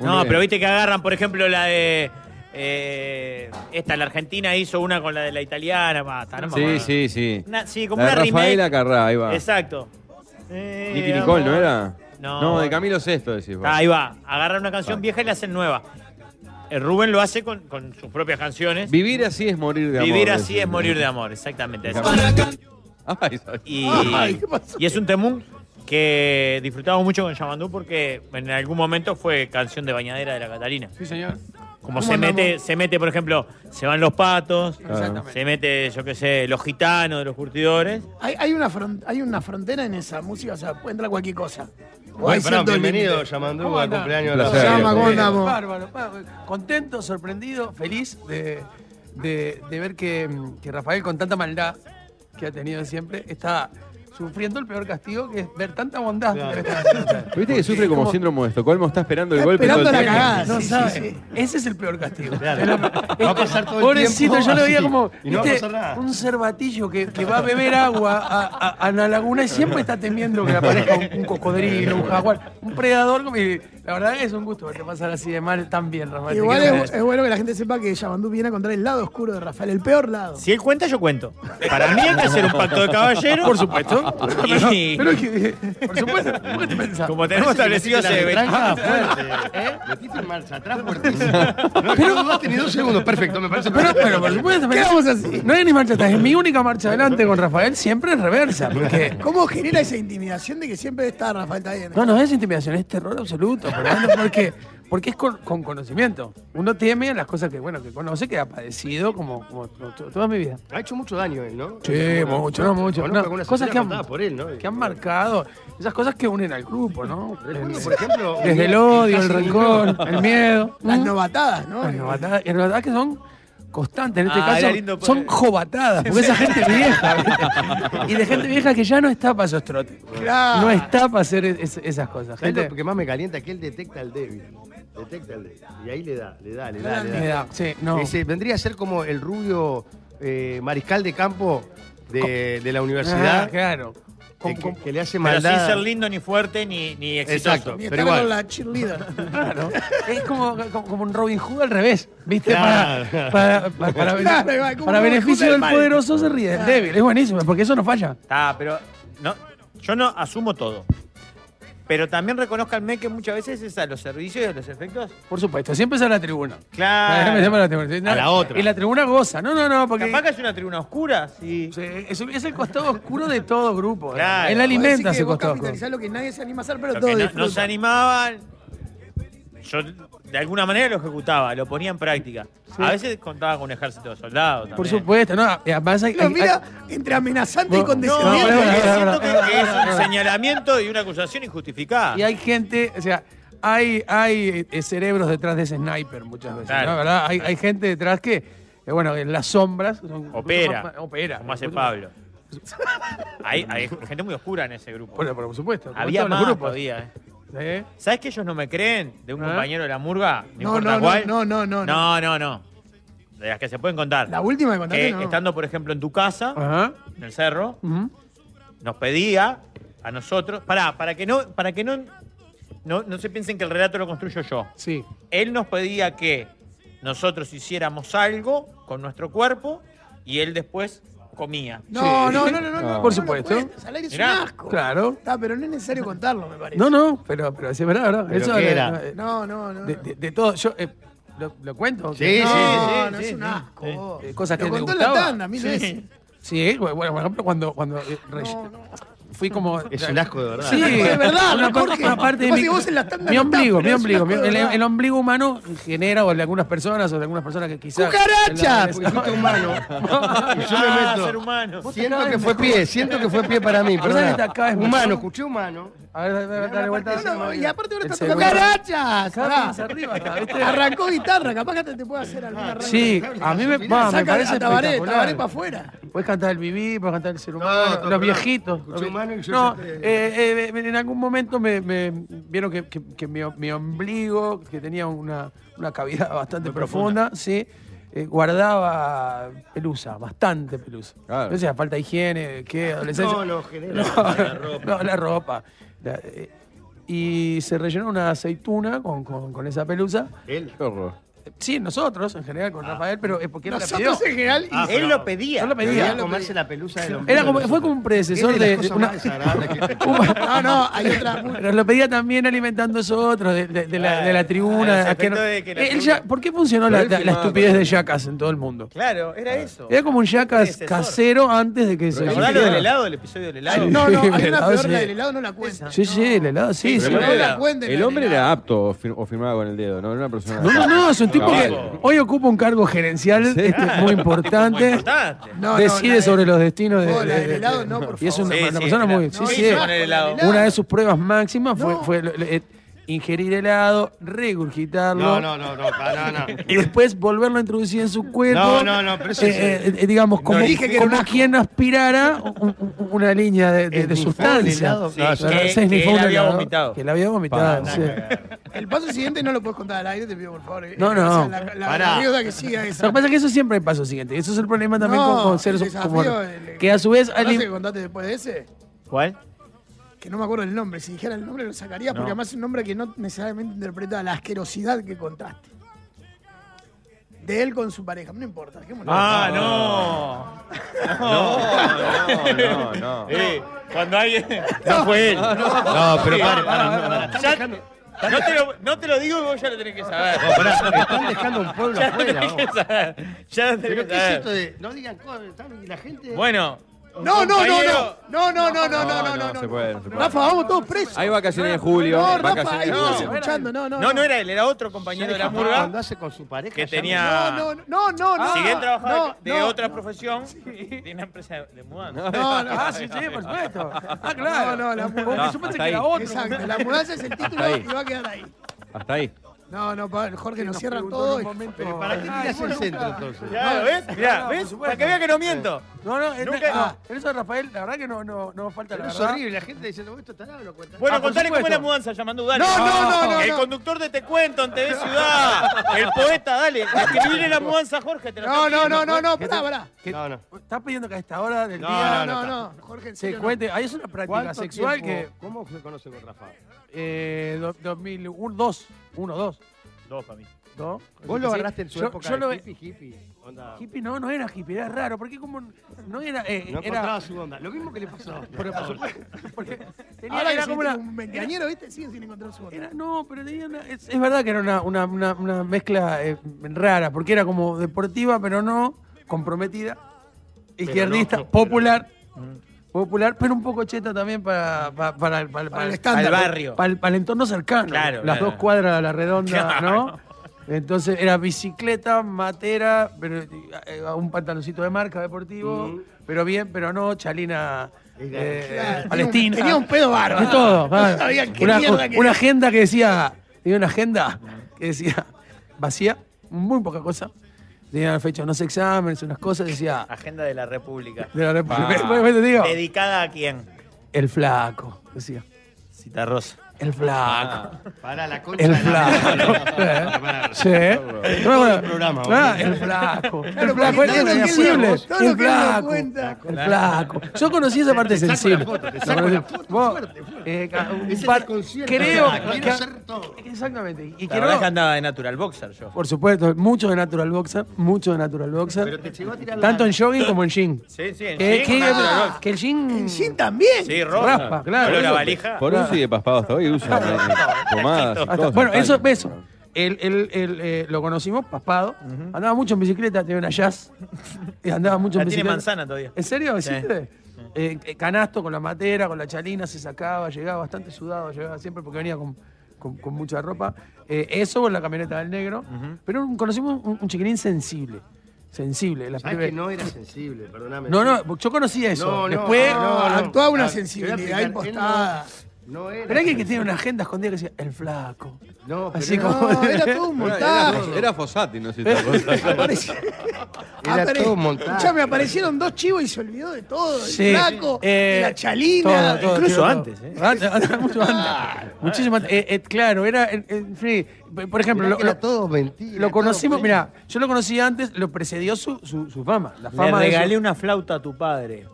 Speaker 6: No,
Speaker 8: Hombre.
Speaker 6: pero viste que agarran, por ejemplo, la de. eh, esta, la argentina hizo una con la de la italiana, basta, no me
Speaker 8: Sí,
Speaker 6: acuerdo.
Speaker 8: sí, sí.
Speaker 6: Una- sí, como
Speaker 8: La de
Speaker 6: una
Speaker 8: Rafaela
Speaker 6: remake.
Speaker 8: Carrá, ahí va.
Speaker 6: Exacto.
Speaker 8: Nicky Nicole, ¿no era?
Speaker 6: No.
Speaker 8: de Camilo Sesto, decís vos.
Speaker 6: Ah, ahí va. Agarran una canción vieja y la hacen nueva. Eh, Rubén lo hace con, con sus propias canciones.
Speaker 8: Vivir así es morir de amor.
Speaker 6: Vivir así
Speaker 8: decís.
Speaker 6: es morir de amor, exactamente.
Speaker 8: Ay, sabes.
Speaker 6: Y,
Speaker 8: Ay,
Speaker 6: y es un temún que disfrutamos mucho con Yamandú porque en algún momento fue canción de bañadera de la Catalina.
Speaker 19: Sí, señor.
Speaker 6: Como
Speaker 19: ¿Cómo
Speaker 6: se
Speaker 19: andamos?
Speaker 6: mete, se mete, por ejemplo, se van los patos,
Speaker 8: Exactamente.
Speaker 6: se mete, yo qué sé, los gitanos de los curtidores.
Speaker 9: Hay, hay una fron- hay una frontera en esa música, o sea, puede entrar cualquier cosa. O hay
Speaker 7: Bueno, pará,
Speaker 9: cierto
Speaker 7: bienvenido,
Speaker 9: límite.
Speaker 7: Yamandú,
Speaker 9: ¿Cómo
Speaker 7: al
Speaker 9: andás?
Speaker 7: cumpleaños de
Speaker 9: Un
Speaker 7: la
Speaker 9: placer. Llama, ¿cómo andamos?
Speaker 20: Bárbaro, bárbaro. Contento, sorprendido, feliz de, de- de ver que, mm, que Rafael, con tanta maldad que ha tenido siempre, está sufriendo el peor castigo, que es ver tanta bondad.
Speaker 8: ¿Viste que sufre como síndrome de Estocolmo? Está esperando el
Speaker 20: Está
Speaker 8: golpe
Speaker 20: esperando
Speaker 8: todo el
Speaker 20: la
Speaker 8: tiempo.
Speaker 20: cagada,
Speaker 9: No
Speaker 20: sí,
Speaker 9: sabe.
Speaker 20: sí, sí. Ese es el peor castigo.
Speaker 7: Va a pasar todo el
Speaker 20: Pobrecito,
Speaker 7: tiempo
Speaker 20: yo lo veía
Speaker 7: así.
Speaker 20: como
Speaker 7: Y no va a
Speaker 20: ¿viste?
Speaker 7: pasar nada.
Speaker 20: un cervatillo que, que va a beber agua a, a- a la laguna y siempre está temiendo que le aparezca un, un cocodrilo, un jaguar, un predador. como- y la verdad es un gusto verte pasar así de mal tan bien, Rafael. te
Speaker 9: Igual
Speaker 20: quiero
Speaker 9: es, es bueno que la gente sepa que Yamandú viene a contar el lado oscuro de Rafael, el peor lado.
Speaker 6: Si él cuenta, yo cuento. Para mí hay que hacer un pacto de caballeros.
Speaker 20: Por supuesto.
Speaker 6: Y-
Speaker 20: Pero es que- por supuesto, ¿por qué te pensás?
Speaker 6: Como tenemos establecido
Speaker 7: La
Speaker 6: hace
Speaker 7: retranca
Speaker 6: 20 *laughs*
Speaker 7: fuerte. ¿Eh? Metiste en marcha atrás
Speaker 20: *laughs*
Speaker 7: fuertísimo. No, pero no tenés dos segundos. Perfecto, me parece
Speaker 20: Pero, pero por supuesto,
Speaker 7: ¿Qué
Speaker 20: pero-
Speaker 7: vamos a
Speaker 20: No hay ni marcha atrás. Es mi única marcha adelante con Rafael, siempre es reversa. Porque
Speaker 9: ¿Cómo genera esa intimidación de que siempre está Rafael está bien?
Speaker 20: No, no es intimidación, es terror absoluto. pero bueno, Porque, porque es con, con conocimiento. Uno teme las cosas que, bueno, que conoce, que ha padecido como, como to- to- toda mi vida.
Speaker 7: Ha hecho mucho daño él, ¿no?
Speaker 20: Sí, mucho, no, mucho.
Speaker 7: Conozco
Speaker 20: No,
Speaker 7: algunas
Speaker 20: cosas
Speaker 7: historias
Speaker 20: que han-
Speaker 7: contadas por él, ¿no?
Speaker 20: Que han marcado esas cosas que unen al grupo, ¿no?
Speaker 7: Recuerdo,
Speaker 20: El-
Speaker 7: por ejemplo, un día
Speaker 20: *laughs* Desde el
Speaker 7: que
Speaker 20: odio, el
Speaker 7: casi
Speaker 20: rencor,
Speaker 7: *laughs* murió.
Speaker 20: el miedo.
Speaker 9: Las
Speaker 20: ¿Mm?
Speaker 9: novatadas, ¿no?
Speaker 20: Las novatadas, y las novatadas que son constantes. En este
Speaker 9: Ah,
Speaker 20: caso,
Speaker 9: era lindo, pues.
Speaker 20: son jobatadas, porque esa gente vieja. ¿viste? y de gente vieja que ya no está para esos trotes.
Speaker 7: Claro.
Speaker 20: No está para hacer es- esas cosas.
Speaker 7: ¿Sabés
Speaker 20: Gente,
Speaker 7: lo que más me calienta? Que él detecta al débil. Detecta al débil. Y ahí le da, le da, le da.
Speaker 20: Le da, sí, no.
Speaker 7: Ese vendría a ser como el rubio eh, mariscal de campo de, de la universidad.
Speaker 20: Ah, claro.
Speaker 7: con- con- que le hace
Speaker 6: Pero
Speaker 7: maldad.
Speaker 6: sin ser lindo, ni fuerte, ni, ni exitoso.
Speaker 7: Exacto, Ni pero estar igual. con la
Speaker 9: cheerleader.
Speaker 20: Claro. Es como, como, como un Robin Hood al revés. ¿Viste?
Speaker 7: Claro.
Speaker 20: Para, para, para, para-
Speaker 9: Claro, igual, como
Speaker 20: para
Speaker 9: Robin Hood
Speaker 20: beneficio
Speaker 9: del
Speaker 20: del
Speaker 9: mal.
Speaker 20: poderoso se ríe del débil. Es buenísimo, porque eso no falla.
Speaker 6: Está, pero no, yo no asumo todo. Pero también reconozcanme que muchas veces es a los servicios y a los efectos.
Speaker 20: Por supuesto, siempre es a la tribuna.
Speaker 6: Claro.
Speaker 20: Siempre es a la tribuna.
Speaker 6: A la otra.
Speaker 20: Y la tribuna goza. No, no, no. Porque
Speaker 6: Capaz que es una tribuna oscura, sí.
Speaker 20: es, es el costado oscuro de todo grupo. eh.
Speaker 6: Claro.
Speaker 20: Él alimenta
Speaker 9: Así que
Speaker 20: su
Speaker 9: vos
Speaker 20: costado oscuro.
Speaker 9: capitalizás lo que nadie se anima a hacer, pero
Speaker 6: Lo
Speaker 9: todo
Speaker 6: que no,
Speaker 9: disfruta.
Speaker 6: no se animaban. Yo de alguna manera lo ejecutaba, lo ponía en práctica. A veces contaba con un ejército de soldados.
Speaker 20: Por
Speaker 6: también.
Speaker 20: supuesto, no. y Además hay,
Speaker 9: Lo
Speaker 20: hay-
Speaker 9: mira
Speaker 20: hay-
Speaker 9: entre amenazante y
Speaker 20: No,
Speaker 9: condescendiente.
Speaker 20: no, no, no, no, no.
Speaker 6: Siento que- que es un señalamiento y una acusación injustificada.
Speaker 20: y hay gente, o sea, hay, hay eh, cerebros detrás de ese sniper muchas veces.
Speaker 6: Claro.
Speaker 20: ¿no? ¿Verdad? Hay, hay gente detrás que, eh, bueno, en las sombras. son incluso
Speaker 6: Opera.
Speaker 20: más- opera.
Speaker 6: Como hace
Speaker 20: incluso más-
Speaker 6: Pablo. hay, hay gente muy oscura en ese grupo.
Speaker 20: Bueno, por supuesto. como
Speaker 6: había
Speaker 20: todos los
Speaker 6: más
Speaker 20: grupos.
Speaker 6: todavía, ¿eh?
Speaker 20: ¿Eh?
Speaker 6: ¿Sabes que ellos no me creen? De un
Speaker 20: ¿Ah?
Speaker 6: compañero de la murga, no,
Speaker 9: No,
Speaker 6: importa
Speaker 9: no, no,
Speaker 6: cuál.
Speaker 9: no, no, no,
Speaker 6: no, no, no. De las que se pueden contar.
Speaker 9: La última que contaste,
Speaker 6: Que
Speaker 9: no.
Speaker 6: estando, por ejemplo, en tu casa,
Speaker 20: Ajá.
Speaker 6: en el cerro,
Speaker 20: Ujú.
Speaker 6: nos pedía a nosotros. Pará, para que no, para que no, no, no se piensen que el relato lo construyo yo.
Speaker 20: Sí.
Speaker 6: Él nos pedía que nosotros hiciéramos algo con nuestro cuerpo y él después comía.
Speaker 9: No, no, no, no, no, no, no,
Speaker 20: Ah. Por
Speaker 9: no lo
Speaker 20: supuesto.
Speaker 9: cuentes, al aire es un
Speaker 6: Mirá.
Speaker 9: asco.
Speaker 20: Claro.
Speaker 9: Está, pero no es necesario contarlo, me parece.
Speaker 20: No, no, pero, pero sí, es verdad, verdad.
Speaker 9: Pero
Speaker 20: Eso
Speaker 9: ¿qué
Speaker 20: eh,
Speaker 9: era?
Speaker 20: eh,
Speaker 9: No, no, no.
Speaker 20: De, de- de todo. Yo, eh, ¿lo, lo cuento?
Speaker 9: Sí,
Speaker 20: no,
Speaker 9: sí, sí,
Speaker 20: no
Speaker 9: sí,
Speaker 20: es
Speaker 9: sí,
Speaker 20: un
Speaker 9: sí.
Speaker 20: asco.
Speaker 9: Sí.
Speaker 20: Eh, cosas
Speaker 9: Lo
Speaker 20: que me
Speaker 9: contó en la
Speaker 20: gustaban.
Speaker 9: tanda, mil veces.
Speaker 20: Sí, bueno, bueno, por ejemplo, cuando, cuando eh, re- fui como...
Speaker 7: *laughs* Es un asco de verdad.
Speaker 20: Sí,
Speaker 9: de verdad,
Speaker 20: una,
Speaker 9: no,
Speaker 20: par-
Speaker 9: Jorge.
Speaker 20: una parte de
Speaker 9: Capaz
Speaker 20: mi,
Speaker 9: que vos en las tandas
Speaker 20: mi
Speaker 9: no estás,
Speaker 20: ombligo, mi
Speaker 9: pero es un
Speaker 20: ombligo.
Speaker 9: asco
Speaker 20: mi-
Speaker 9: de
Speaker 20: el,
Speaker 9: verdad.
Speaker 20: el ombligo humano genera, o el de algunas personas, o de algunas personas que quizás...
Speaker 7: ¡Cucarachas!
Speaker 20: Porque fuiste *laughs*
Speaker 7: humano. Ah, Y yo me
Speaker 6: Ah,
Speaker 7: meto.
Speaker 6: ser humano.
Speaker 7: Siento que fue pie, siento que fue pie para mí.
Speaker 20: Ahora
Speaker 7: perdona.
Speaker 20: te acabas de-
Speaker 7: humano, escuché humano.
Speaker 20: A ver, dale, dale, dale vuelta.
Speaker 9: No, no, y aparte ahora
Speaker 20: El
Speaker 9: está
Speaker 20: segundo.
Speaker 9: tocando. ¡Carachas!
Speaker 20: Acá,
Speaker 9: Pará.
Speaker 20: hacia arriba, acá, ¿viste?
Speaker 9: Arrancó guitarra, capaz que hasta te puede hacer alguna arranque.
Speaker 20: Sí, a mí me, va, Ah, me
Speaker 9: Saca
Speaker 20: parece
Speaker 9: a Tabaré,
Speaker 20: espectacular.
Speaker 9: Tabaré para afuera.
Speaker 20: Puedes cantar el viví, puedes cantar el ser humano,
Speaker 7: no,
Speaker 20: los
Speaker 7: pero-
Speaker 20: viejitos.
Speaker 7: Escuché humano y yo
Speaker 20: no,
Speaker 7: ya te-
Speaker 20: eh, eh, en algún momento me, me- vieron que, que- que mi, mi ombligo, que tenía una, una cavidad *laughs* bastante profunda, sí, eh, guardaba pelusa, bastante pelusa.
Speaker 8: Claro.
Speaker 20: Entonces, la falta de higiene, ¿qué? Adolescencia.
Speaker 7: No, no, genera.
Speaker 20: *laughs* la ropa. No, la ropa. La, eh, y se rellenó una aceituna con, con- con esa pelusa.
Speaker 7: Él.
Speaker 20: Eh, Sí, nosotros en general con Rafael, pero es porque él la pidió.
Speaker 9: Nosotros en general.
Speaker 6: Ah, él lo pedía.
Speaker 20: Yo lo pedía.
Speaker 7: Quería comerse la pelusa del hombre.
Speaker 20: Era como, fue como un predecesor de, de una- *laughs*
Speaker 9: No, no, hay otra.
Speaker 20: Pero lo pedía también alimentando esos otros de, de- de la, de la tribuna.
Speaker 6: Ah,
Speaker 20: a que no-
Speaker 6: ese efecto de que la
Speaker 20: Él
Speaker 6: tribuna-
Speaker 20: ya- ¿Por qué funcionó la,
Speaker 8: Pero él
Speaker 20: la- la
Speaker 8: filmaba,
Speaker 20: estupidez de
Speaker 8: pero-
Speaker 20: Yacas en todo el mundo?
Speaker 6: Claro, era eso.
Speaker 20: Era como un Yacas
Speaker 6: Predecesor.
Speaker 20: casero antes de que se.
Speaker 6: ¿Te acordás lo del helado, el episodio del helado?
Speaker 9: No, no,
Speaker 20: *laughs*
Speaker 9: hay
Speaker 20: el
Speaker 9: una
Speaker 20: helado,
Speaker 9: peor,
Speaker 20: sí.
Speaker 9: la del helado no la cuenta.
Speaker 20: Sí, sí, el helado, sí. sí.
Speaker 8: Pero
Speaker 9: no
Speaker 8: el
Speaker 9: la
Speaker 8: hombre
Speaker 9: cuenten,
Speaker 8: era- El
Speaker 9: la
Speaker 8: hombre
Speaker 9: nena.
Speaker 8: era apto fir- o firmaba con el dedo, no era una persona.
Speaker 20: No, no, no, es un tipo que
Speaker 8: Trabajo.
Speaker 20: hoy ocupa un cargo gerencial
Speaker 8: Sí.
Speaker 20: este, muy
Speaker 6: Muy
Speaker 20: importante.
Speaker 6: importante.
Speaker 9: No, no,
Speaker 20: decide
Speaker 9: la de-
Speaker 20: sobre los destinos de.
Speaker 9: Oh, la
Speaker 20: de-
Speaker 9: del
Speaker 20: de-
Speaker 9: helado,
Speaker 20: de-
Speaker 9: no, por
Speaker 20: Y es una,
Speaker 6: Sí,
Speaker 20: una
Speaker 6: sí,
Speaker 20: persona
Speaker 6: era-
Speaker 20: muy.
Speaker 6: no,
Speaker 20: Sí,
Speaker 6: hizo
Speaker 20: sí.
Speaker 6: con el helado.
Speaker 9: Helado.
Speaker 20: Una de sus pruebas máximas fue,
Speaker 9: No.
Speaker 20: fue lo- le- eh, ingerir helado, regurgitarlo.
Speaker 7: No, no, no, no, no, no.
Speaker 20: Y después volverlo a introducir en su cuerpo.
Speaker 7: No, no, no, pero eso
Speaker 20: Eh,
Speaker 7: es-
Speaker 20: eh, eh, digamos, como,
Speaker 9: dije que era
Speaker 20: como
Speaker 9: un asco.
Speaker 20: quien aspirara un- un- una línea de, de- de
Speaker 7: Esnifó el
Speaker 20: sustancia.
Speaker 7: helado.
Speaker 20: Sí,
Speaker 7: No,
Speaker 20: ¿verdad?
Speaker 7: sí.
Speaker 6: Que-
Speaker 20: Se esnifó
Speaker 6: que él
Speaker 20: un
Speaker 6: había
Speaker 20: helado,
Speaker 6: vomitado.
Speaker 20: Que la había vomitado. sí.
Speaker 9: El paso siguiente no lo puedes contar al aire, te pido por favor. eh.
Speaker 20: No, no.
Speaker 9: O sea, la- la- la
Speaker 7: Pará.
Speaker 9: anécdota que siga
Speaker 20: Lo
Speaker 9: esa.
Speaker 20: que pasa es que eso siempre hay paso siguiente. Eso es el problema también
Speaker 9: No,
Speaker 20: con, con seres
Speaker 9: el desafío,
Speaker 20: como.
Speaker 9: el-
Speaker 20: que a su vez.
Speaker 9: ¿Sabes
Speaker 20: alguien-
Speaker 9: que contaste después de ese?
Speaker 6: ¿Cuál?
Speaker 9: Que no me acuerdo el nombre. Si dijera el nombre lo sacaría, porque además es un nombre que no necesariamente interpreta la asquerosidad que contaste. De él con su pareja, no importa. dejémoslo.
Speaker 6: Ah, no.
Speaker 8: No, no, no.
Speaker 6: Eh, cuando alguien. No fue él.
Speaker 7: No, pero pare,
Speaker 6: Ya- no, te lo, no te lo digo y vos ya lo tenés que saber.
Speaker 7: están dejando un pueblo
Speaker 6: ya lo
Speaker 7: afuera.
Speaker 6: tenés que
Speaker 7: vos.
Speaker 6: saber. Ya lo tenés
Speaker 7: Pero
Speaker 6: que
Speaker 7: qué es
Speaker 6: saber.
Speaker 7: esto de. No digan cosas, están- y la gente.
Speaker 6: Bueno. un
Speaker 9: No, no, no,
Speaker 6: compañero-
Speaker 9: no. No, no, no, no, no, no,
Speaker 8: no,
Speaker 9: no.
Speaker 8: se puede, no se puede.
Speaker 9: Rafa, vamos todos presos.
Speaker 8: Hay vacaciones de julio.
Speaker 9: No, Rafa,
Speaker 8: vacaciones
Speaker 9: ahí
Speaker 8: de
Speaker 9: no estás
Speaker 8: julio.
Speaker 9: escuchando, no, no.
Speaker 6: No, no era él, era otro compañero de la
Speaker 7: Cuando
Speaker 6: murga
Speaker 7: hace con su pareja.
Speaker 6: que
Speaker 7: ya
Speaker 6: tenía.
Speaker 9: No, no, no, no, no.
Speaker 6: Si bien trabajaba
Speaker 9: No,
Speaker 6: de
Speaker 9: no,
Speaker 6: otra profesión, de una empresa de mudanza.
Speaker 9: No, no.
Speaker 20: Ah, sí, sí, por
Speaker 6: *laughs*
Speaker 20: supuesto. Ah,
Speaker 9: No,
Speaker 20: claro.
Speaker 9: no, la
Speaker 20: Porque
Speaker 5: Ah,
Speaker 9: mudanza.
Speaker 20: yo pensé
Speaker 8: hasta
Speaker 20: que era *laughs*
Speaker 8: ahí.
Speaker 20: otro.
Speaker 9: Exacto, la mudanza es el título
Speaker 8: ahí.
Speaker 9: y va a quedar ahí.
Speaker 8: Hasta ahí.
Speaker 9: No, no, pa- Jorge, nos
Speaker 20: nos
Speaker 9: cierran
Speaker 20: preguntó
Speaker 9: todo.
Speaker 20: en un
Speaker 9: y-
Speaker 20: momento- Ah,
Speaker 9: Pero
Speaker 20: Ay, vos nunca-
Speaker 9: No,
Speaker 12: Claro, ¿ves? Mirá,
Speaker 9: no,
Speaker 12: ¿ves?
Speaker 9: por supuesto.
Speaker 12: Para que vea que no miento.
Speaker 20: No, no, en,
Speaker 12: Nunca-
Speaker 20: ah, en eso, Rafael, la verdad que no, no, no falta la Ah,
Speaker 12: Pero es
Speaker 20: verdad.
Speaker 12: horrible,
Speaker 7: la gente diciendo, esto está lo Ah, cuenta.
Speaker 12: Bueno, contale cómo es la mudanza, Yamandú, dale.
Speaker 20: No, no, no, no,
Speaker 12: El
Speaker 20: no.
Speaker 12: conductor de Te Cuento en TV Ciudad. El poeta, dale. Escribirle la mudanza a Jorge. Te lo
Speaker 20: No,
Speaker 12: está
Speaker 20: no, no,
Speaker 12: pidiendo.
Speaker 20: no, no, pará, pará.
Speaker 7: No, no.
Speaker 20: Estás pidiendo que a esta hora del
Speaker 7: No,
Speaker 20: día.
Speaker 7: no, no,
Speaker 9: Jorge, en
Speaker 20: se
Speaker 9: serio, no.
Speaker 20: cuente. Ahí es una práctica
Speaker 7: ¿Cuánto
Speaker 20: sexual
Speaker 7: tiempo-
Speaker 20: que.
Speaker 7: ¿Cómo se conoce con Rafa?
Speaker 20: Eh, do- 2001, 2. 1, 2.
Speaker 12: Dos para mí.
Speaker 20: ¿No?
Speaker 7: Vos lo
Speaker 20: Sí.
Speaker 7: agarraste en su
Speaker 20: Yo-
Speaker 7: época
Speaker 20: yo
Speaker 7: de
Speaker 20: lo-
Speaker 7: hippie, hippie. Onda.
Speaker 20: Hippie no, no era hippie, era raro. Porque como. No era. eh,
Speaker 7: no
Speaker 20: era
Speaker 7: encontraba su onda. Lo mismo que le pasó.
Speaker 20: Por- por supuesto. tenía-
Speaker 9: Ahora
Speaker 20: era
Speaker 9: que
Speaker 20: como
Speaker 9: soy
Speaker 20: una-
Speaker 9: un veinteañero, ¿viste? Siguen sin encontrar su onda.
Speaker 20: no, pero tenía una. es, es verdad que era una, una- una- una mezcla eh, rara, porque era como deportiva, pero no comprometida, izquierdista,
Speaker 5: no, Mm. no,
Speaker 20: popular. Popular, pero un poco cheta también para, para, para- para-
Speaker 5: el estándar. Para el barrio.
Speaker 20: Para el, para el entorno cercano.
Speaker 5: Claro,
Speaker 20: Las
Speaker 5: claro.
Speaker 20: dos cuadras de la redonda,
Speaker 5: Claro.
Speaker 20: ¿no? Entonces era bicicleta, matera, pero eh, un pantaloncito de marca deportivo,
Speaker 5: Mm.
Speaker 20: pero bien, pero no, chalina eh,
Speaker 9: Claro.
Speaker 20: palestina.
Speaker 9: Tenía un pedo bárbaro.
Speaker 20: De todo.
Speaker 9: No
Speaker 20: ah.
Speaker 9: sabían qué
Speaker 20: una,
Speaker 9: mierda que
Speaker 20: una
Speaker 9: era.
Speaker 20: agenda que decía, tenía una agenda que decía vacía, muy poca cosa. Tenía fecha de unos exámenes, unas cosas, decía
Speaker 5: Agenda de
Speaker 20: *laughs*
Speaker 5: la República.
Speaker 20: De la República.
Speaker 5: Ah.
Speaker 20: Bueno,
Speaker 5: *laughs*
Speaker 20: bueno, digo.
Speaker 5: ¿Dedicada a quién?
Speaker 20: el flaco, decía.
Speaker 5: Citarrosa.
Speaker 20: El flaco.
Speaker 5: Ah,
Speaker 7: Para la concha.
Speaker 20: El
Speaker 7: de la madre.
Speaker 20: flaco. ¿eh? Sí. Sí.
Speaker 7: Todo el
Speaker 20: Bueno,
Speaker 7: programa,
Speaker 20: ah,
Speaker 7: boludo.
Speaker 20: el flaco.
Speaker 7: Claro,
Speaker 20: El flaco.
Speaker 7: porque
Speaker 20: Es
Speaker 7: todo lo que él
Speaker 20: sensible.
Speaker 7: nos- todo lo
Speaker 20: El
Speaker 7: que él nos
Speaker 20: flaco.
Speaker 7: cuenta.
Speaker 20: El flaco. Yo conocí esa parte
Speaker 7: saco la
Speaker 20: sensible.
Speaker 7: foto, te
Speaker 20: La
Speaker 7: saco
Speaker 20: parte-
Speaker 7: la foto,
Speaker 20: Vos,
Speaker 7: fuerte,
Speaker 20: eh, ca- un
Speaker 7: Ese
Speaker 20: par-
Speaker 7: desconcierto.
Speaker 20: Creo
Speaker 7: Ah, quiero
Speaker 20: que-
Speaker 7: ser todo.
Speaker 20: Exactamente. Y
Speaker 5: *laughs* Y
Speaker 20: que
Speaker 5: la verdad
Speaker 20: no-
Speaker 5: que andaba de natural boxer yo.
Speaker 20: Por supuesto, mucho de Natural Boxer, mucho de Natural Boxer.
Speaker 5: Pero te llegó a tirar la-
Speaker 20: Tanto en jogging como en jean.
Speaker 5: Sí, sí, en
Speaker 20: Que,
Speaker 5: jean,
Speaker 20: que-
Speaker 5: Natural Boxer.
Speaker 20: que el jean. En
Speaker 9: jean también.
Speaker 5: Sí, rosa.
Speaker 20: raspa, claro.
Speaker 5: Olor a valija.
Speaker 8: Por eso sigue paspado hasta hoy, usa eh, pomadas. y
Speaker 20: Hasta-
Speaker 8: cosas.
Speaker 20: bueno, eso, eso. El, el- el, eh, lo conocimos, paspado. Andaba mucho en bicicleta, tenía una jazz. Y andaba mucho
Speaker 5: La
Speaker 20: en
Speaker 5: tiene
Speaker 20: bicicleta.
Speaker 5: manzana todavía.
Speaker 20: ¿En serio?
Speaker 5: Sí.
Speaker 20: ¿Hiciste? Eh, eh, canasto con la matera, con la chalina, se sacaba, llegaba bastante sudado, llegaba siempre porque venía con, con- con mucha ropa. Eh, eso con la camioneta del negro. Pero un- conocimos un, un chiquilín sensible. Sensible. La
Speaker 7: ¿Sabes
Speaker 20: primer-
Speaker 7: que no
Speaker 20: *laughs*
Speaker 7: era sensible? Perdóname.
Speaker 20: No, no, yo conocía eso.
Speaker 7: No, no,
Speaker 20: Después
Speaker 7: no, no.
Speaker 20: actuaba una
Speaker 7: Ah,
Speaker 20: sensibilidad
Speaker 7: te voy a explicar,
Speaker 20: impostada.
Speaker 7: él no- no era
Speaker 20: pero hay alguien que
Speaker 7: sensible.
Speaker 20: tiene una agenda escondida que decía, el flaco.
Speaker 7: No, pero
Speaker 20: Así
Speaker 7: no,
Speaker 20: como-
Speaker 7: era todo un montaje.
Speaker 8: Era, era Fossati, no sé *laughs* si te acordás.
Speaker 7: Era
Speaker 9: Apare-
Speaker 7: todo montaje.
Speaker 9: Escuchame, aparecieron dos chivos y se olvidó de todo.
Speaker 20: Sí.
Speaker 9: El flaco,
Speaker 20: Eh,
Speaker 9: la
Speaker 20: todo,
Speaker 9: chalina.
Speaker 20: todo,
Speaker 9: incluso
Speaker 20: todo.
Speaker 9: antes.
Speaker 20: Antes, antes, mucho antes. Muchísimo antes. Eh, eh, claro, era. eh, eh, sí. Por ejemplo,
Speaker 7: Mirá
Speaker 20: lo,
Speaker 7: que era
Speaker 20: lo-
Speaker 7: todo mentira.
Speaker 20: lo
Speaker 7: todo
Speaker 20: conocimos.
Speaker 7: mentira.
Speaker 20: Mira, yo lo conocí antes, lo precedió su, su, su fama. La
Speaker 5: Le
Speaker 20: fama de su-
Speaker 5: regalé una flauta a tu padre.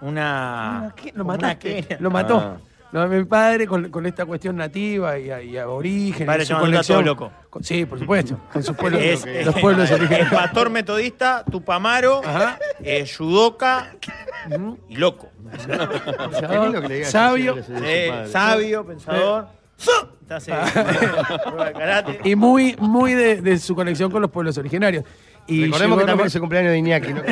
Speaker 5: Una.
Speaker 20: ¿Qué? Lo
Speaker 5: como una
Speaker 20: mataste.
Speaker 5: quena.
Speaker 20: Lo mató.
Speaker 5: Ah.
Speaker 20: Lo de mi padre con, con esta cuestión nativa y, a- y aborigen.
Speaker 5: Padre
Speaker 20: y su
Speaker 5: llamando a
Speaker 20: conexión.
Speaker 5: todo loco.
Speaker 20: Con- sí, por supuesto. Con
Speaker 5: *laughs*
Speaker 20: sus pueblos.
Speaker 5: Es,
Speaker 20: los pueblos
Speaker 5: el
Speaker 20: originarios.
Speaker 5: pastor metodista, Tupamaro, eh, Yudoka y loco.
Speaker 7: Qué lindo que le digas
Speaker 20: Sabio.
Speaker 7: sensible a
Speaker 5: Eh,
Speaker 7: su padre.
Speaker 5: sabio, pensador. Está así. *laughs* Prueba de
Speaker 6: Ah.
Speaker 5: karate.
Speaker 20: Ah. Y muy, muy de, de su conexión con los pueblos originarios. Y
Speaker 7: Recordemos
Speaker 20: llegó
Speaker 7: que
Speaker 20: a
Speaker 7: también
Speaker 20: Roma-
Speaker 7: es el cumpleaños de Iñaki. ¿no?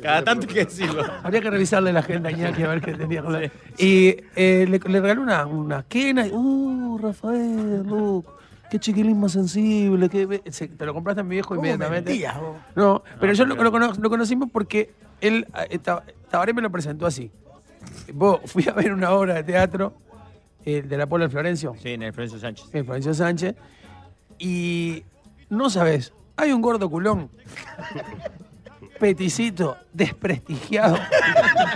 Speaker 5: Cada tanto hay que decirlo.
Speaker 20: Habría que revisarle la agenda a Iñaki a ver qué tenía. con la- Y eh, le, le regaló una, una quena. y, ¡Uh, Rafael, look! ¡Qué chiquilín más sensible! qué be-". Se- te lo compraste a mi viejo inmediatamente.
Speaker 9: mentías vos?
Speaker 20: No,
Speaker 5: Ah,
Speaker 20: pero yo lo, lo cono- lo conocimos porque él, eh, Ta- Tabaré me lo presentó así. Vos, *laughs* fui a ver una obra de teatro eh, de la Pola de Florencio.
Speaker 5: Sí, en el Florencio Sánchez.
Speaker 20: el Florencio Sánchez. Y no sabes, hay un gordo
Speaker 5: *laughs*
Speaker 20: culón, peticito, desprestigiado,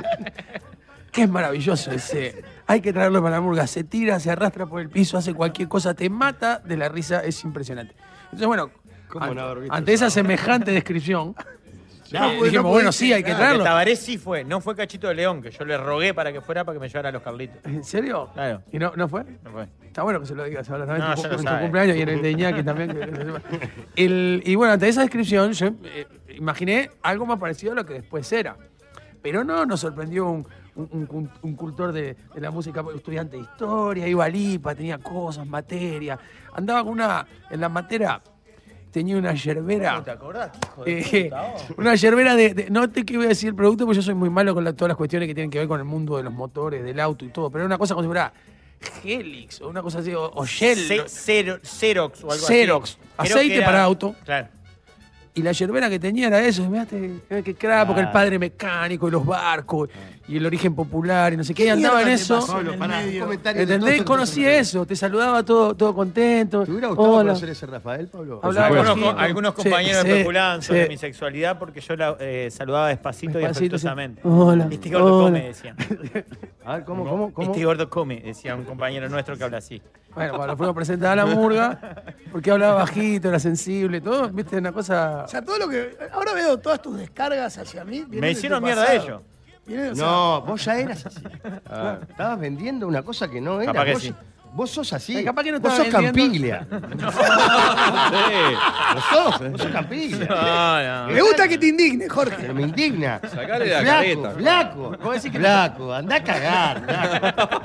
Speaker 20: *laughs* que es maravilloso ese. Hay que traerlo para la murga. Se tira, se arrastra por el piso, hace cualquier cosa, te mata de la risa, es impresionante. Entonces, bueno,
Speaker 7: ¿Cómo
Speaker 20: an-
Speaker 7: no haber visto
Speaker 20: ante
Speaker 7: eso?
Speaker 20: esa semejante
Speaker 5: *laughs*
Speaker 20: descripción,
Speaker 5: No,
Speaker 20: eh, dijimos, bueno, sí, hay que traerlo.
Speaker 5: Tabaré sí fue, no fue Cachito de León, que yo le rogué para que fuera para que me llevara a los Carlitos.
Speaker 20: ¿En serio?
Speaker 5: Claro.
Speaker 20: ¿Y no, no fue?
Speaker 5: No fue.
Speaker 20: Está bueno que se lo digas ahora, ¿no?
Speaker 5: No,
Speaker 20: En tu, cum-
Speaker 5: ya lo
Speaker 20: en tu
Speaker 5: sabe.
Speaker 20: cumpleaños y en el de Iñaki también. que- que se sepa. El- y bueno, ante esa descripción yo eh, imaginé algo más parecido a lo que después era. Pero no, nos sorprendió un, un- un cun- un cultor de, de la música, estudiante de historia, iba a Lipa, tenía cosas, materia. Andaba con una, en la matera tenía una yerbera.
Speaker 5: ¿Cómo te acordás, hijo de
Speaker 20: Eh,
Speaker 5: puta, vos?
Speaker 20: una yerbera de, de- No te quiero decir el producto porque yo soy muy malo con la- todas las cuestiones que tienen que ver con el mundo de los motores, del auto y todo. Pero era una cosa como si fuera Helix o una cosa así, o, o Shell.
Speaker 5: Ce- cero- Xerox o algo
Speaker 20: Xerox.
Speaker 5: así. Creo
Speaker 20: Aceite
Speaker 5: que era-
Speaker 20: para auto.
Speaker 5: Claro.
Speaker 20: Y la yerbera que tenía era eso. Mirá, te- mirá qué crapo, que el padre mecánico y los barcos. y el origen popular y no sé qué, y
Speaker 9: ¿Qué
Speaker 20: andaba en
Speaker 9: mierda te
Speaker 20: eso.
Speaker 9: pasó en el Pablo, pará, medio? un comentario de
Speaker 20: ¿Entendés?
Speaker 9: todo
Speaker 20: Conocí eso, te saludaba todo, todo contento.
Speaker 7: ¿Te hubiera gustado
Speaker 20: Hola.
Speaker 7: conocer ese Rafael, Pablo?
Speaker 20: Hablaba con
Speaker 6: algunos,
Speaker 20: los
Speaker 6: co-
Speaker 20: chicos.
Speaker 6: algunos
Speaker 20: Sí,
Speaker 6: compañeros
Speaker 20: sí,
Speaker 6: especulaban sobre
Speaker 20: sí.
Speaker 6: mi sexualidad porque yo la eh, saludaba despacito,
Speaker 20: Despacito,
Speaker 6: y
Speaker 20: sí.
Speaker 6: afectuosamente.
Speaker 20: Hola,
Speaker 6: Este gordo
Speaker 20: hola.
Speaker 6: come, decían.
Speaker 7: A ver,
Speaker 6: ¿cómo, cómo, cómo? Este gordo come, decía un compañero nuestro que habla así.
Speaker 20: Bueno, cuando fuimos a presentar a la murga, porque hablaba bajito, era sensible, todo, viste, una cosa.
Speaker 9: O sea, todo lo que. Ahora veo todas tus descargas hacia mí. vienen de tu pasado. Vienen de- o sea,
Speaker 7: No, vos ya eras
Speaker 20: *laughs*
Speaker 7: así. Ah, Estabas vendiendo una cosa que no era.
Speaker 6: Capaz que
Speaker 7: vos,
Speaker 6: sí.
Speaker 7: vos sos así.
Speaker 20: Eh, capaz que no
Speaker 7: vos sos
Speaker 20: estaba vendiendo.
Speaker 7: campiglia. *laughs* Vos sos, vos sos campiglia.
Speaker 6: No,
Speaker 9: Me gusta que te indigne, Jorge.
Speaker 7: Pero me indigna.
Speaker 9: Sacale la
Speaker 7: flaco,
Speaker 9: careta.
Speaker 7: Flaco. ¿Cómo decís que flaco? Andá a cagar. flaco.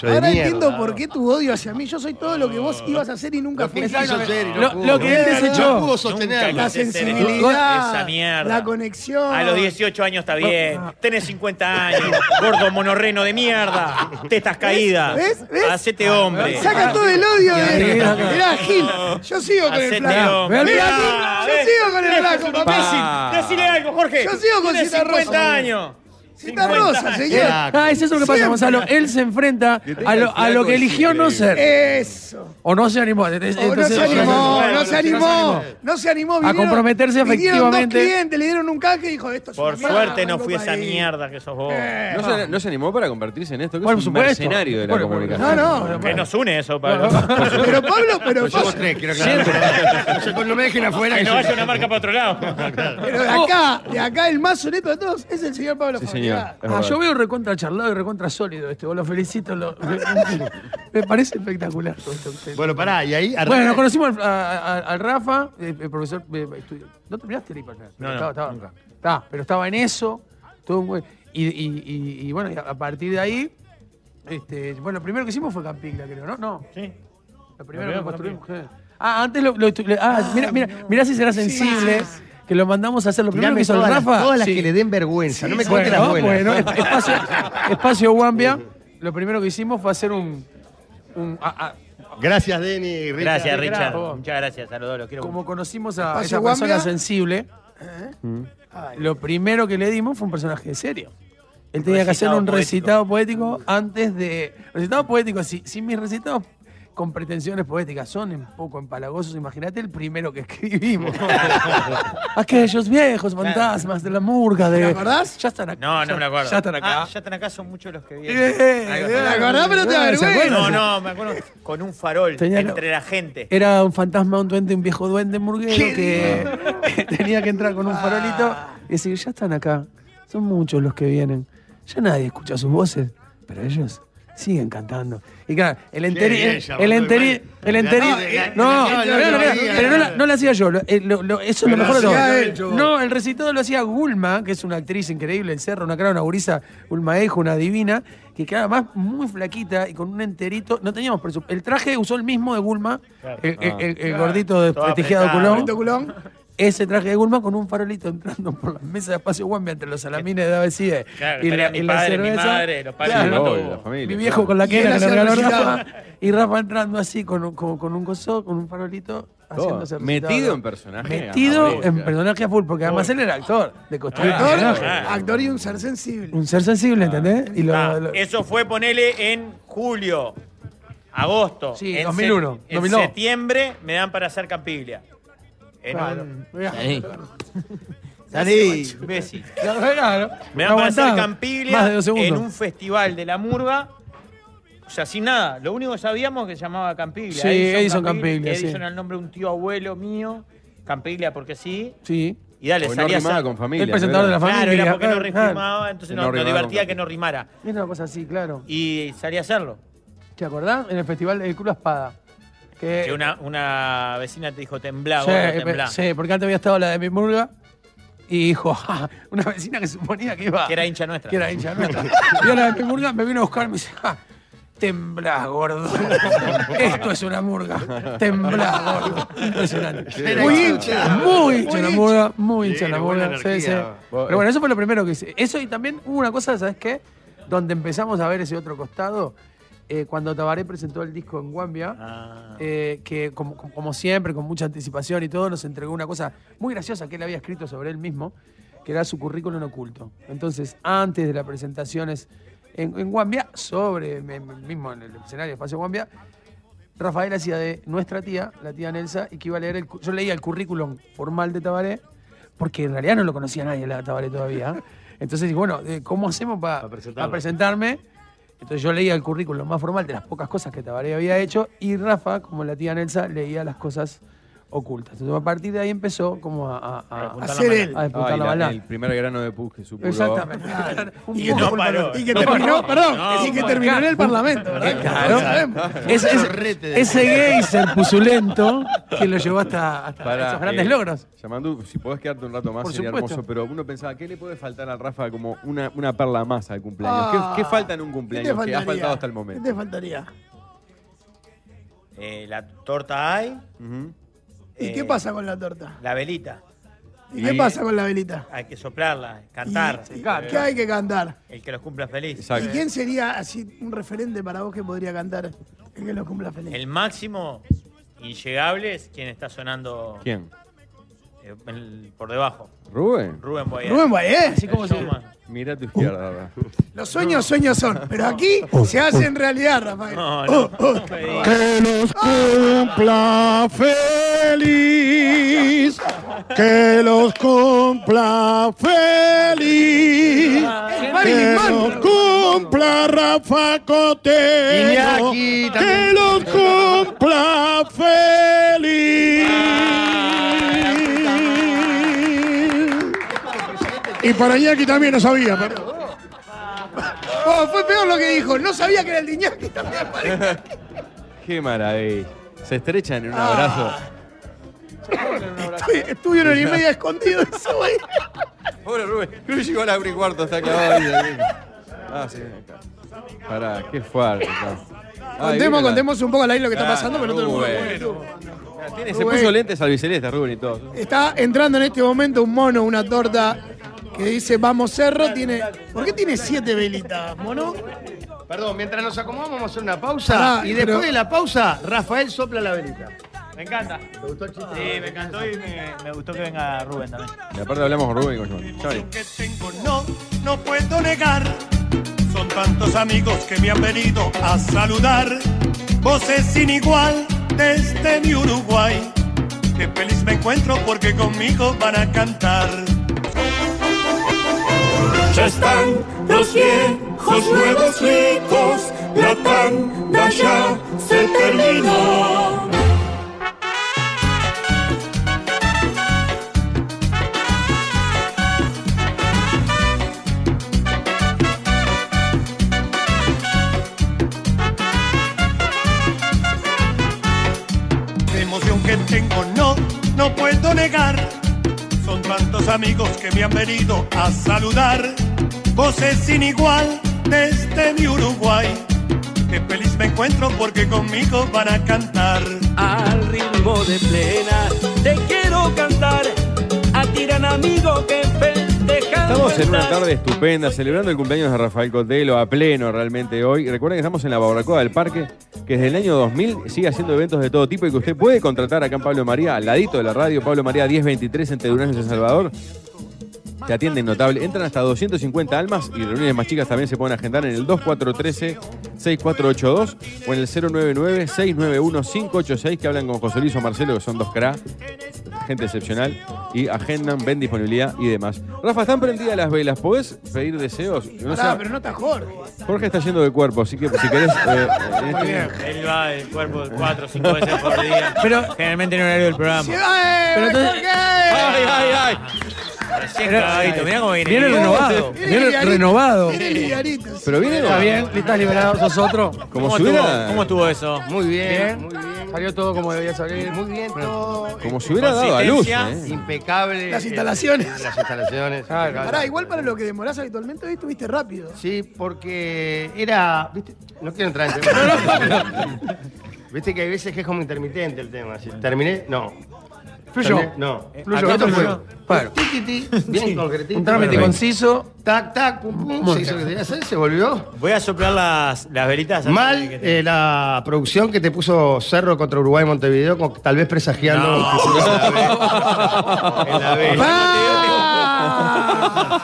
Speaker 7: Yo de
Speaker 9: Ahora
Speaker 7: mierda,
Speaker 9: entiendo
Speaker 7: ¿no?
Speaker 9: por qué tu odio hacia mí. Yo soy todo lo que vos ibas a hacer y nunca
Speaker 7: Lo que
Speaker 9: fuiste.
Speaker 7: quiso ser y no
Speaker 20: Lo-
Speaker 7: pudo.
Speaker 20: lo que él
Speaker 7: Nunca
Speaker 20: desechó.
Speaker 7: pudo sostenerlo.
Speaker 9: La sensibilidad,
Speaker 6: Esa mierda.
Speaker 9: la conexión.
Speaker 6: A los 18 años está bien. Tenés 50 años. Gordo monorreno de mierda. Tetas caídas.
Speaker 9: ¿Ves? ¿Ves?
Speaker 6: Hacete hombre.
Speaker 9: Saca todo el odio de.
Speaker 6: Mirá, mirá.
Speaker 9: Mirá, Gil. Yo sigo con el
Speaker 6: Hacete
Speaker 9: flaco.
Speaker 6: hombre.
Speaker 9: Mirá,
Speaker 6: Mirá,
Speaker 9: Gil, Yo
Speaker 6: ves,
Speaker 9: sigo con el
Speaker 6: tenés
Speaker 9: flaco,
Speaker 6: un
Speaker 9: papá.
Speaker 6: imbécil. Decile algo, Jorge.
Speaker 9: Yo sigo con
Speaker 6: Tenés
Speaker 9: Cita Rosa.
Speaker 6: 50 años.
Speaker 9: Cita Rosa, señor.
Speaker 20: Ah, es eso lo que pasa,
Speaker 9: Siempre.
Speaker 20: Gonzalo. Él se enfrenta a lo, a lo que eligió no ser.
Speaker 9: Eso.
Speaker 20: O no se animó. Entonces-
Speaker 9: Eh. O no se animó, no se animó, no se animó.
Speaker 20: A
Speaker 9: vinieron-
Speaker 20: comprometerse
Speaker 9: vinieron
Speaker 20: afectivamente.
Speaker 9: Dos clientes, le dieron un canje y dijo, esto es
Speaker 6: Por
Speaker 9: una mierda,
Speaker 6: suerte no
Speaker 9: mando
Speaker 6: fui
Speaker 9: pa'
Speaker 6: esa
Speaker 9: ahí.
Speaker 6: mierda que sos vos.
Speaker 9: Eh,
Speaker 8: No se, no se animó para convertirse en esto, que
Speaker 6: Por
Speaker 8: es un
Speaker 6: supuesto.
Speaker 8: mercenario de la
Speaker 6: Bueno,
Speaker 8: comunicación.
Speaker 9: no,
Speaker 6: Que nos une eso, Pablo. *laughs*
Speaker 9: Pero Pablo, pero
Speaker 7: Yo
Speaker 9: Pablo,
Speaker 7: tres, quiero aclarar. O sea, cuando me dejen afuera.
Speaker 6: Que no
Speaker 7: yo-
Speaker 6: vaya una marca para otro lado.
Speaker 9: pero de acá, de acá el más honesto de todos es el señor Pablo Fabregat.
Speaker 20: Ah, yo veo recontra charlado y recontra sólido este. Vos lo felicito. lo- *laughs* me parece espectacular todo esto que ustedes-
Speaker 7: Bueno, pará, y ahí.
Speaker 20: Bueno, nos conocimos al, a- a- al Rafa, eh, el profesor. eh, estudio- ¿No terminaste el hipernet?
Speaker 6: No, no,
Speaker 20: estaba, estaba- está, pero estaba en eso. todo un buen- y, y- y- y bueno, y a a partir de ahí. Este, bueno, lo primero que hicimos fue Campigla, creo, ¿no? No. Sí. Lo primero que
Speaker 6: primero fue
Speaker 20: construimos. sí. Ah, antes lo. lo estu- le- ah, mira, mira, mirá si será sensible. Que lo mandamos a hacer lo primero
Speaker 7: Tirame
Speaker 20: que hizo el
Speaker 7: todas las-
Speaker 20: Rafa.
Speaker 7: Todas las
Speaker 20: sí.
Speaker 7: que le den vergüenza. No me cuentes
Speaker 20: Bueno,
Speaker 7: las buenas.
Speaker 20: bueno,
Speaker 7: *laughs*
Speaker 20: esp- espacio, espacio Guambia. Lo primero que hicimos fue hacer un. un- a- a-
Speaker 7: Gracias, Denny. Richard.
Speaker 6: Gracias,
Speaker 20: Gracias.
Speaker 6: Richard. Muchas gracias, saludos, los quiero.
Speaker 20: como conocimos a
Speaker 6: Espacio
Speaker 20: esa persona
Speaker 6: Guambia. ¿Eh?
Speaker 20: sensible, lo primero que le dimos fue un personaje serio. Él
Speaker 6: Un
Speaker 20: tenía que hacer
Speaker 6: recitado
Speaker 20: un recitado
Speaker 6: poético.
Speaker 20: poético antes de. Recitado poético, si, si mis recitados con pretensiones poéticas son un poco empalagosos, imagínate el primero que *laughs*
Speaker 6: *laughs*
Speaker 20: escribimos. Aquellos viejos fantasmas de la murga de.
Speaker 6: ¿Te acordás?
Speaker 20: Ya están acá.
Speaker 6: No, no me lo acuerdo.
Speaker 20: Ya están acá.
Speaker 6: Ah, ya están acá, son muchos los que
Speaker 20: Eh,
Speaker 6: vienen.
Speaker 20: eh,
Speaker 6: Algo
Speaker 20: eh,
Speaker 6: así.
Speaker 20: ¿te acordás? Pero te da
Speaker 6: ¿Se acuerdan?
Speaker 20: vergüenza.
Speaker 6: No, no, me acuerdo. Con un farol
Speaker 20: Tenía que-
Speaker 6: entre la gente.
Speaker 20: Era un fantasma, un duende, un viejo duende murguero
Speaker 6: ¿Qué
Speaker 20: que *laughs* tenía que entrar con un farolito y decir, ya están acá, son muchos los que vienen. Ya nadie escucha sus voces, pero ellos siguen cantando. Y claro, el enteri...
Speaker 6: bien,
Speaker 20: el-
Speaker 6: ya,
Speaker 20: El
Speaker 6: boludo,
Speaker 20: enteri...
Speaker 6: igual.
Speaker 20: El
Speaker 6: La-
Speaker 20: enteri...
Speaker 6: no, la-
Speaker 20: No,
Speaker 6: la-
Speaker 20: pero
Speaker 6: la-
Speaker 20: no
Speaker 6: la-
Speaker 20: la-
Speaker 6: la-
Speaker 20: pero no la- no la hacía yo. lo- eh, lo- lo- Eso es lo
Speaker 6: Pero
Speaker 20: mejor de
Speaker 6: la
Speaker 20: todo.
Speaker 6: hacía él, yo.
Speaker 20: No, el recitado lo hacía Gulma, que es una actriz increíble, el cerro, una cara, una gurisa, Gulma Ejo, una divina, que quedaba más muy flaquita y con un enterito. No teníamos presupuesto. El traje usó el mismo de Gulma, el,
Speaker 8: Ah.
Speaker 20: el- el- el gordito desprestigiado Culón.
Speaker 9: Gordito culón.
Speaker 20: Ese traje de Gulma con un farolito entrando por las mesas de espacio Guambia entre los salamines de ABC
Speaker 6: Claro, estaría mi padre, mi madre, los padres,
Speaker 20: Claro.
Speaker 6: mi mamá, la familia,
Speaker 20: Mi
Speaker 6: claro.
Speaker 20: viejo con la
Speaker 6: Y
Speaker 20: que
Speaker 6: él
Speaker 20: era que le
Speaker 6: hacía el
Speaker 20: regaló
Speaker 6: recitado.
Speaker 20: Rafa. Y Rafa entrando así con un, con, con un coso, con un farolito.
Speaker 8: Todo.
Speaker 20: haciéndose el
Speaker 8: Metido
Speaker 20: recitado.
Speaker 8: en personaje a
Speaker 20: Metido
Speaker 8: morir,
Speaker 20: en
Speaker 8: claro.
Speaker 20: personaje a full, porque además él era actor, de
Speaker 6: Ah,
Speaker 8: Ah,
Speaker 20: constructor.
Speaker 9: Actor,
Speaker 20: ¿no?
Speaker 9: actor y un ser sensible.
Speaker 20: Un ser sensible, ¿entendés? Y lo-
Speaker 6: Ah,
Speaker 20: lo-
Speaker 6: Eso fue, ponele, en julio, agosto.
Speaker 20: Sí,
Speaker 6: en
Speaker 20: 2001,
Speaker 6: se- En
Speaker 20: 2002.
Speaker 6: septiembre me dan para hacer Campiglia. En
Speaker 20: Claro.
Speaker 6: un-
Speaker 20: Salí.
Speaker 6: Salí. Imbécil.
Speaker 20: Claro.
Speaker 6: Me dan para
Speaker 20: Aguantá.
Speaker 6: hacer
Speaker 20: Más de
Speaker 6: Campiglia
Speaker 20: dos segundos.
Speaker 6: en un festival de la murga. O sea, sin nada. Lo único que sabíamos que se llamaba Campiglia.
Speaker 20: Sí, Edison Campiglia,
Speaker 6: Edison
Speaker 20: sí.
Speaker 6: era el nombre de un tío abuelo mío. Campiglia porque sí.
Speaker 20: Sí.
Speaker 6: Y dale,
Speaker 8: Porque no
Speaker 6: salía
Speaker 8: rimaba con familia,
Speaker 20: El presentador de la familia.
Speaker 6: Claro, era porque no
Speaker 20: claro.
Speaker 6: rimaba, entonces
Speaker 20: No
Speaker 6: no- nos
Speaker 20: rimaba
Speaker 6: divertía
Speaker 20: con
Speaker 6: que no rimara.
Speaker 20: Es una cosa así, claro.
Speaker 6: Y salí a hacerlo.
Speaker 20: ¿Te acordás? En el festival del Club Espada. Que,
Speaker 6: Que una, una vecina te dijo temblá,
Speaker 20: Sí,
Speaker 6: vos no
Speaker 20: eh,
Speaker 6: temblá.
Speaker 20: sí, porque antes había estado la de mi murga y dijo, *laughs* "Ja", una vecina que suponía que iba.
Speaker 6: Que era hincha nuestra.
Speaker 20: Que era hincha nuestra. Y a la de mi murga me vino a buscar y me dice, "Ja, temblás,
Speaker 8: *laughs*
Speaker 20: gordo. Esto es una murga. Temblás, gordo. Impresionante.
Speaker 9: Era
Speaker 20: Muy
Speaker 9: hincha.
Speaker 20: hincha. Muy
Speaker 9: Muy
Speaker 20: hincha la
Speaker 9: hincha.
Speaker 20: murga. Muy hincha
Speaker 9: Sí,
Speaker 20: la
Speaker 9: buena
Speaker 20: murga. Sí,
Speaker 9: energía.
Speaker 20: sí. Pero bueno, eso fue lo primero que hice. Eso y también hubo una cosa, ¿sabes qué? Donde empezamos a ver ese otro costado. eh, cuando Tabaré presentó el disco en Guambia,
Speaker 9: Ah.
Speaker 20: eh, que como, como- como siempre, con mucha anticipación y todo, nos entregó una cosa muy graciosa que él había escrito sobre él mismo, que era su currículum oculto. Entonces, antes de las presentaciones en, en Guambia, sobre, me- me- mismo en el escenario de Espacio Guambia, Rafael hacía de nuestra tía, la tía Nelsa, y que iba a leer el. cu- Yo leía el currículum formal de Tabaré, porque en realidad no lo conocía nadie la de Tabaré *laughs* todavía. Entonces, dije, bueno, eh, ¿cómo hacemos para presentarme? Entonces yo leía el currículum más formal de las pocas cosas que Tabaré había hecho y Rafa, como la tía Nelsa, leía las cosas ocultas. Entonces a partir de ahí empezó como a, a- a- a
Speaker 9: hacer él.
Speaker 20: a
Speaker 8: Ah,
Speaker 20: disputar
Speaker 8: y
Speaker 20: la
Speaker 8: la-
Speaker 20: bala.
Speaker 8: el primer grano de pus que supo.
Speaker 20: Exactamente. Un
Speaker 8: Y que
Speaker 20: poco
Speaker 8: no
Speaker 20: por
Speaker 8: paró.
Speaker 20: parte-
Speaker 8: No paró. No,
Speaker 9: y que
Speaker 8: por
Speaker 9: terminó en
Speaker 8: acá.
Speaker 9: el Parlamento, ¿verdad?
Speaker 20: Claro. Es- es- ese geyser pusulento que lo llevó hasta, hasta
Speaker 8: Para,
Speaker 20: Ah, esos grandes
Speaker 8: eh,
Speaker 20: logros.
Speaker 8: Yamandú, si podés quedarte un rato más
Speaker 20: Por
Speaker 8: sería
Speaker 20: supuesto.
Speaker 8: hermoso, pero uno pensaba, ¿qué le puede faltar a Rafa como una, una perla más al cumpleaños?
Speaker 9: Ah,
Speaker 8: ¿Qué, qué falta en un
Speaker 9: ¿Qué
Speaker 8: cumpleaños
Speaker 9: te
Speaker 8: que ha
Speaker 9: faltaría?
Speaker 8: faltado hasta el
Speaker 9: ¿Qué
Speaker 8: momento?
Speaker 9: te faltaría?
Speaker 5: Eh, la torta hay,
Speaker 9: ¿Y
Speaker 5: Eh,
Speaker 9: qué pasa con la torta?
Speaker 5: la velita.
Speaker 9: ¿Y qué pasa con la velita?
Speaker 5: Hay que soplarla, cantar.
Speaker 9: ¿Qué hay que cantar?
Speaker 5: El que los cumpla feliz.
Speaker 9: ¿Y quién sería así un referente para vos que podría cantar el que lo cumpla feliz?
Speaker 5: El máximo inllegable es quien está sonando
Speaker 8: ¿Quién?
Speaker 5: eh, el- por debajo.
Speaker 8: ¿Rubén?
Speaker 5: Rubén Boyer.
Speaker 9: Rubén Boyer. Así
Speaker 5: como se
Speaker 8: Mira a tu izquierda, Rafa.
Speaker 9: Los sueños, sueños son. Pero aquí se hacen realidad, Rafael. Oh, oh.
Speaker 21: Que los cumpla feliz. Que los cumpla feliz. Que los cumpla Rafa Cotero.
Speaker 22: Iñaki,
Speaker 21: Que los cumpla feliz. Y para Iñaki también lo sabía. pero-
Speaker 9: Oh, fue peor lo que dijo. No sabía que era el Diñaki también.
Speaker 8: *laughs* Qué maravilla. Se estrechan en un abrazo.
Speaker 9: Estuve- Estuve una hora y media escondido eso, güey.
Speaker 8: Pobre Rubén. Cruz llegó a la 1 y cuarto, está clavado ahí. ahí. Ah, sí, acá. Pará, qué fuerte.
Speaker 9: Contemos, contemos un poco al aire lo que está pasando, pero no todo el mundo.
Speaker 8: Ah, Se puso lentes albiceleste, Rubén y todo.
Speaker 9: Está entrando en este momento un mono, una torta que dice Vamos Cerro. Tiene, ¿Por qué tiene siete velitas, mono?
Speaker 7: Perdón, mientras nos acomodamos vamos a hacer una pausa
Speaker 9: Pará,
Speaker 7: y después
Speaker 9: pero-
Speaker 7: de la pausa, Rafael sopla la velita.
Speaker 12: Me encanta. ¿Te gustó el chiste? Sí, me encantó y me, me gustó que venga Rubén también.
Speaker 8: Y aparte hablamos con Rubén y con Johnny. Johnny.
Speaker 22: que tengo no, no puedo negar. Son tantos amigos que me han venido a saludar. Voces sin igual desde mi Uruguay. Qué feliz me encuentro porque conmigo van a cantar.
Speaker 21: Ya están los viejos nuevos ricos, la tanda ya se terminó.
Speaker 22: La emoción que tengo no, no puedo negar. Son tantos amigos que me han venido a saludar. Voces sin igual desde mi Uruguay. Qué feliz me encuentro porque conmigo van a cantar.
Speaker 23: Al ritmo de plena, te quiero cantar. A tiran amigo que festejan.
Speaker 8: Estamos en una tarde estupenda, celebrando el cumpleaños de Rafael Cotelo a pleno realmente hoy. Y Recuerden que estamos en la Barbacoa del Parque, que desde el año 2000 sigue haciendo eventos de todo tipo y que usted puede contratar acá en Pablo María, al ladito de la radio, Pablo María 1023 en Tedurán, en El Salvador. Te atienden notable. Entran hasta 250 almas y reuniones más chicas también se pueden agendar en el 2413-6482 o en el 099-691-586 que hablan con José Luis o Marcelo, que son dos cra, gente excepcional, y agendan, ven disponibilidad y demás. Rafa, están prendidas las velas. ¿Podés pedir deseos? No
Speaker 9: Pará,
Speaker 8: sea-
Speaker 9: pero no está Jorge.
Speaker 8: Jorge está yendo de cuerpo, así que si
Speaker 9: *laughs*
Speaker 8: querés... eh, en este-
Speaker 5: Él va del cuerpo de 4 o 5 veces por día. Pero generalmente en horario del programa.
Speaker 9: Pero entonces-
Speaker 5: ¡Ay, ay, ay! Recién clavadito, mirá cómo viene.
Speaker 20: Viene renovado. Viene renovado.
Speaker 8: Pero viene
Speaker 20: Está bien, ¿estás liberado? ¿Sos otro?
Speaker 8: Como si hubiera-
Speaker 5: estuvo eso?
Speaker 7: Muy bien,
Speaker 20: Salió todo como debía salir.
Speaker 7: Muy bien todo.
Speaker 8: Como si hubiera dado a luz. ¿eh?
Speaker 7: Impecable.
Speaker 9: Las instalaciones.
Speaker 7: Eh, Las instalaciones.
Speaker 9: Pará, igual para lo que demorás habitualmente hoy estuviste rápido.
Speaker 7: Sí, porque era. ¿viste? No quiero entrar en tema. *laughs* Viste que hay veces que es como intermitente el tema. Si terminé, no.
Speaker 20: Fluyó.
Speaker 7: Terminé, No.
Speaker 20: Eh,
Speaker 7: Fluyó.
Speaker 20: acá
Speaker 7: Esto fue.
Speaker 20: fluyó. Claro.
Speaker 7: Ti, ti, ti, Bien concretito.
Speaker 20: Un trámite
Speaker 7: Perfecto.
Speaker 20: conciso.
Speaker 7: Tac, tac, pum, pum. Se hizo lo que tenía que hacer, se volvió.
Speaker 5: Voy a soplar las, las velitas. antes de
Speaker 7: Mal
Speaker 5: que te- *laughs*
Speaker 7: eh, la producción que te puso Cerro contra Uruguay y Montevideo, como que tal
Speaker 6: *laughs*
Speaker 7: vez presagiando.
Speaker 5: No.
Speaker 21: Ah,
Speaker 7: el futuro de la B. En la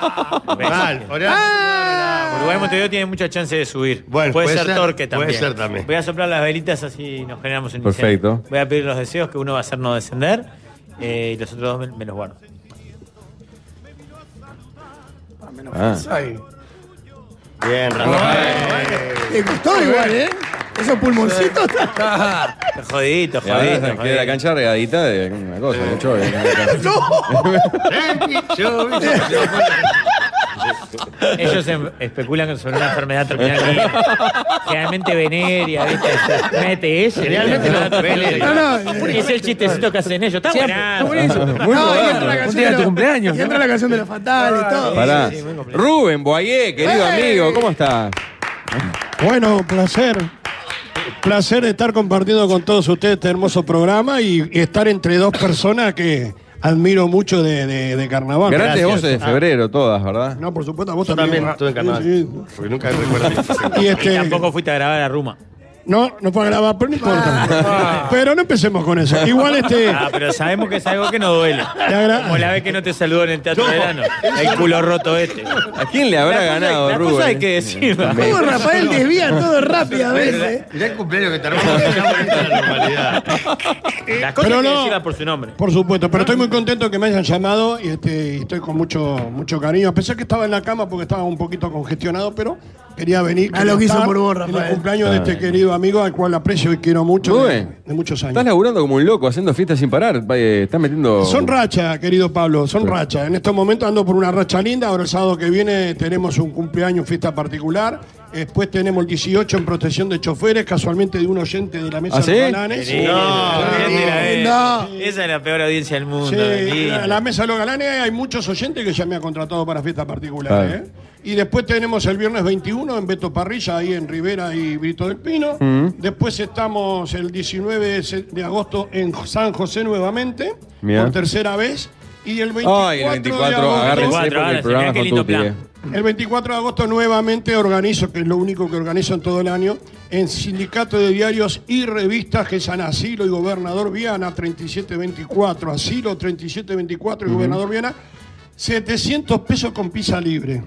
Speaker 7: B. Mal,
Speaker 5: Uruguay Montevideo tiene mucha chance de subir. puede,
Speaker 7: puede
Speaker 5: ser,
Speaker 7: ser,
Speaker 5: Torque también.
Speaker 7: puede ser también.
Speaker 5: Voy a soplar las velitas así nos generamos un
Speaker 8: Perfecto.
Speaker 5: incendio. Voy a pedir los deseos que uno va a hacer no descender eh, y los otros dos me, me los guardo.
Speaker 8: Ah.
Speaker 7: Bien,
Speaker 9: Te gustó igual, ¿eh? Esos pulmoncitos.
Speaker 5: Jodidito,
Speaker 8: Y ahora
Speaker 5: jodidito.
Speaker 8: Queda la cancha regadita de una cosa, de un chove. *laughs*
Speaker 5: Ellos em- especulan sobre una enfermedad terminal. que- Generalmente veneria, ¿viste? Una ETS.
Speaker 7: Generalmente
Speaker 5: ¿viste?
Speaker 7: no, veneria.
Speaker 5: No, no, es el chistecito que hacen ellos. Está
Speaker 9: Siempre.
Speaker 5: buenazo.
Speaker 9: Está buenísimo.
Speaker 8: Muy
Speaker 9: No, y
Speaker 8: moderno.
Speaker 9: entra la
Speaker 8: Un
Speaker 9: canción de
Speaker 8: día de tu
Speaker 9: los-
Speaker 8: cumpleaños,
Speaker 9: Y entra la canción de los fatales y todo.
Speaker 8: Pará. Rubén Boyé, querido amigo, ¿cómo estás?
Speaker 21: Bueno, placer. Placer estar compartiendo con todos ustedes este hermoso programa y, y estar entre dos personas que admiro mucho de, de- de carnaval.
Speaker 8: Grandes voces de
Speaker 21: Ah.
Speaker 8: febrero, todas, ¿verdad?
Speaker 21: No, por supuesto, a vos
Speaker 7: Yo
Speaker 21: también.
Speaker 7: también estuve en carnaval.
Speaker 21: Sí, sí.
Speaker 7: Porque nunca recuerdo.
Speaker 21: *laughs* Y este-
Speaker 5: tampoco fuiste a grabar a Ruma.
Speaker 21: No, no fue a grabar, pero no importa.
Speaker 8: Ah.
Speaker 21: Pero no empecemos con eso. Igual este.
Speaker 5: Ah, pero sabemos que es algo que no duele.
Speaker 21: agra-
Speaker 5: Como la vez que no te saludó en el teatro de verano. El culo roto este. ¿A
Speaker 8: quién le habrá ganado,
Speaker 5: la
Speaker 8: Rubén?
Speaker 5: Cosa hay que decir.
Speaker 9: Cómo Rafael desvía todo rápido a veces.
Speaker 7: Mirá
Speaker 21: eh.
Speaker 7: el cumpleaños que te armamos. ya volviste a la normalidad.
Speaker 5: Las cosas
Speaker 21: Pero
Speaker 5: hay que
Speaker 21: no.
Speaker 5: decirlas por su nombre.
Speaker 21: Por supuesto, pero estoy muy contento que me hayan llamado y, este, y estoy con mucho, mucho cariño. A pesar que estaba en la cama porque estaba un poquito congestionado, pero quería venir.
Speaker 9: Ah, lo que hizo
Speaker 21: estar
Speaker 9: por vos,
Speaker 21: en
Speaker 9: Rafael.
Speaker 21: el cumpleaños de
Speaker 8: Está
Speaker 21: este querido amigo al cual aprecio y quiero mucho de,
Speaker 8: Rubén.
Speaker 21: de muchos años.
Speaker 8: Estás laburando como un loco, haciendo fiestas sin parar. va, eh, Estás metiendo.
Speaker 21: Son racha, querido Pablo, son racha. En estos momentos ando por una racha linda. Ahora el sábado que viene tenemos un cumpleaños, fiesta particular. Después tenemos el 18 en protección de choferes, casualmente de un oyente de la mesa
Speaker 5: ¿Ah,
Speaker 21: de
Speaker 5: sí?
Speaker 21: los galanes.
Speaker 5: Sí, No, gente la ve.
Speaker 21: No.
Speaker 5: Esa es la peor audiencia del mundo.
Speaker 21: Sí,
Speaker 5: Lindo.
Speaker 21: a la mesa de los galanes hay muchos oyentes que ya me han contratado para fiestas particulares.
Speaker 5: Claro.
Speaker 21: ¿eh? Y después tenemos el viernes 21 en Beto Parrilla, ahí en Rivera y Brito del Pino.
Speaker 8: Mm.
Speaker 21: Después estamos el 19 de se- de agosto en San José nuevamente,
Speaker 8: Bien.
Speaker 21: por tercera vez. Y el 24,
Speaker 8: Ay, el 24,
Speaker 21: de agosto,
Speaker 8: agárrense porque el programa es con Tuti, eh.
Speaker 21: el 24 de agosto nuevamente organizo, que es lo único que organizo en todo el año, en Sindicato de Diarios y Revistas, que es San Asilo y Gobernador Viana, 3724, Asilo 3724 y
Speaker 8: Ujú.
Speaker 21: Gobernador Viana, 700 pesos con pizza libre.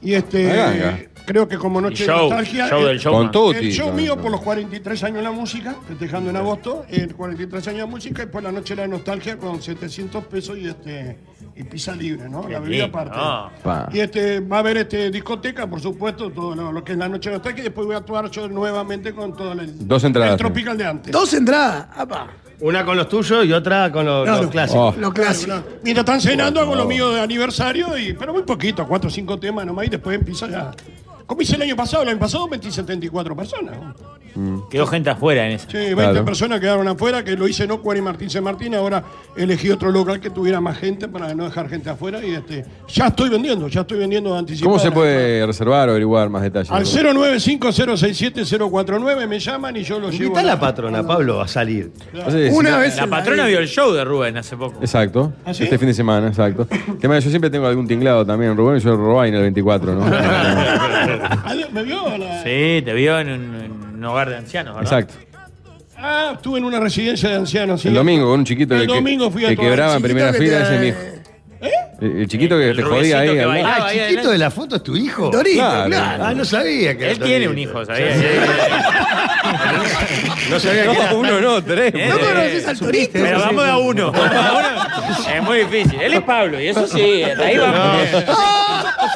Speaker 21: Y este,
Speaker 8: Aganga.
Speaker 21: creo que como noche
Speaker 8: Y show,
Speaker 21: de nostalgia,
Speaker 8: show
Speaker 21: el-
Speaker 8: del showman. Con Tuti,
Speaker 21: el show
Speaker 8: con-
Speaker 21: mío por los 43 años de la música, festejando en agosto, el 43 años de música y por la noche de la nostalgia con 700 pesos y este y pizza libre, ¿no? La bebida aparte.
Speaker 8: Pa.
Speaker 21: Y este, va a haber este, discoteca, por supuesto, todo lo, lo que es la noche de los taques, y después voy a actuar yo nuevamente con todo el,
Speaker 8: Dos entradas.
Speaker 21: el tropical de antes.
Speaker 9: Dos entradas, apa.
Speaker 7: Una con los tuyos y otra con los,
Speaker 21: Claro.
Speaker 7: los
Speaker 8: Oh.
Speaker 7: clásicos.
Speaker 21: Lo clásico. Mientras están cenando, hago lo
Speaker 7: favor.
Speaker 21: mío de aniversario, y, pero muy poquito, cuatro o cinco temas nomás, y después empieza ya. Como hice el año pasado, el año pasado metí 74 personas.
Speaker 5: Quedó gente afuera en esa.
Speaker 21: Sí, 20
Speaker 5: Claro.
Speaker 21: personas quedaron afuera, que lo hice no Cuari Martín C. Martín, ahora elegí otro local que tuviera más gente para no dejar gente afuera, y este, ya estoy vendiendo, ya estoy vendiendo anticipadamente.
Speaker 8: ¿Cómo se puede reservar o averiguar más detalles?
Speaker 21: Al 095067049 me llaman y yo lo llevo.
Speaker 7: Invita a la patrona, Pablo, a salir.
Speaker 8: Sí,
Speaker 21: Una
Speaker 8: sí.
Speaker 21: vez
Speaker 5: La patrona vio el show de Rubén hace poco.
Speaker 8: Exacto.
Speaker 5: ¿Ah, sí?
Speaker 8: Este fin de semana, exacto. El tema es que yo siempre tengo algún tinglado también, Rubén, y yo robé en el 24, ¿no?
Speaker 21: ¿Me vio? La...
Speaker 5: Sí, te vio en un, en un hogar de ancianos, ¿verdad?
Speaker 8: Exacto.
Speaker 21: Ah, estuve en una residencia de ancianos. sí.
Speaker 8: El domingo, con un chiquito
Speaker 21: El
Speaker 8: que-
Speaker 21: domingo fui a
Speaker 8: que
Speaker 21: tomar.
Speaker 8: quebraba en
Speaker 21: Chiquito
Speaker 8: primera
Speaker 21: que
Speaker 8: fila,
Speaker 21: te-
Speaker 8: ese
Speaker 7: Ah.
Speaker 8: es mi hijo.
Speaker 21: ¿Eh?
Speaker 8: El, el chiquito que te jodía ahí. al lado.
Speaker 7: Ah, el chiquito de la foto es tu hijo.
Speaker 8: Dorito, Claro. claro.
Speaker 7: Ah, no sabía que era
Speaker 5: Él tiene
Speaker 7: Dorito.
Speaker 5: un hijo, ¿sabía?
Speaker 7: No sabía que era-
Speaker 5: No, uno no, tres.
Speaker 7: No conoces al Torito.
Speaker 5: Pero vamos de a *laughs* uno. Es muy difícil. Él es Pablo, y eso sí, hasta ahí vamos.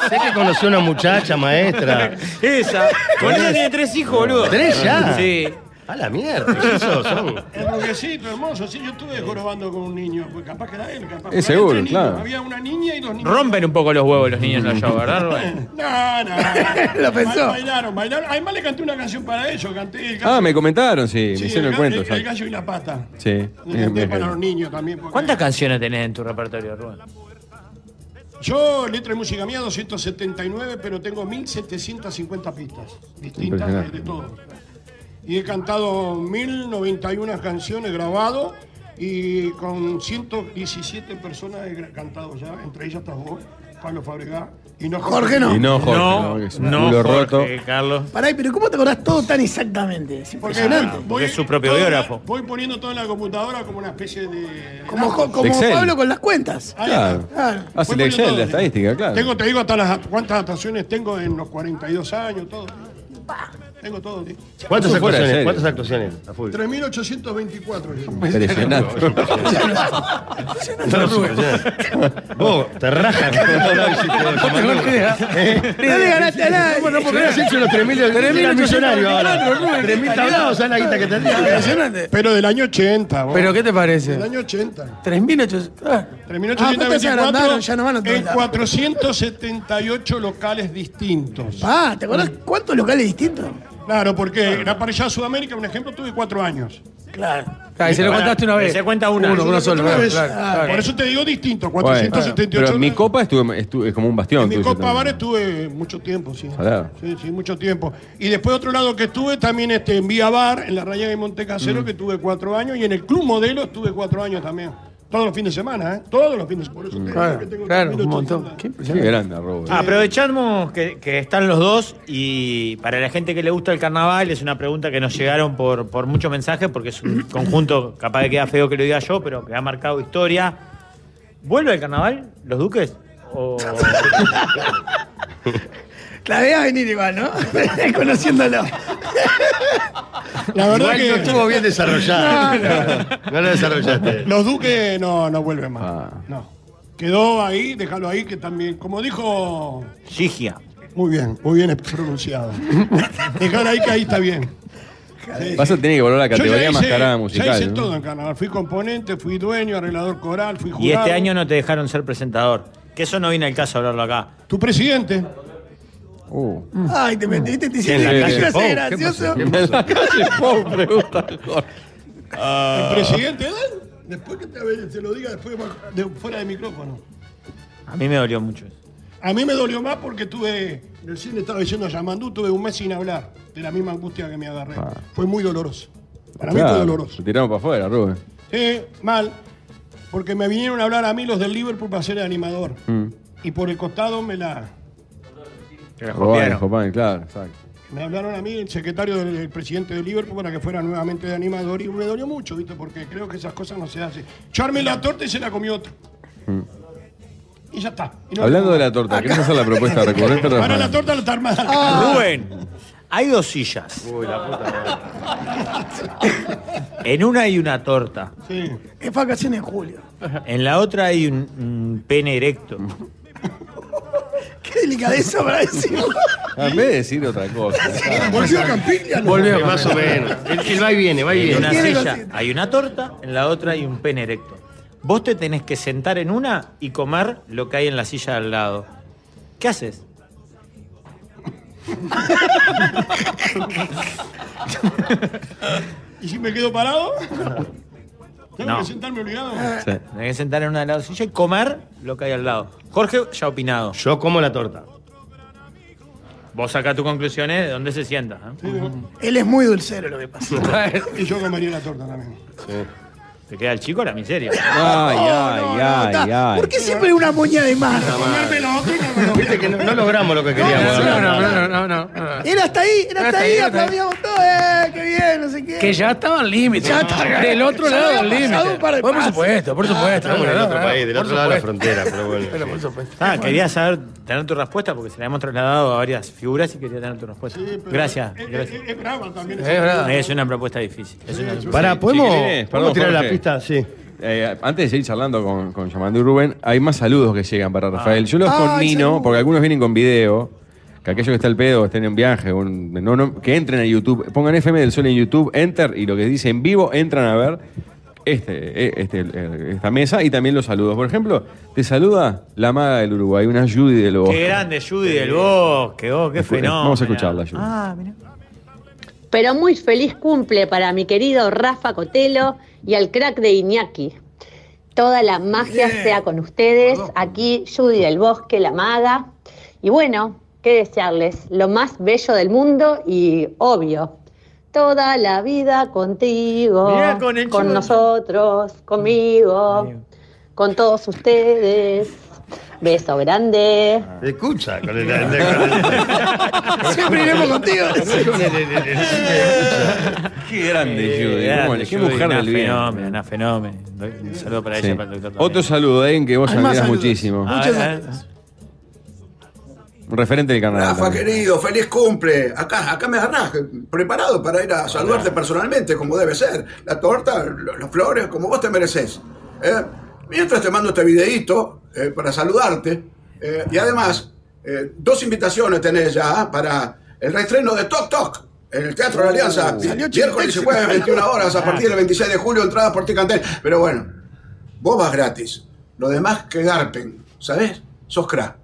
Speaker 7: Sé que conoció a una muchacha maestra.
Speaker 5: Esa. Con ella tiene tres hijos, boludo. Ah,
Speaker 7: ¿Tres ya?
Speaker 5: Sí.
Speaker 7: A la mierda. ¿qué esos son?
Speaker 21: El roquecito hermoso, sí, yo estuve jorobando con un niño, pues capaz que era él, capaz.
Speaker 5: Es
Speaker 21: Pero había
Speaker 5: seguro,
Speaker 21: tres niños,
Speaker 5: claro.
Speaker 21: Había una niña y dos niños.
Speaker 5: Rompen un poco los huevos los niños en los shows, ¿verdad, Rubén?
Speaker 21: No,
Speaker 5: *laughs*
Speaker 21: no.
Speaker 5: Lo pensó.
Speaker 21: Ba- Bailaron, bailaron. Además le canté una canción para ellos, canté el gallo,
Speaker 8: Ah, me comentaron, sí, me hicieron
Speaker 21: el,
Speaker 8: el
Speaker 21: ga-
Speaker 8: cuento.
Speaker 21: el- el
Speaker 8: exacto.
Speaker 21: gallo y la pata.
Speaker 8: Sí. *laughs*
Speaker 21: Le canté para los niños también. porque-
Speaker 5: ¿Cuántas canciones tenés en tu repertorio, Rubén?
Speaker 21: Yo, letra y música mía, 279, pero tengo 1750 pistas distintas de,
Speaker 8: Impresionante.
Speaker 21: de todo. Y he cantado 1091 canciones grabado y con 117 personas he gra- cantado ya, entre ellas estás vos. Pablo Fabregá y no
Speaker 9: Jorge no.
Speaker 8: Y no, Jorge.
Speaker 21: No,
Speaker 8: que es un
Speaker 21: no,
Speaker 8: culo
Speaker 21: Jorge,
Speaker 8: roto.
Speaker 6: Carlos.
Speaker 9: Pará, pero ¿cómo te acordás todo tan exactamente? Es
Speaker 21: Porque, nada,
Speaker 9: impresionante.
Speaker 21: voy-
Speaker 6: Ah, es su propio
Speaker 21: todo-
Speaker 6: biógrafo.
Speaker 21: Voy poniendo todo en la computadora como una especie de.
Speaker 9: Como, jo- como
Speaker 8: Excel.
Speaker 9: Pablo con las cuentas.
Speaker 21: Ahí
Speaker 8: Claro.
Speaker 21: está. Claro.
Speaker 8: Hace el
Speaker 21: Voy
Speaker 8: Excel,
Speaker 21: poniendo
Speaker 8: la
Speaker 21: todo.
Speaker 7: Ah,
Speaker 8: estadística, claro.
Speaker 21: Tengo, te digo hasta las cuántas actuaciones tengo en los 42 años, todo. Tengo todo, tío.
Speaker 7: ¿Cuántas
Speaker 8: Eso fuera de
Speaker 7: actuaciones?
Speaker 8: serie.
Speaker 7: ¿Cuántas actuaciones? A full.
Speaker 21: 3.824. yo.
Speaker 8: Impresionante.
Speaker 7: No, no, no. Vos, te rajas. Eh,
Speaker 9: No le ganaste a nadie.
Speaker 7: Bueno, porque has hecho los 3.000 de- 3.000 millonarios ahora. 3.000 tablados, ¿sabes la guita que tendría?
Speaker 9: Impresionante.
Speaker 21: Pero del año 80. vos.
Speaker 20: ¿Pero qué te parece?
Speaker 21: Del año 80.
Speaker 20: 3.800. ah.
Speaker 9: Ah, pues se agrandaron, ya no van a
Speaker 21: 3.824 en
Speaker 9: todos lados.
Speaker 21: 478 locales distintos.
Speaker 9: Ah, ¿te acordás cuántos locales distintos?
Speaker 21: Claro, porque la parrillada Sudamérica, un ejemplo, tuve cuatro años.
Speaker 9: Claro.
Speaker 20: Claro, Ah, y se lo contaste una vez.
Speaker 6: Se cuenta una.
Speaker 20: Uno, uno solo. Claro,
Speaker 21: vez.
Speaker 9: Ah,
Speaker 20: claro, claro.
Speaker 21: Por eso te digo distinto,
Speaker 8: Bueno,
Speaker 21: 478
Speaker 8: pero mi copa estuve, estuve- es como un bastión.
Speaker 21: En mi
Speaker 8: tuyo
Speaker 21: Copa
Speaker 8: también.
Speaker 21: Bar estuve mucho tiempo, sí.
Speaker 8: Salado.
Speaker 21: Sí, sí, mucho tiempo. Y después otro lado que estuve también este, en Vía Bar, en la Raya de Montecasero,
Speaker 8: Mm.
Speaker 21: que tuve cuatro años, y en el Club Modelo estuve cuatro años también. Todos los fines de semana, ¿eh? Todos los fines de semana. Por eso te digo que tengo
Speaker 20: Claro, un
Speaker 21: 3.800.
Speaker 20: montón. Qué
Speaker 8: Qué grande, Robert.
Speaker 6: Ah, Aprovechamos que, que están los dos y para la gente que le gusta el carnaval es una pregunta que nos llegaron por, por muchos mensajes porque
Speaker 9: *laughs*
Speaker 6: es un conjunto, capaz que queda feo que lo diga yo, pero que ha marcado historia. ¿Vuelve el carnaval, los duques? O-
Speaker 9: La veas venir igual, ¿no? *laughs* Conociéndolo.
Speaker 21: La verdad
Speaker 7: Igual no
Speaker 21: que
Speaker 7: estuvo bien desarrollado. No lo desarrollaste.
Speaker 21: los Duques no, no vuelven más. No. Quedó ahí, déjalo ahí, que también, como dijo...
Speaker 6: Gigia.
Speaker 21: Muy bien, muy bien pronunciado. Dejar ahí que ahí está bien. Sí,
Speaker 8: Vas a tener que volver a la
Speaker 21: Yo ya
Speaker 8: categoría
Speaker 21: hice-
Speaker 8: mascarada
Speaker 21: Ya
Speaker 8: musical.
Speaker 21: hice
Speaker 8: ¿no?
Speaker 21: todo en carnaval. Fui componente, fui dueño, arreglador coral, fui jurado.
Speaker 6: Y este año no te dejaron ser presentador. Que eso no viene al caso hablarlo acá.
Speaker 21: Tu presidente.
Speaker 8: Uh.
Speaker 9: Ay, te metiste, te
Speaker 8: ¿Quién
Speaker 9: hiciste
Speaker 8: la
Speaker 9: la
Speaker 8: calle
Speaker 9: clase
Speaker 8: Pou? ¿Qué
Speaker 9: gracioso.
Speaker 8: pasó? En la calle Pou, pregunta Ah. Jorge.
Speaker 21: El presidente, dale. Después que te, te lo diga, después de- fuera de micrófono.
Speaker 6: A mí me dolió mucho eso.
Speaker 21: A mí me dolió más porque tuve, recién le estaba diciendo a Yamandú, tuve un mes sin hablar de la misma angustia que me agarré. Fue muy doloroso. Para mí fue
Speaker 8: Ah. Claro,
Speaker 21: doloroso.
Speaker 8: Lo tiramos para afuera, Rubén.
Speaker 21: Sí, mal. Porque me vinieron a hablar a mí los del Liverpool para ser el animador.
Speaker 8: Mm.
Speaker 21: Y por el costado me la.
Speaker 8: Robán, Jopán, claro, exacto.
Speaker 21: Me hablaron a mí, el secretario del, del presidente de Liverpool, para que fuera nuevamente de animador y me dolió mucho, ¿viste? Porque creo que esas cosas no se hacen. Yo armé la torta y se la comió otro.
Speaker 8: Mm.
Speaker 21: Y ya está. Y no-
Speaker 8: Hablando de la torta, ¿querés hacer la propuesta este recurrente,
Speaker 21: Ahora la
Speaker 8: Rafael?
Speaker 21: torta la está armada.
Speaker 6: Ah.
Speaker 21: *laughs*
Speaker 6: Rubén, hay dos sillas.
Speaker 21: Uy, la puta
Speaker 6: En una hay una torta.
Speaker 21: Sí.
Speaker 9: Es vacaciones en julio.
Speaker 6: En la otra hay un, un pene erecto.
Speaker 9: Qué delicadeza para decirlo.
Speaker 8: Ah, En vez de decir otra cosa.
Speaker 9: Volvió a Campiglia.
Speaker 7: Volvió, más o menos. Él, él va y viene, va y
Speaker 6: En una
Speaker 7: viene.
Speaker 6: silla hay una torta, en la otra hay un pene erecto. Vos te tenés que sentar en una y comer lo que hay en la silla al lado. ¿Qué haces?
Speaker 21: ¿Y si me quedo parado? ¿Tengo
Speaker 6: No.
Speaker 21: que sentarme obligado?
Speaker 6: Tenés que sentar en una de las sillas y comer lo que hay al lado. Jorge ya ha opinado.
Speaker 7: Yo como la torta.
Speaker 6: Vos sacá tus conclusiones de dónde se sienta. ¿eh?
Speaker 9: Él es muy dulcero lo que pasa.
Speaker 21: Y yo comería la torta también.
Speaker 6: Te queda el chico la miseria.
Speaker 8: Ay,
Speaker 9: no,
Speaker 8: ay, ay,
Speaker 9: está.
Speaker 8: ay.
Speaker 9: ¿Por qué siempre una moña de más?
Speaker 7: Viste que no, no logramos lo que queríamos.
Speaker 20: No, no, no, no, no, no.
Speaker 9: Era hasta ahí, era hasta
Speaker 20: Hasta
Speaker 9: ahí,
Speaker 20: ahí, hasta ahí.
Speaker 9: aplaudíamos todos, eh, qué bien, no sé qué.
Speaker 20: Que ya estaban límites.
Speaker 9: Ya está.
Speaker 20: Del otro
Speaker 9: Ya
Speaker 20: lado
Speaker 9: había
Speaker 20: del
Speaker 9: pasado
Speaker 20: límite.
Speaker 9: un par de
Speaker 20: Por
Speaker 9: pasos.
Speaker 20: supuesto, por supuesto.
Speaker 7: Estamos en el
Speaker 20: no,
Speaker 7: otro
Speaker 20: no,
Speaker 7: país, del
Speaker 20: por
Speaker 7: otro lado de la
Speaker 20: supuesto.
Speaker 7: frontera, pero bueno.
Speaker 20: *laughs* Pero por
Speaker 7: sí.
Speaker 20: supuesto.
Speaker 6: Ah, quería saber, tener tu respuesta porque se la hemos trasladado a varias figuras y quería tener tu respuesta. gracias.
Speaker 21: Es,
Speaker 6: gracias.
Speaker 21: es- es brava también.
Speaker 20: Es verdad.
Speaker 6: Es una propuesta difícil. es una-
Speaker 7: Pará, ¿podemos,
Speaker 8: Si querés,
Speaker 7: ¿podemos
Speaker 8: perdón,
Speaker 7: tirar la
Speaker 8: Jorge.
Speaker 7: pista? Sí.
Speaker 8: *laughs* Eh, antes de seguir charlando con, con Yamandú y Rubén, hay más saludos que llegan para
Speaker 6: Ah.
Speaker 8: Rafael. Yo los
Speaker 9: Ay,
Speaker 8: combino,
Speaker 9: saludos.
Speaker 8: porque algunos vienen con video. Que aquellos que está al pedo, estén en viaje, un- no, no, que entren a YouTube, pongan FM del Sol en YouTube, enter y lo que dice en vivo, entran a ver este, eh, este, eh, esta mesa y también los saludos. Por ejemplo, te saluda la maga del Uruguay, una Judy del Bosque.
Speaker 6: Qué grande, Judy del Bosque, vos, qué
Speaker 8: Escu-
Speaker 6: fenómeno.
Speaker 8: Vamos a escucharla, Judy.
Speaker 24: Pero muy feliz cumple para mi querido Rafa Cotelo y al crack de Iñaki. Toda la magia sea con ustedes. Aquí Judy del Bosque, la maga. Y bueno, qué desearles lo más bello del mundo y obvio. Toda la vida contigo,
Speaker 6: Mirá con el chulo.
Speaker 24: nosotros, conmigo, con todos ustedes. Beso grande.
Speaker 7: Escucha, con el- con el-
Speaker 24: Siempre iremos contigo.
Speaker 8: Qué grande, Judy.
Speaker 6: grande,
Speaker 8: ¿Cómo le- Qué
Speaker 6: Judy,
Speaker 8: mujer
Speaker 6: una
Speaker 8: del bien.
Speaker 6: fenómeno, una fenómeno. Doy Un saludo para
Speaker 8: Sí.
Speaker 6: ella, para el doctor.
Speaker 8: Otro saludo, Dain, que vos
Speaker 6: Hay más
Speaker 8: admirás
Speaker 6: saludos.
Speaker 8: muchísimo.
Speaker 6: A ver, a ver.
Speaker 8: Un referente del carnaval.
Speaker 25: Rafa,
Speaker 8: también.
Speaker 25: querido, feliz cumple. Acá, acá me agarrás, preparado para ir a saludarte personalmente, como debe ser. La torta, lo- las flores, como vos te mereces. Eh, mientras te mando este videíto eh, para saludarte. eh, y además, eh, dos invitaciones tenés ya ¿ah? para el reestreno de Toc Toc. En el Teatro de la Alianza, miércoles y jueves, 21 horas, a partir del 26 de julio, entradas por Ticantel. Pero bueno, vos vas gratis. Lo demás que garpen, ¿sabés? Sos cra.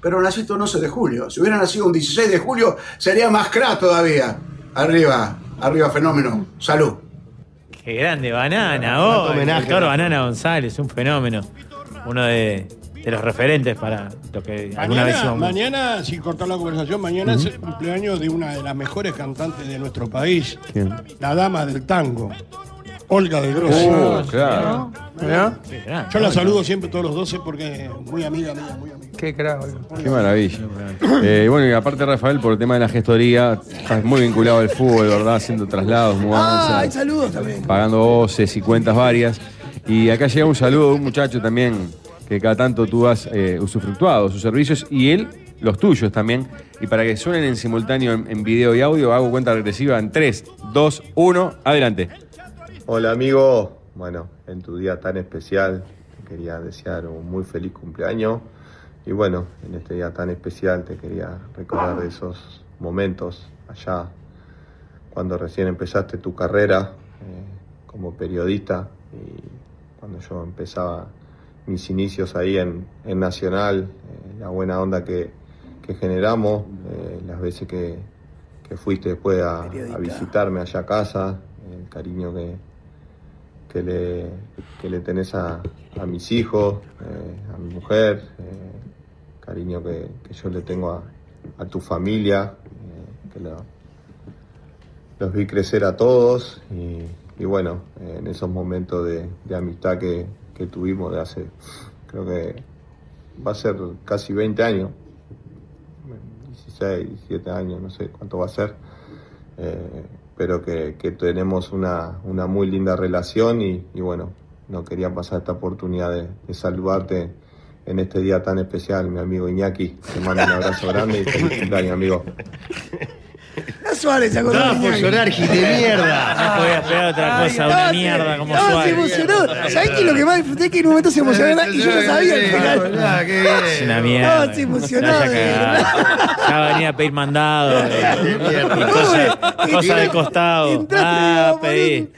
Speaker 25: Pero naciste un 11 de julio. Si hubiera nacido un 16 de julio, sería más cra todavía. Arriba, arriba, fenómeno. Salud.
Speaker 6: Qué grande, Banana, oh,
Speaker 25: Cuánto homenaje,
Speaker 6: el doctor
Speaker 25: ¿no?
Speaker 6: Banana González, un fenómeno. Uno de, de los referentes para lo que alguna vez
Speaker 21: Mañana,
Speaker 6: hicimos.
Speaker 21: mañana, sin cortar la conversación, mañana es el cumpleaños de una de las mejores cantantes de nuestro país,
Speaker 6: ¿Quién?
Speaker 21: la dama del tango, Olga de Grossi.
Speaker 8: Oh, claro.
Speaker 21: ¿Verdad?
Speaker 6: Sí, claro.
Speaker 21: Yo la saludo siempre todos los 12 porque es muy amiga mía, muy amiga.
Speaker 20: Qué crack,
Speaker 8: Qué maravilla. Eh, bueno, y aparte, Rafael, por el tema de la gestoría, estás muy vinculado al fútbol, ¿verdad? Haciendo traslados,
Speaker 9: Ah, hay
Speaker 8: mudanzas,
Speaker 9: saludos también.
Speaker 8: pagando voces y cuentas varias. Y acá llega un saludo de un muchacho también que cada tanto tú has eh, usufructuado sus servicios y él los tuyos también. Y para que suenen en simultáneo en, en video y audio, hago cuenta regresiva en 3, 2, 1, adelante.
Speaker 26: Hola amigo, bueno, en tu día tan especial te quería desear un muy feliz cumpleaños y bueno, en este día tan especial te quería recordar de esos momentos allá cuando recién empezaste tu carrera eh, como periodista y cuando yo empezaba mis inicios ahí en, en Nacional, eh, la buena onda que, que generamos, eh, las veces que, que fuiste después a, a visitarme allá a casa, el cariño que, que, le, que le tenés a, a mis hijos, eh, a mi mujer, eh, cariño que, que yo le tengo a, a tu familia, eh, que lo- los vi crecer a todos y, y bueno, eh, en esos momentos de, de amistad que, que tuvimos de hace, creo que va a ser casi 20 años, 16, 17 años, no sé cuánto va a ser, eh, pero que, que tenemos una, una muy linda relación y, y bueno, no quería pasar esta oportunidad de, de saludarte en este día tan especial, mi amigo Iñaki, te mando un abrazo grande y
Speaker 8: *laughs*
Speaker 26: feliz cumpleaños, amigo.
Speaker 9: La Suárez se acordó.
Speaker 7: No, por llorar, gil de
Speaker 9: *laughs*
Speaker 7: mierda.
Speaker 6: No podía esperar otra cosa, una mierda como
Speaker 9: No, se
Speaker 6: Suárez.
Speaker 9: emocionó. ¿Sabés qué es lo que más disfruté? Que en un momento se emocionó y yo no sabía al final.
Speaker 6: Es una mierda.
Speaker 9: No, se emocionó.
Speaker 6: La haya cagado. Ya venía a pedir mandado. eh, Y cosa, cosa de costado. Ah, pedí.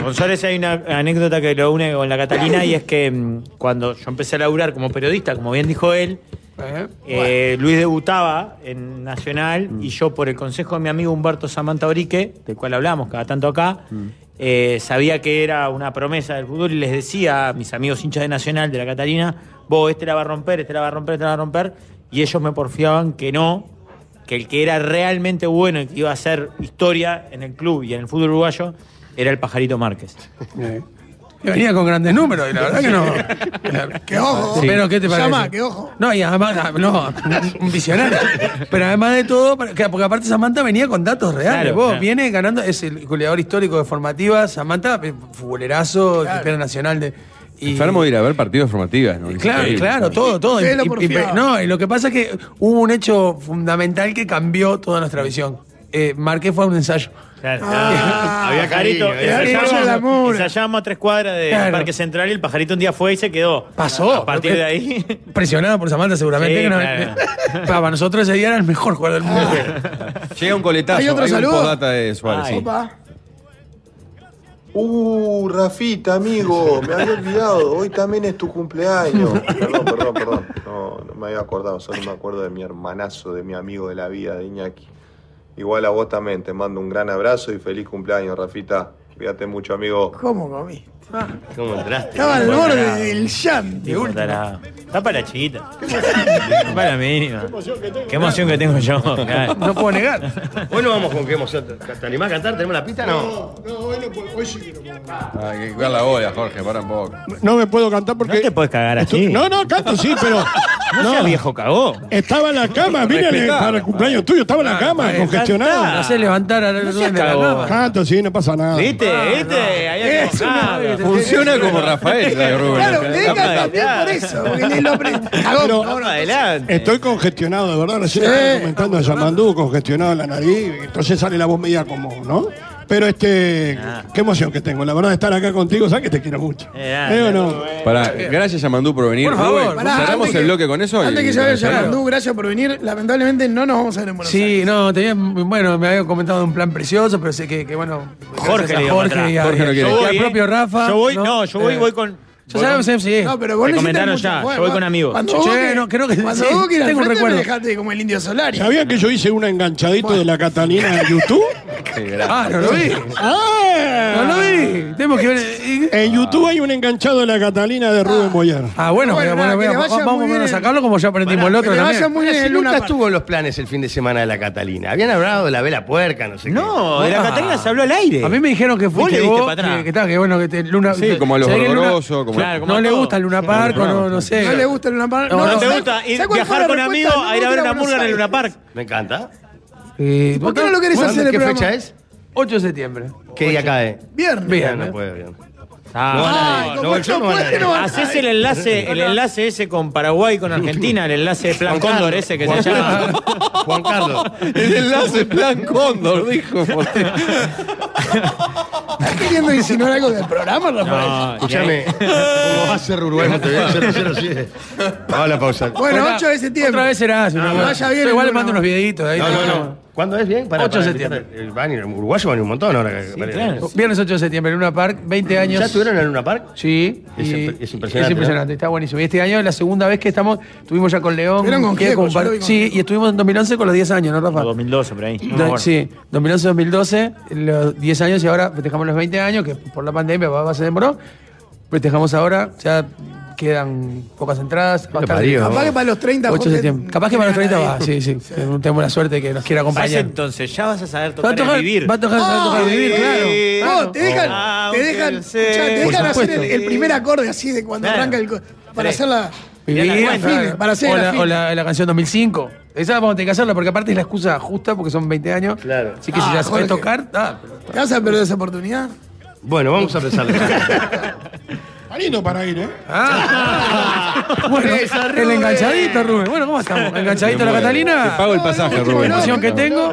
Speaker 6: Con Suárez hay una anécdota que lo une con la Catalina y es que mm, cuando yo empecé a laburar como periodista, como bien dijo él, eh, Luis debutaba en Nacional y yo por el consejo de mi amigo Humberto Samantha Orique, del cual hablamos cada tanto acá, eh, sabía que era una promesa del fútbol y les decía a mis amigos hinchas de Nacional, de la Catalina, vos, este la va a romper, este la va a romper, este la va a romper, y ellos me porfiaban que no, que el que era realmente bueno y que iba a hacer historia en el club y en el fútbol uruguayo era el Pajarito Márquez.
Speaker 20: Que venía con grandes números y la verdad que no.
Speaker 9: ¡Qué ojo!
Speaker 20: Sí. Pero ¿qué te parece?
Speaker 9: Llama, qué ojo.
Speaker 20: No, y además, ah, no, un visionario. Pero además de todo, porque porque aparte Samantha venía con datos reales.
Speaker 6: Claro,
Speaker 20: Vos
Speaker 6: claro.
Speaker 20: viene ganando, es el goleador histórico de formativa. Samantha, eh, futbolerazo, campeona nacional de. y-
Speaker 8: Enfermo de ir a ver partidos formativas, ¿no?
Speaker 20: Claro,
Speaker 8: Increíble.
Speaker 20: claro, todo, todo.
Speaker 9: Pelo
Speaker 20: Y- y-
Speaker 9: porfiado.
Speaker 20: no, y lo que pasa es que hubo un hecho fundamental que cambió toda nuestra visión. Eh, Marqués fue a un ensayo.
Speaker 9: Ah,
Speaker 20: *laughs* Ah,
Speaker 6: *laughs* Había
Speaker 20: cariño,
Speaker 6: pajarito.
Speaker 20: había cariño. El
Speaker 6: Ensayábamos,
Speaker 20: amor.
Speaker 6: ensayábamos a tres cuadras del
Speaker 20: Claro.
Speaker 6: Parque Central y el pajarito un día fue y se quedó.
Speaker 20: Pasó.
Speaker 6: A partir
Speaker 20: *laughs*
Speaker 6: de ahí.
Speaker 20: Presionada por Samantha, seguramente.
Speaker 6: Sí,
Speaker 20: que no-
Speaker 6: claro.
Speaker 20: *laughs* Para nosotros ese día era el mejor jugador del mundo.
Speaker 8: *laughs* Llega un coletazo,
Speaker 20: ¿Hay
Speaker 8: hay,
Speaker 20: otro
Speaker 8: un
Speaker 20: saludo?
Speaker 8: postdata de Suárez. sí.
Speaker 26: Uh, Rafita, amigo,
Speaker 8: *laughs*
Speaker 26: me había olvidado. Hoy también es tu cumpleaños. Perdón, perdón, perdón. No, no me había acordado. Solo me acuerdo de mi hermanazo, de mi amigo de la vida, de Iñaki. Igual a vos también. Te mando un gran abrazo y feliz cumpleaños, Rafita. Cuídate mucho, amigo.
Speaker 9: ¿Cómo comí?
Speaker 12: ¿Cómo entraste?
Speaker 9: Estaba al borde del llanto.
Speaker 12: De última.
Speaker 5: Está para la chiquita. Está para la mínima. Qué emoción que tengo yo. claro.
Speaker 7: No puedo negar. Hoy no vamos con qué emoción. ¿Te animás a cantar? ¿Tenemos la pista? No.
Speaker 21: No, hoy, no puedo, hoy sí quiero.
Speaker 1: Hay que cuidar la olla, Jorge, para un poco.
Speaker 21: No me puedo cantar porque.
Speaker 5: No te podés cagar
Speaker 21: así. No, no, canto sí, pero.
Speaker 5: *laughs* No,
Speaker 21: no.
Speaker 5: seas viejo cagó.
Speaker 21: Estaba en la cama, mira,
Speaker 5: Respetá.
Speaker 21: para el cumpleaños tuyo, estaba en la cama,
Speaker 5: eh,
Speaker 21: congestionado.
Speaker 5: cantá. No hacés
Speaker 20: levantar a la-
Speaker 21: no
Speaker 20: No seas dueño de la Ah. cagón. cama.
Speaker 21: Canto, sí, Ah, no pasa nada.
Speaker 5: ¿Viste? ¿Viste? Ahí hay
Speaker 21: Eso,
Speaker 5: algo.
Speaker 1: Funciona
Speaker 20: *laughs*
Speaker 1: como Rafael, la grúa.
Speaker 21: Claro, venga
Speaker 5: también
Speaker 21: por eso, porque ni lo
Speaker 5: Pero- adelante.
Speaker 21: Estoy congestionado, de verdad. Recién estaba comentando a Yamandú, congestionado en la nariz, entonces sale la voz media como, ¿no? Pero este, qué emoción que tengo. La verdad, estar acá contigo, sabes que te quiero mucho. ¿Eh o no?
Speaker 8: Pará, gracias Yamandú por venir.
Speaker 21: Por favor,
Speaker 8: Rubén,
Speaker 21: pará,
Speaker 8: cerramos
Speaker 21: antes
Speaker 8: el
Speaker 21: que-
Speaker 8: bloque con eso. y-
Speaker 9: Antes que ya vea
Speaker 8: Claro.
Speaker 9: Yamandú, gracias por venir. Lamentablemente no nos vamos a ver en Buenos
Speaker 20: Sí, no, tenía, bueno, me había comentado un plan precioso, pero sé que, que, bueno.
Speaker 5: Jorge
Speaker 20: gracias a
Speaker 5: le dio para
Speaker 20: Jorge
Speaker 5: atrás.
Speaker 20: y, a-
Speaker 5: Jorge no
Speaker 20: y
Speaker 5: quiere.
Speaker 20: al
Speaker 5: Yo voy,
Speaker 20: propio
Speaker 5: ¿eh?
Speaker 20: Rafa. Eh.
Speaker 5: Yo voy- no, yo voy- voy con-
Speaker 20: Ya
Speaker 5: voy
Speaker 20: sabemos,
Speaker 5: con-
Speaker 20: sí.
Speaker 5: No, pero vos Me no hiciste comentaron mucho ya, juego, yo voy con ¿no? amigos.
Speaker 9: Cuando
Speaker 21: Che,
Speaker 9: vos que-
Speaker 21: no, creo que-
Speaker 9: cuando
Speaker 21: sí,
Speaker 9: vos que
Speaker 21: tengo un recuerdo.
Speaker 9: dejaste como el indio Solari.
Speaker 21: ¿Sabían que yo hice una enganchadito de la Catalina en YouTube?
Speaker 20: Ah, no lo vi.
Speaker 21: ¡Ah!
Speaker 20: No lo vi. Tenemos que ver. ¿eh?
Speaker 21: En YouTube hay un enganchado de la Catalina de Rubén Boyar.
Speaker 20: Ah, bueno,
Speaker 21: Bueno,
Speaker 20: pero bueno,
Speaker 21: nada, que
Speaker 20: bueno,
Speaker 21: le vaya
Speaker 20: vamos,
Speaker 21: muy bien
Speaker 20: vamos a
Speaker 21: el-
Speaker 20: sacarlo como ya aprendimos el otro también.
Speaker 7: Pero si
Speaker 20: el
Speaker 7: nunca estuvo en los planes el fin de semana de la Catalina. Habían hablado de la vela puerca, no sé qué. Ah.
Speaker 20: No, de la Catalina se
Speaker 5: habló al aire.
Speaker 20: Ah. A mí me dijeron que
Speaker 7: Vos
Speaker 20: fuiste
Speaker 7: le
Speaker 20: vos,
Speaker 7: diste para atrás.
Speaker 20: que, que tal, que bueno, que te- Luna...
Speaker 8: Sí, como a los
Speaker 20: se ve que Luna-
Speaker 8: Gorgoroso, como- Claro, como
Speaker 20: no
Speaker 8: a
Speaker 20: le
Speaker 8: todos.
Speaker 20: gusta el Luna Park, o no, no sé.
Speaker 9: No le gusta el Luna Park.
Speaker 20: No, no te
Speaker 9: ¿sabes-
Speaker 20: gusta ir-
Speaker 9: ¿sabes cuál fue
Speaker 20: viajar
Speaker 9: la
Speaker 20: con
Speaker 9: respuesta?
Speaker 20: amigos
Speaker 9: No
Speaker 20: a ir a
Speaker 9: gusta
Speaker 20: ver una
Speaker 9: Buenos
Speaker 20: murga en el
Speaker 9: Aires.
Speaker 20: Luna Park.
Speaker 7: Me encanta.
Speaker 20: Eh,
Speaker 9: por qué no lo querés
Speaker 20: ¿cuándo-
Speaker 9: hacer el
Speaker 20: ¿Qué
Speaker 9: programa?
Speaker 20: fecha es? 8 de septiembre.
Speaker 7: ¿Qué día cae?
Speaker 9: Viernes.
Speaker 7: Bien,
Speaker 20: Viernes. pues.
Speaker 7: no puede, bien.
Speaker 5: Ah,
Speaker 7: No, no, yo no voy a ir.
Speaker 5: Haces el enlace, el enlace ese con Paraguay, con Argentina, el enlace de Plan Cóndor ese que se llama.
Speaker 7: Juan Carlos.
Speaker 8: El enlace Plan Cóndor, dijo.
Speaker 9: ¿Estás queriendo insinuar algo del programa, Rafael?
Speaker 7: Escúchame, como va a ser Uruguay, no te voy a hacer 007. Vamos a la pausa.
Speaker 9: Bueno, 8 de septiembre.
Speaker 20: Otra vez será. hace una-
Speaker 7: Ah, vaya bien,
Speaker 20: Yo igual le
Speaker 7: Luna.
Speaker 20: mando unos videitos ahí.
Speaker 7: No, no, no. ¿Cuándo es bien? Para,
Speaker 20: 8 de
Speaker 7: para,
Speaker 20: septiembre.
Speaker 7: eh, Van, y- uruguayos van un montón ahora. Para-
Speaker 20: Viernes 8 de septiembre, Luna Park, 20 años.
Speaker 7: ¿Ya estuvieron en Luna Park?
Speaker 20: Sí.
Speaker 7: Es
Speaker 20: y-
Speaker 7: imp- es impresionante,
Speaker 20: Es impresionante, está buenísimo. Y este año es la segunda vez que estamos, estuvimos ya con León.
Speaker 9: Estuvieron con
Speaker 20: Diego,
Speaker 9: Gieco,
Speaker 20: Bar-
Speaker 9: yo lo vi con
Speaker 20: Sí, y estuvimos en 2011 con los 10 años, ¿no, Rafa?
Speaker 5: 2012 por ahí. no me
Speaker 20: Do-
Speaker 5: acuerdo.
Speaker 20: sí, 2011-2012, los 10 años y ahora festejamos los 20 años, que por la pandemia va, va- se demoró. Festejamos ahora, ya quedan pocas entradas. va a estar-
Speaker 7: parió.
Speaker 9: Capaz que para los 30
Speaker 20: 8 de
Speaker 9: Jorge,
Speaker 20: septiembre. Capaz que para los 30 va, sí, sí. Tenemos la suerte de que nos quiera
Speaker 5: ¿Sabes
Speaker 20: acompañar.
Speaker 5: entonces? Ya vas a saber
Speaker 20: Va a
Speaker 5: tocar, y
Speaker 20: tocar,
Speaker 5: vivir.
Speaker 20: va a tocar, va a tocar vivir, claro.
Speaker 9: No, te dejan,
Speaker 5: Ah,
Speaker 9: te
Speaker 5: ok,
Speaker 9: dejan,
Speaker 5: lo sé.
Speaker 9: escuchá, te
Speaker 5: Por
Speaker 9: dejan hacer el,
Speaker 5: supuesto.
Speaker 9: el primer acorde así de cuando
Speaker 5: Claro.
Speaker 9: arranca el. co- Para
Speaker 5: Tres.
Speaker 9: hacer la.
Speaker 5: Mirá la
Speaker 20: Vivir,
Speaker 5: cuenta.
Speaker 20: claro.
Speaker 9: para hacer
Speaker 20: o,
Speaker 9: la
Speaker 20: la,
Speaker 9: fila.
Speaker 20: o la- la canción 2005. Esa vamos a tener que hacerla porque aparte es la excusa justa porque son 20 años. Claro. Así que
Speaker 9: Ah,
Speaker 20: si ya
Speaker 9: Jorge.
Speaker 20: sabes tocar, ah, pero-
Speaker 9: ¿Te vas a perder esa oportunidad?
Speaker 7: Bueno, vamos a empezar.
Speaker 9: *laughs*
Speaker 21: Está lindo para ir, ¿eh?
Speaker 20: Ah.
Speaker 21: *laughs*
Speaker 20: Bueno,
Speaker 21: Esa,
Speaker 20: el enganchadito, Rubén. Bueno, ¿cómo estamos? ¿Enganchadito a la
Speaker 8: Me muero.
Speaker 20: Catalina?
Speaker 8: Te pago el pasaje,
Speaker 20: última
Speaker 8: Rubén.
Speaker 20: emoción que tengo.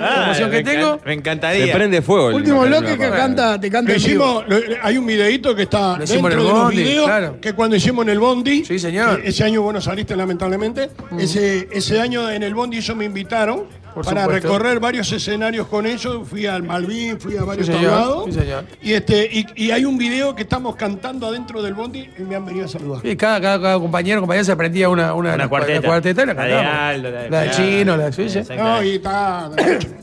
Speaker 5: Ah,
Speaker 20: emoción que
Speaker 5: me encan-
Speaker 20: tengo.
Speaker 5: Me encantaría.
Speaker 8: Se prende fuego. el
Speaker 9: Último
Speaker 8: Catalina
Speaker 9: bloque que
Speaker 8: Park.
Speaker 9: canta, te canta
Speaker 21: Lo
Speaker 9: en vivo.
Speaker 21: hicimos, lo- hay un videito que está
Speaker 20: Lo hicimos
Speaker 21: dentro
Speaker 20: en el
Speaker 21: de los
Speaker 20: bondi,
Speaker 21: videos
Speaker 20: claro.
Speaker 21: que cuando hicimos en el Bondi.
Speaker 20: Sí, señor. Mm.
Speaker 21: que Ese año vos no saliste, lamentablemente. Ese, ese año en el Bondi ellos me invitaron
Speaker 20: Por
Speaker 21: para
Speaker 20: supuesto.
Speaker 21: recorrer varios escenarios con ellos. Fui al Malvin, fui a
Speaker 20: Sí,
Speaker 21: varios
Speaker 20: señor.
Speaker 21: tablados.
Speaker 20: Sí, señor.
Speaker 21: Y, este, y, y hay un video que estamos cantando adentro del Bondi y me han venido a saludar.
Speaker 20: Y cada, cada, cada compañero compañera se aprendía una, una,
Speaker 5: Una cuarteta.
Speaker 20: La cuarteta y la
Speaker 5: La de
Speaker 20: cantamos.
Speaker 5: Aldo, la de
Speaker 20: La de
Speaker 5: Fernando.
Speaker 20: Chino, la de Suiza.
Speaker 21: No, y está,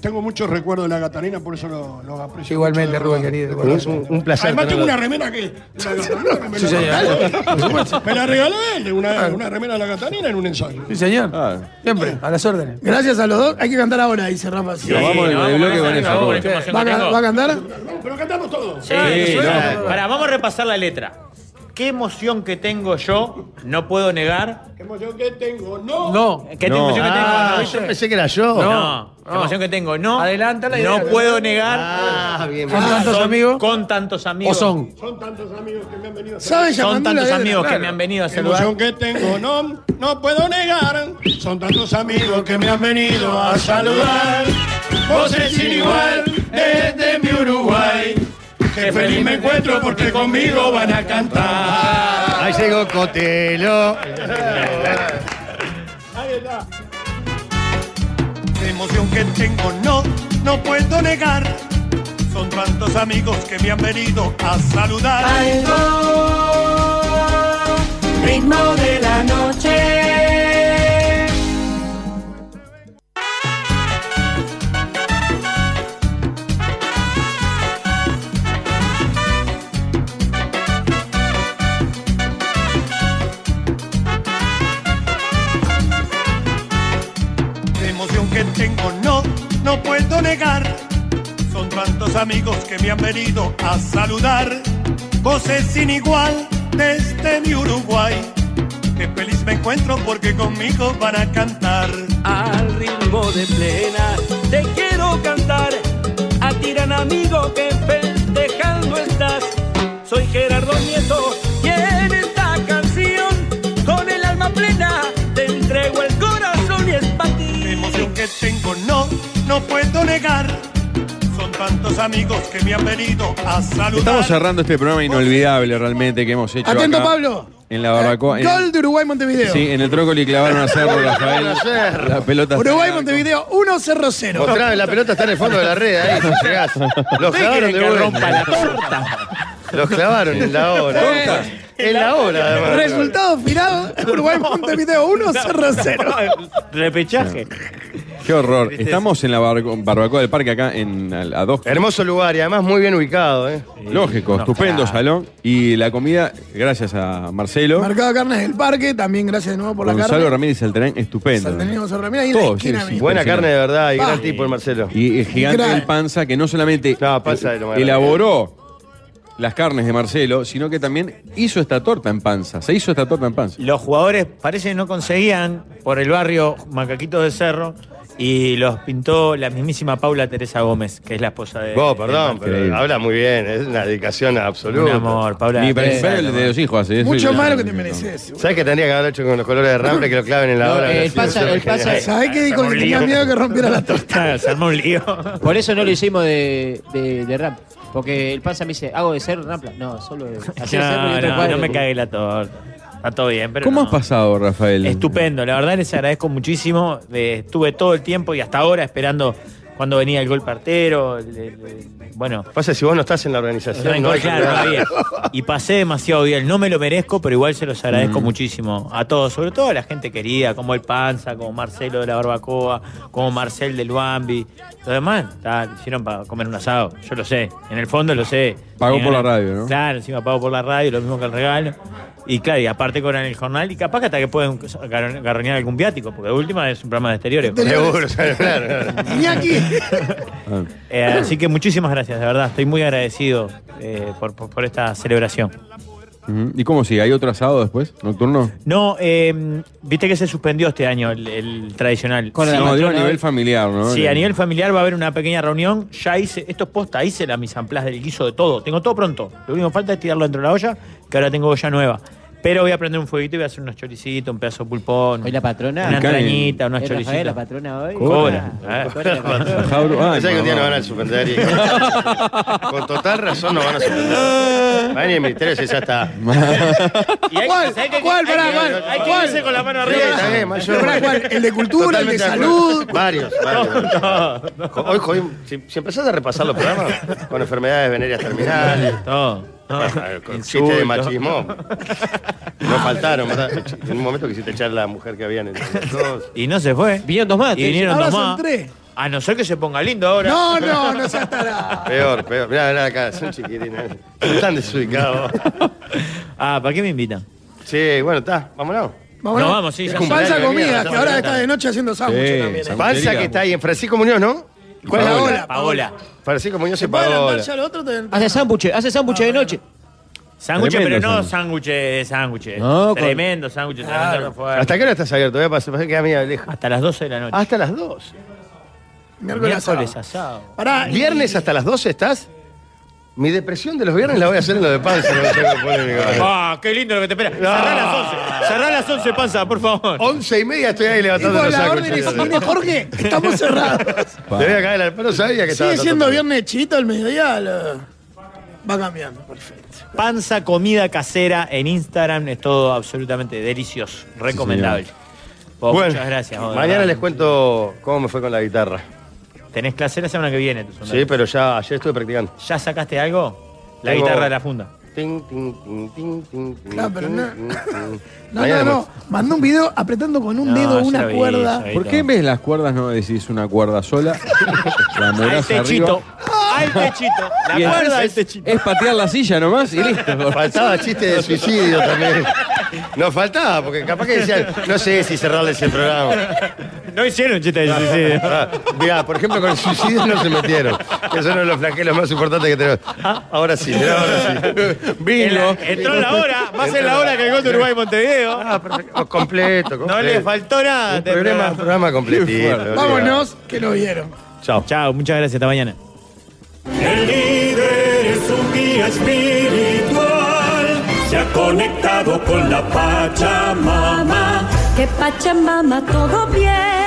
Speaker 21: tengo muchos recuerdos de la Catalina, por eso lo- los aprecio.
Speaker 20: Igualmente, Rubén, querido.
Speaker 7: Es un, un placer.
Speaker 21: Además tengo una
Speaker 7: tenerlo.
Speaker 21: remera que la Catalina me,
Speaker 20: Sí,
Speaker 21: la
Speaker 20: señor. Por
Speaker 21: regaló.
Speaker 20: supuesto.
Speaker 21: Me la regaló él, una,
Speaker 20: Ah.
Speaker 21: una remera de la Catalina en un ensayo.
Speaker 20: Sí, señor.
Speaker 8: Ah,
Speaker 20: Siempre, a las órdenes.
Speaker 9: Gracias a los dos. Hay que cantar ahora, dice Rafa.
Speaker 8: Nos vamos en el bloque con eso. Rubén.
Speaker 9: ¿Va, a ca- va a cantar?
Speaker 21: Pero cantamos todos. Ah,
Speaker 5: Sí,
Speaker 8: Sí,
Speaker 5: suena.
Speaker 8: no.
Speaker 5: Pará, vamos a repasar la letra. ¿Qué emoción que tengo yo? No puedo negar.
Speaker 21: Qué emoción que tengo, no.
Speaker 20: No.
Speaker 5: ¿Qué
Speaker 8: No.
Speaker 5: emoción que tengo?
Speaker 7: Ah,
Speaker 5: No,
Speaker 7: yo pensé que era yo.
Speaker 5: No, la emoción que tengo, no.
Speaker 20: Adelántala y
Speaker 5: No
Speaker 20: adelántala.
Speaker 5: puedo negar
Speaker 7: Ah, bien, bien.
Speaker 20: ¿Son tantos
Speaker 5: son-
Speaker 20: amigos?
Speaker 5: con tantos
Speaker 20: ¿O
Speaker 5: amigos.
Speaker 20: son?
Speaker 21: Son tantos amigos que me han venido a
Speaker 9: ¿Sabes?
Speaker 5: Son
Speaker 9: Llamando la
Speaker 5: tantos
Speaker 9: letra,
Speaker 5: amigos que
Speaker 20: claro.
Speaker 5: me han venido a
Speaker 21: Qué
Speaker 5: saludar.
Speaker 21: emoción que tengo, no, no puedo negar. Son tantos amigos que me han venido a saludar. Voces sin igual desde mi Uruguay. Qué feliz me encuentro porque conmigo van a cantar.
Speaker 7: Ahí llegó Cotelo.
Speaker 21: Ahí está.
Speaker 22: La emoción que tengo no, no puedo negar. Son tantos amigos que me han venido a saludar. ritmo de la noche. que tengo no, no puedo negar. Son tantos amigos que me han venido a saludar. Voces sin igual desde mi Uruguay. Qué feliz me encuentro porque conmigo van a cantar.
Speaker 5: Al ritmo de plena te quiero cantar. A ti gran amigo que festejando estás. Soy Gerardo Nieto y en esta canción con el alma plena te entrego el corazón y es para ti.
Speaker 22: La emoción que tengo no, no puedo negar. Son tantos amigos que me han venido a saludar.
Speaker 8: Estamos cerrando este programa inolvidable realmente que hemos hecho.
Speaker 9: Atento,
Speaker 8: acá
Speaker 9: Pablo.
Speaker 8: En la barbacoa. en-
Speaker 9: Gol de Uruguay-Montevideo.
Speaker 8: sí, en el trócoli clavaron a cerro,
Speaker 7: *laughs*
Speaker 8: Rafael. La pelota.
Speaker 9: Uruguay-Montevideo 1-0-0.
Speaker 7: Otra vez, la pelota está en el fondo de la red, ahí llegás. Los
Speaker 9: ¿Qué
Speaker 7: clavaron
Speaker 9: quieren
Speaker 7: de
Speaker 9: que
Speaker 7: vuelta.
Speaker 9: rompa la
Speaker 7: Los clavaron en la hora.
Speaker 9: Torta.
Speaker 7: En *laughs* la hora, además.
Speaker 9: Resultado final, Uruguay-Montevideo 1-0-0.
Speaker 6: Repechaje.
Speaker 8: Qué horror. Estamos en la barco- barbacoa del parque acá en a, a dos.
Speaker 7: Hermoso lugar y además muy bien ubicado, ¿eh?
Speaker 8: Lógico,
Speaker 7: No,
Speaker 8: estupendo
Speaker 7: claro.
Speaker 8: salón. Y la comida, gracias a Marcelo.
Speaker 9: Mercado Carnes del Parque, también gracias de nuevo por la
Speaker 8: Gonzalo
Speaker 9: carne.
Speaker 8: Ramírez Salterán, estupendo.
Speaker 9: Salterán y Gonzalo Ramírez ahí en la esquina mismo.
Speaker 7: Buena carne de verdad y
Speaker 9: Pa.
Speaker 7: gran tipo el Marcelo.
Speaker 8: Y el gigante
Speaker 7: Gran.
Speaker 8: del panza que no solamente
Speaker 7: Panza de lo más grande.
Speaker 8: elaboró las carnes de Marcelo, sino que también hizo esta torta en panza. Se hizo esta torta en panza.
Speaker 6: Los jugadores parece que no conseguían por el barrio Macaquitos de Cerro y los pintó la mismísima Paula Teresa Gómez, que es la esposa de.
Speaker 7: Vos,
Speaker 6: de
Speaker 7: perdón,
Speaker 6: Marcelo.
Speaker 7: pero habla muy bien, es una dedicación absoluta.
Speaker 6: Un amor, Paula.
Speaker 8: Ni para el feo, el de los hijos hace eso.
Speaker 7: Mucho
Speaker 8: Y-
Speaker 7: más lo
Speaker 9: que te mereces.
Speaker 7: *laughs* ¿Sabes qué tendría que haber hecho con los colores de Ramble que lo claven en la
Speaker 10: No,
Speaker 7: hora?
Speaker 10: el pasa- el pasa-
Speaker 9: ¿Sabés qué dijo que tenía miedo que rompiera la torta?
Speaker 6: Se armó un lío.
Speaker 10: Por eso no lo hicimos de, de, de ramp. Porque el panza me dice, hago de ser rampla. No, solo de hacer cerro y
Speaker 6: No,
Speaker 10: otro
Speaker 6: no,
Speaker 10: cuadro.
Speaker 6: no me cagué la torta. Está todo bien, pero.
Speaker 8: ¿Cómo
Speaker 6: no.
Speaker 8: has pasado, Rafael?
Speaker 6: Estupendo, la verdad les agradezco muchísimo. Eh, estuve todo el tiempo y hasta ahora esperando cuando venía el gol partero. el- el- el- bueno,
Speaker 7: Pasa si vos no estás en la organización. No hay
Speaker 6: claro,
Speaker 7: que-
Speaker 6: no había. Y pasé demasiado bien. No me lo merezco, pero igual se los
Speaker 8: Mm.
Speaker 6: agradezco muchísimo a todos, sobre todo a la gente querida, como el Panza, como Marcelo de la Barbacoa, como Marcel del Bambi. Los demás está, lo hicieron para comer un asado, yo lo sé. En el fondo lo sé.
Speaker 8: Pagó
Speaker 6: Tenía
Speaker 8: por la
Speaker 6: ganas-
Speaker 8: radio, ¿no?
Speaker 6: Claro, encima pago por la radio, lo mismo que el regalo. Y claro, y aparte cobran el jornal y capaz que hasta que pueden gar- garroñar algún viático, porque de última es un programa de exteriores. *laughs*
Speaker 7: Seguro, claro, claro.
Speaker 9: *laughs*
Speaker 6: Eh, así que muchísimas gracias, de verdad. Estoy muy agradecido eh, por- por- por esta celebración.
Speaker 8: Ujú. ¿Y cómo sigue? ¿Hay otro asado después? ¿Nocturno?
Speaker 6: No, eh, viste que se suspendió este año el, el tradicional.
Speaker 8: Con la
Speaker 6: Sí.
Speaker 8: No, digo a nivel familiar, ¿no? Eh.
Speaker 6: Sí,
Speaker 8: Le-
Speaker 6: a nivel familiar va a haber una pequeña reunión. Ya hice, esto es posta, hice la mise en place del guiso de todo. Tengo todo pronto. Lo único que falta es tirarlo dentro de la olla, que ahora tengo olla nueva. Pero voy a prender un fueguito y voy a hacer unos choricitos, un pedazo de pulpón. Hoy la
Speaker 10: patrona.
Speaker 6: Una entrañita, unos
Speaker 10: ¿Es Rafael la
Speaker 6: choricitos.
Speaker 10: patrona hoy?
Speaker 6: Cobra. eh.
Speaker 8: Jabru- ay,
Speaker 7: Pensá que un día nos
Speaker 8: mamá.
Speaker 7: van a suspender y-
Speaker 9: *laughs*
Speaker 7: Con total razón nos van a suspender. Van a ir al ministerio si ya está.
Speaker 6: Y hay-
Speaker 9: ¿Cuál?
Speaker 6: ¿sabés qué?
Speaker 9: ¿Cuál?
Speaker 6: Hay
Speaker 9: Pará,
Speaker 6: que-
Speaker 9: ¿cuál?
Speaker 6: Hay que
Speaker 9: ¿Cuál?
Speaker 6: irse con la mano arriba.
Speaker 7: Sí, está bien, mayor.
Speaker 9: Pará, ¿cuál? ¿El de cultura, el de
Speaker 7: Totalmente acuerdo.
Speaker 9: salud?
Speaker 7: Varios, varios. Jo- Hoy jodimos- si, si empezás a repasar los programas con enfermedades venéreas terminales,
Speaker 6: todo.
Speaker 7: con
Speaker 6: Insulto.
Speaker 7: chistes de machismo. No faltaron, ¿verdad? En un momento quisiste echar la mujer que había en el.
Speaker 6: Y no se fue. Vinieron dos más. Y vinieron
Speaker 7: Ahora
Speaker 6: dos
Speaker 7: son
Speaker 6: más.
Speaker 7: tres.
Speaker 6: A no ser que se ponga lindo ahora.
Speaker 9: No, no, no seas tarado.
Speaker 7: Peor, peor. Mirá, mirá acá, son chiquitines. Están desubicados.
Speaker 6: *laughs* Ah, ¿para qué me invitan?
Speaker 7: Sí, bueno, está, vámonos.
Speaker 9: Vámonos.
Speaker 7: No, vamos, sí, ya.
Speaker 9: Panza
Speaker 7: Cumpleaños,
Speaker 9: comida,
Speaker 7: mira,
Speaker 9: que ahora
Speaker 7: no,
Speaker 9: está
Speaker 7: no.
Speaker 9: de noche haciendo sándwiches
Speaker 7: Sí,
Speaker 9: también. ¿eh?
Speaker 7: Panza que está ahí en Francisco Muñoz, ¿no? ¿Cuál es la ola?
Speaker 6: Paola.
Speaker 7: Francisco Muñoz y
Speaker 9: Pueden andar
Speaker 7: Paola.
Speaker 9: ya al otro, te-
Speaker 10: Hace sándwiches, hace sándwiches de noche.
Speaker 6: Sándwiches, pero
Speaker 7: Tremendo
Speaker 6: no sándwiches, sándwiches.
Speaker 7: No, con-
Speaker 6: Tremendo sándwiches. tremendo fuerte.
Speaker 7: ¿Hasta qué hora estás abierto? Voy a pasar, que a mí lejos.
Speaker 6: Hasta las 12 de la noche.
Speaker 7: Hasta las 2.
Speaker 9: Miércoles
Speaker 7: Miércoles
Speaker 6: asado. *laughs*
Speaker 9: Pará, y-
Speaker 7: ¿Viernes hasta las 12 estás? Mi depresión de los viernes la voy a hacer en lo de panza. no sé cómo poner mi
Speaker 6: *laughs*
Speaker 7: cara.
Speaker 6: Ah, qué lindo lo que te espera. Cerrá las 11. Cerrá las 11, panza, por favor.
Speaker 7: 11 y media estoy ahí
Speaker 9: Y
Speaker 7: levantando
Speaker 9: con
Speaker 7: los
Speaker 9: la
Speaker 7: sacos.
Speaker 9: orden y si viene Jorge, estamos cerrados.
Speaker 7: *laughs* Te voy a caer la... No sabía que estaba tanto
Speaker 9: Sigue siendo
Speaker 7: tiempo.
Speaker 9: viernes chito el mediodía. lo- Va cambiando, perfecto.
Speaker 6: Panza comida casera en Instagram. Es todo absolutamente delicioso. Recomendable. Vos,
Speaker 7: Bueno,
Speaker 6: muchas gracias. vos, de
Speaker 7: Mañana
Speaker 6: verdad.
Speaker 7: les cuento cómo me fue con la guitarra.
Speaker 6: Tenés clase la semana que viene. tú, Sondra.
Speaker 7: Sí, pero ya ayer estuve practicando.
Speaker 6: ¿Ya sacaste algo? La
Speaker 7: Tengo-
Speaker 6: guitarra de la funda.
Speaker 7: Ting, ting, ting, ting, ting, ting,
Speaker 9: Claro, pero
Speaker 7: ting,
Speaker 9: no-
Speaker 7: ting, ting.
Speaker 9: No,
Speaker 7: Mañana
Speaker 9: no,
Speaker 7: les
Speaker 9: no. Mandó un video apretando con un
Speaker 8: No,
Speaker 9: dedo
Speaker 8: ya
Speaker 9: una
Speaker 8: vi,
Speaker 9: cuerda.
Speaker 8: ¿Por qué en vez de las cuerdas no decís una cuerda sola? La morás arriba.
Speaker 9: ¡Ah!
Speaker 6: Al techito.
Speaker 8: Y
Speaker 6: La cuerda
Speaker 8: entonces
Speaker 6: del
Speaker 7: *laughs*
Speaker 8: es, es patear la silla nomás y listo.
Speaker 7: Faltaba chiste de suicidio también. No faltaba, porque capaz que decían, no sé si cerrarles el programa. Ah,
Speaker 6: No hicieron chiste de suicidio.
Speaker 7: Mirá, por ejemplo, con el suicidio no se metieron. Que es uno de los flagelos más importantes que tenemos. Ah, ahora sí, mirá, ahora sí.
Speaker 6: Vino. Entró en la hora, más en la hora Ah, que el gol de Uruguay y Montevideo.
Speaker 7: Completo, completo.
Speaker 6: *laughs* No le faltó nada.
Speaker 7: Un programa, programa completito.
Speaker 9: Vámonos, que nos vieron.
Speaker 6: Chao. Chao, muchas gracias. Hasta mañana.
Speaker 5: El líder es un guía espiritual, se ha conectado con la Pachamama.
Speaker 27: Que Pachamama todo bien.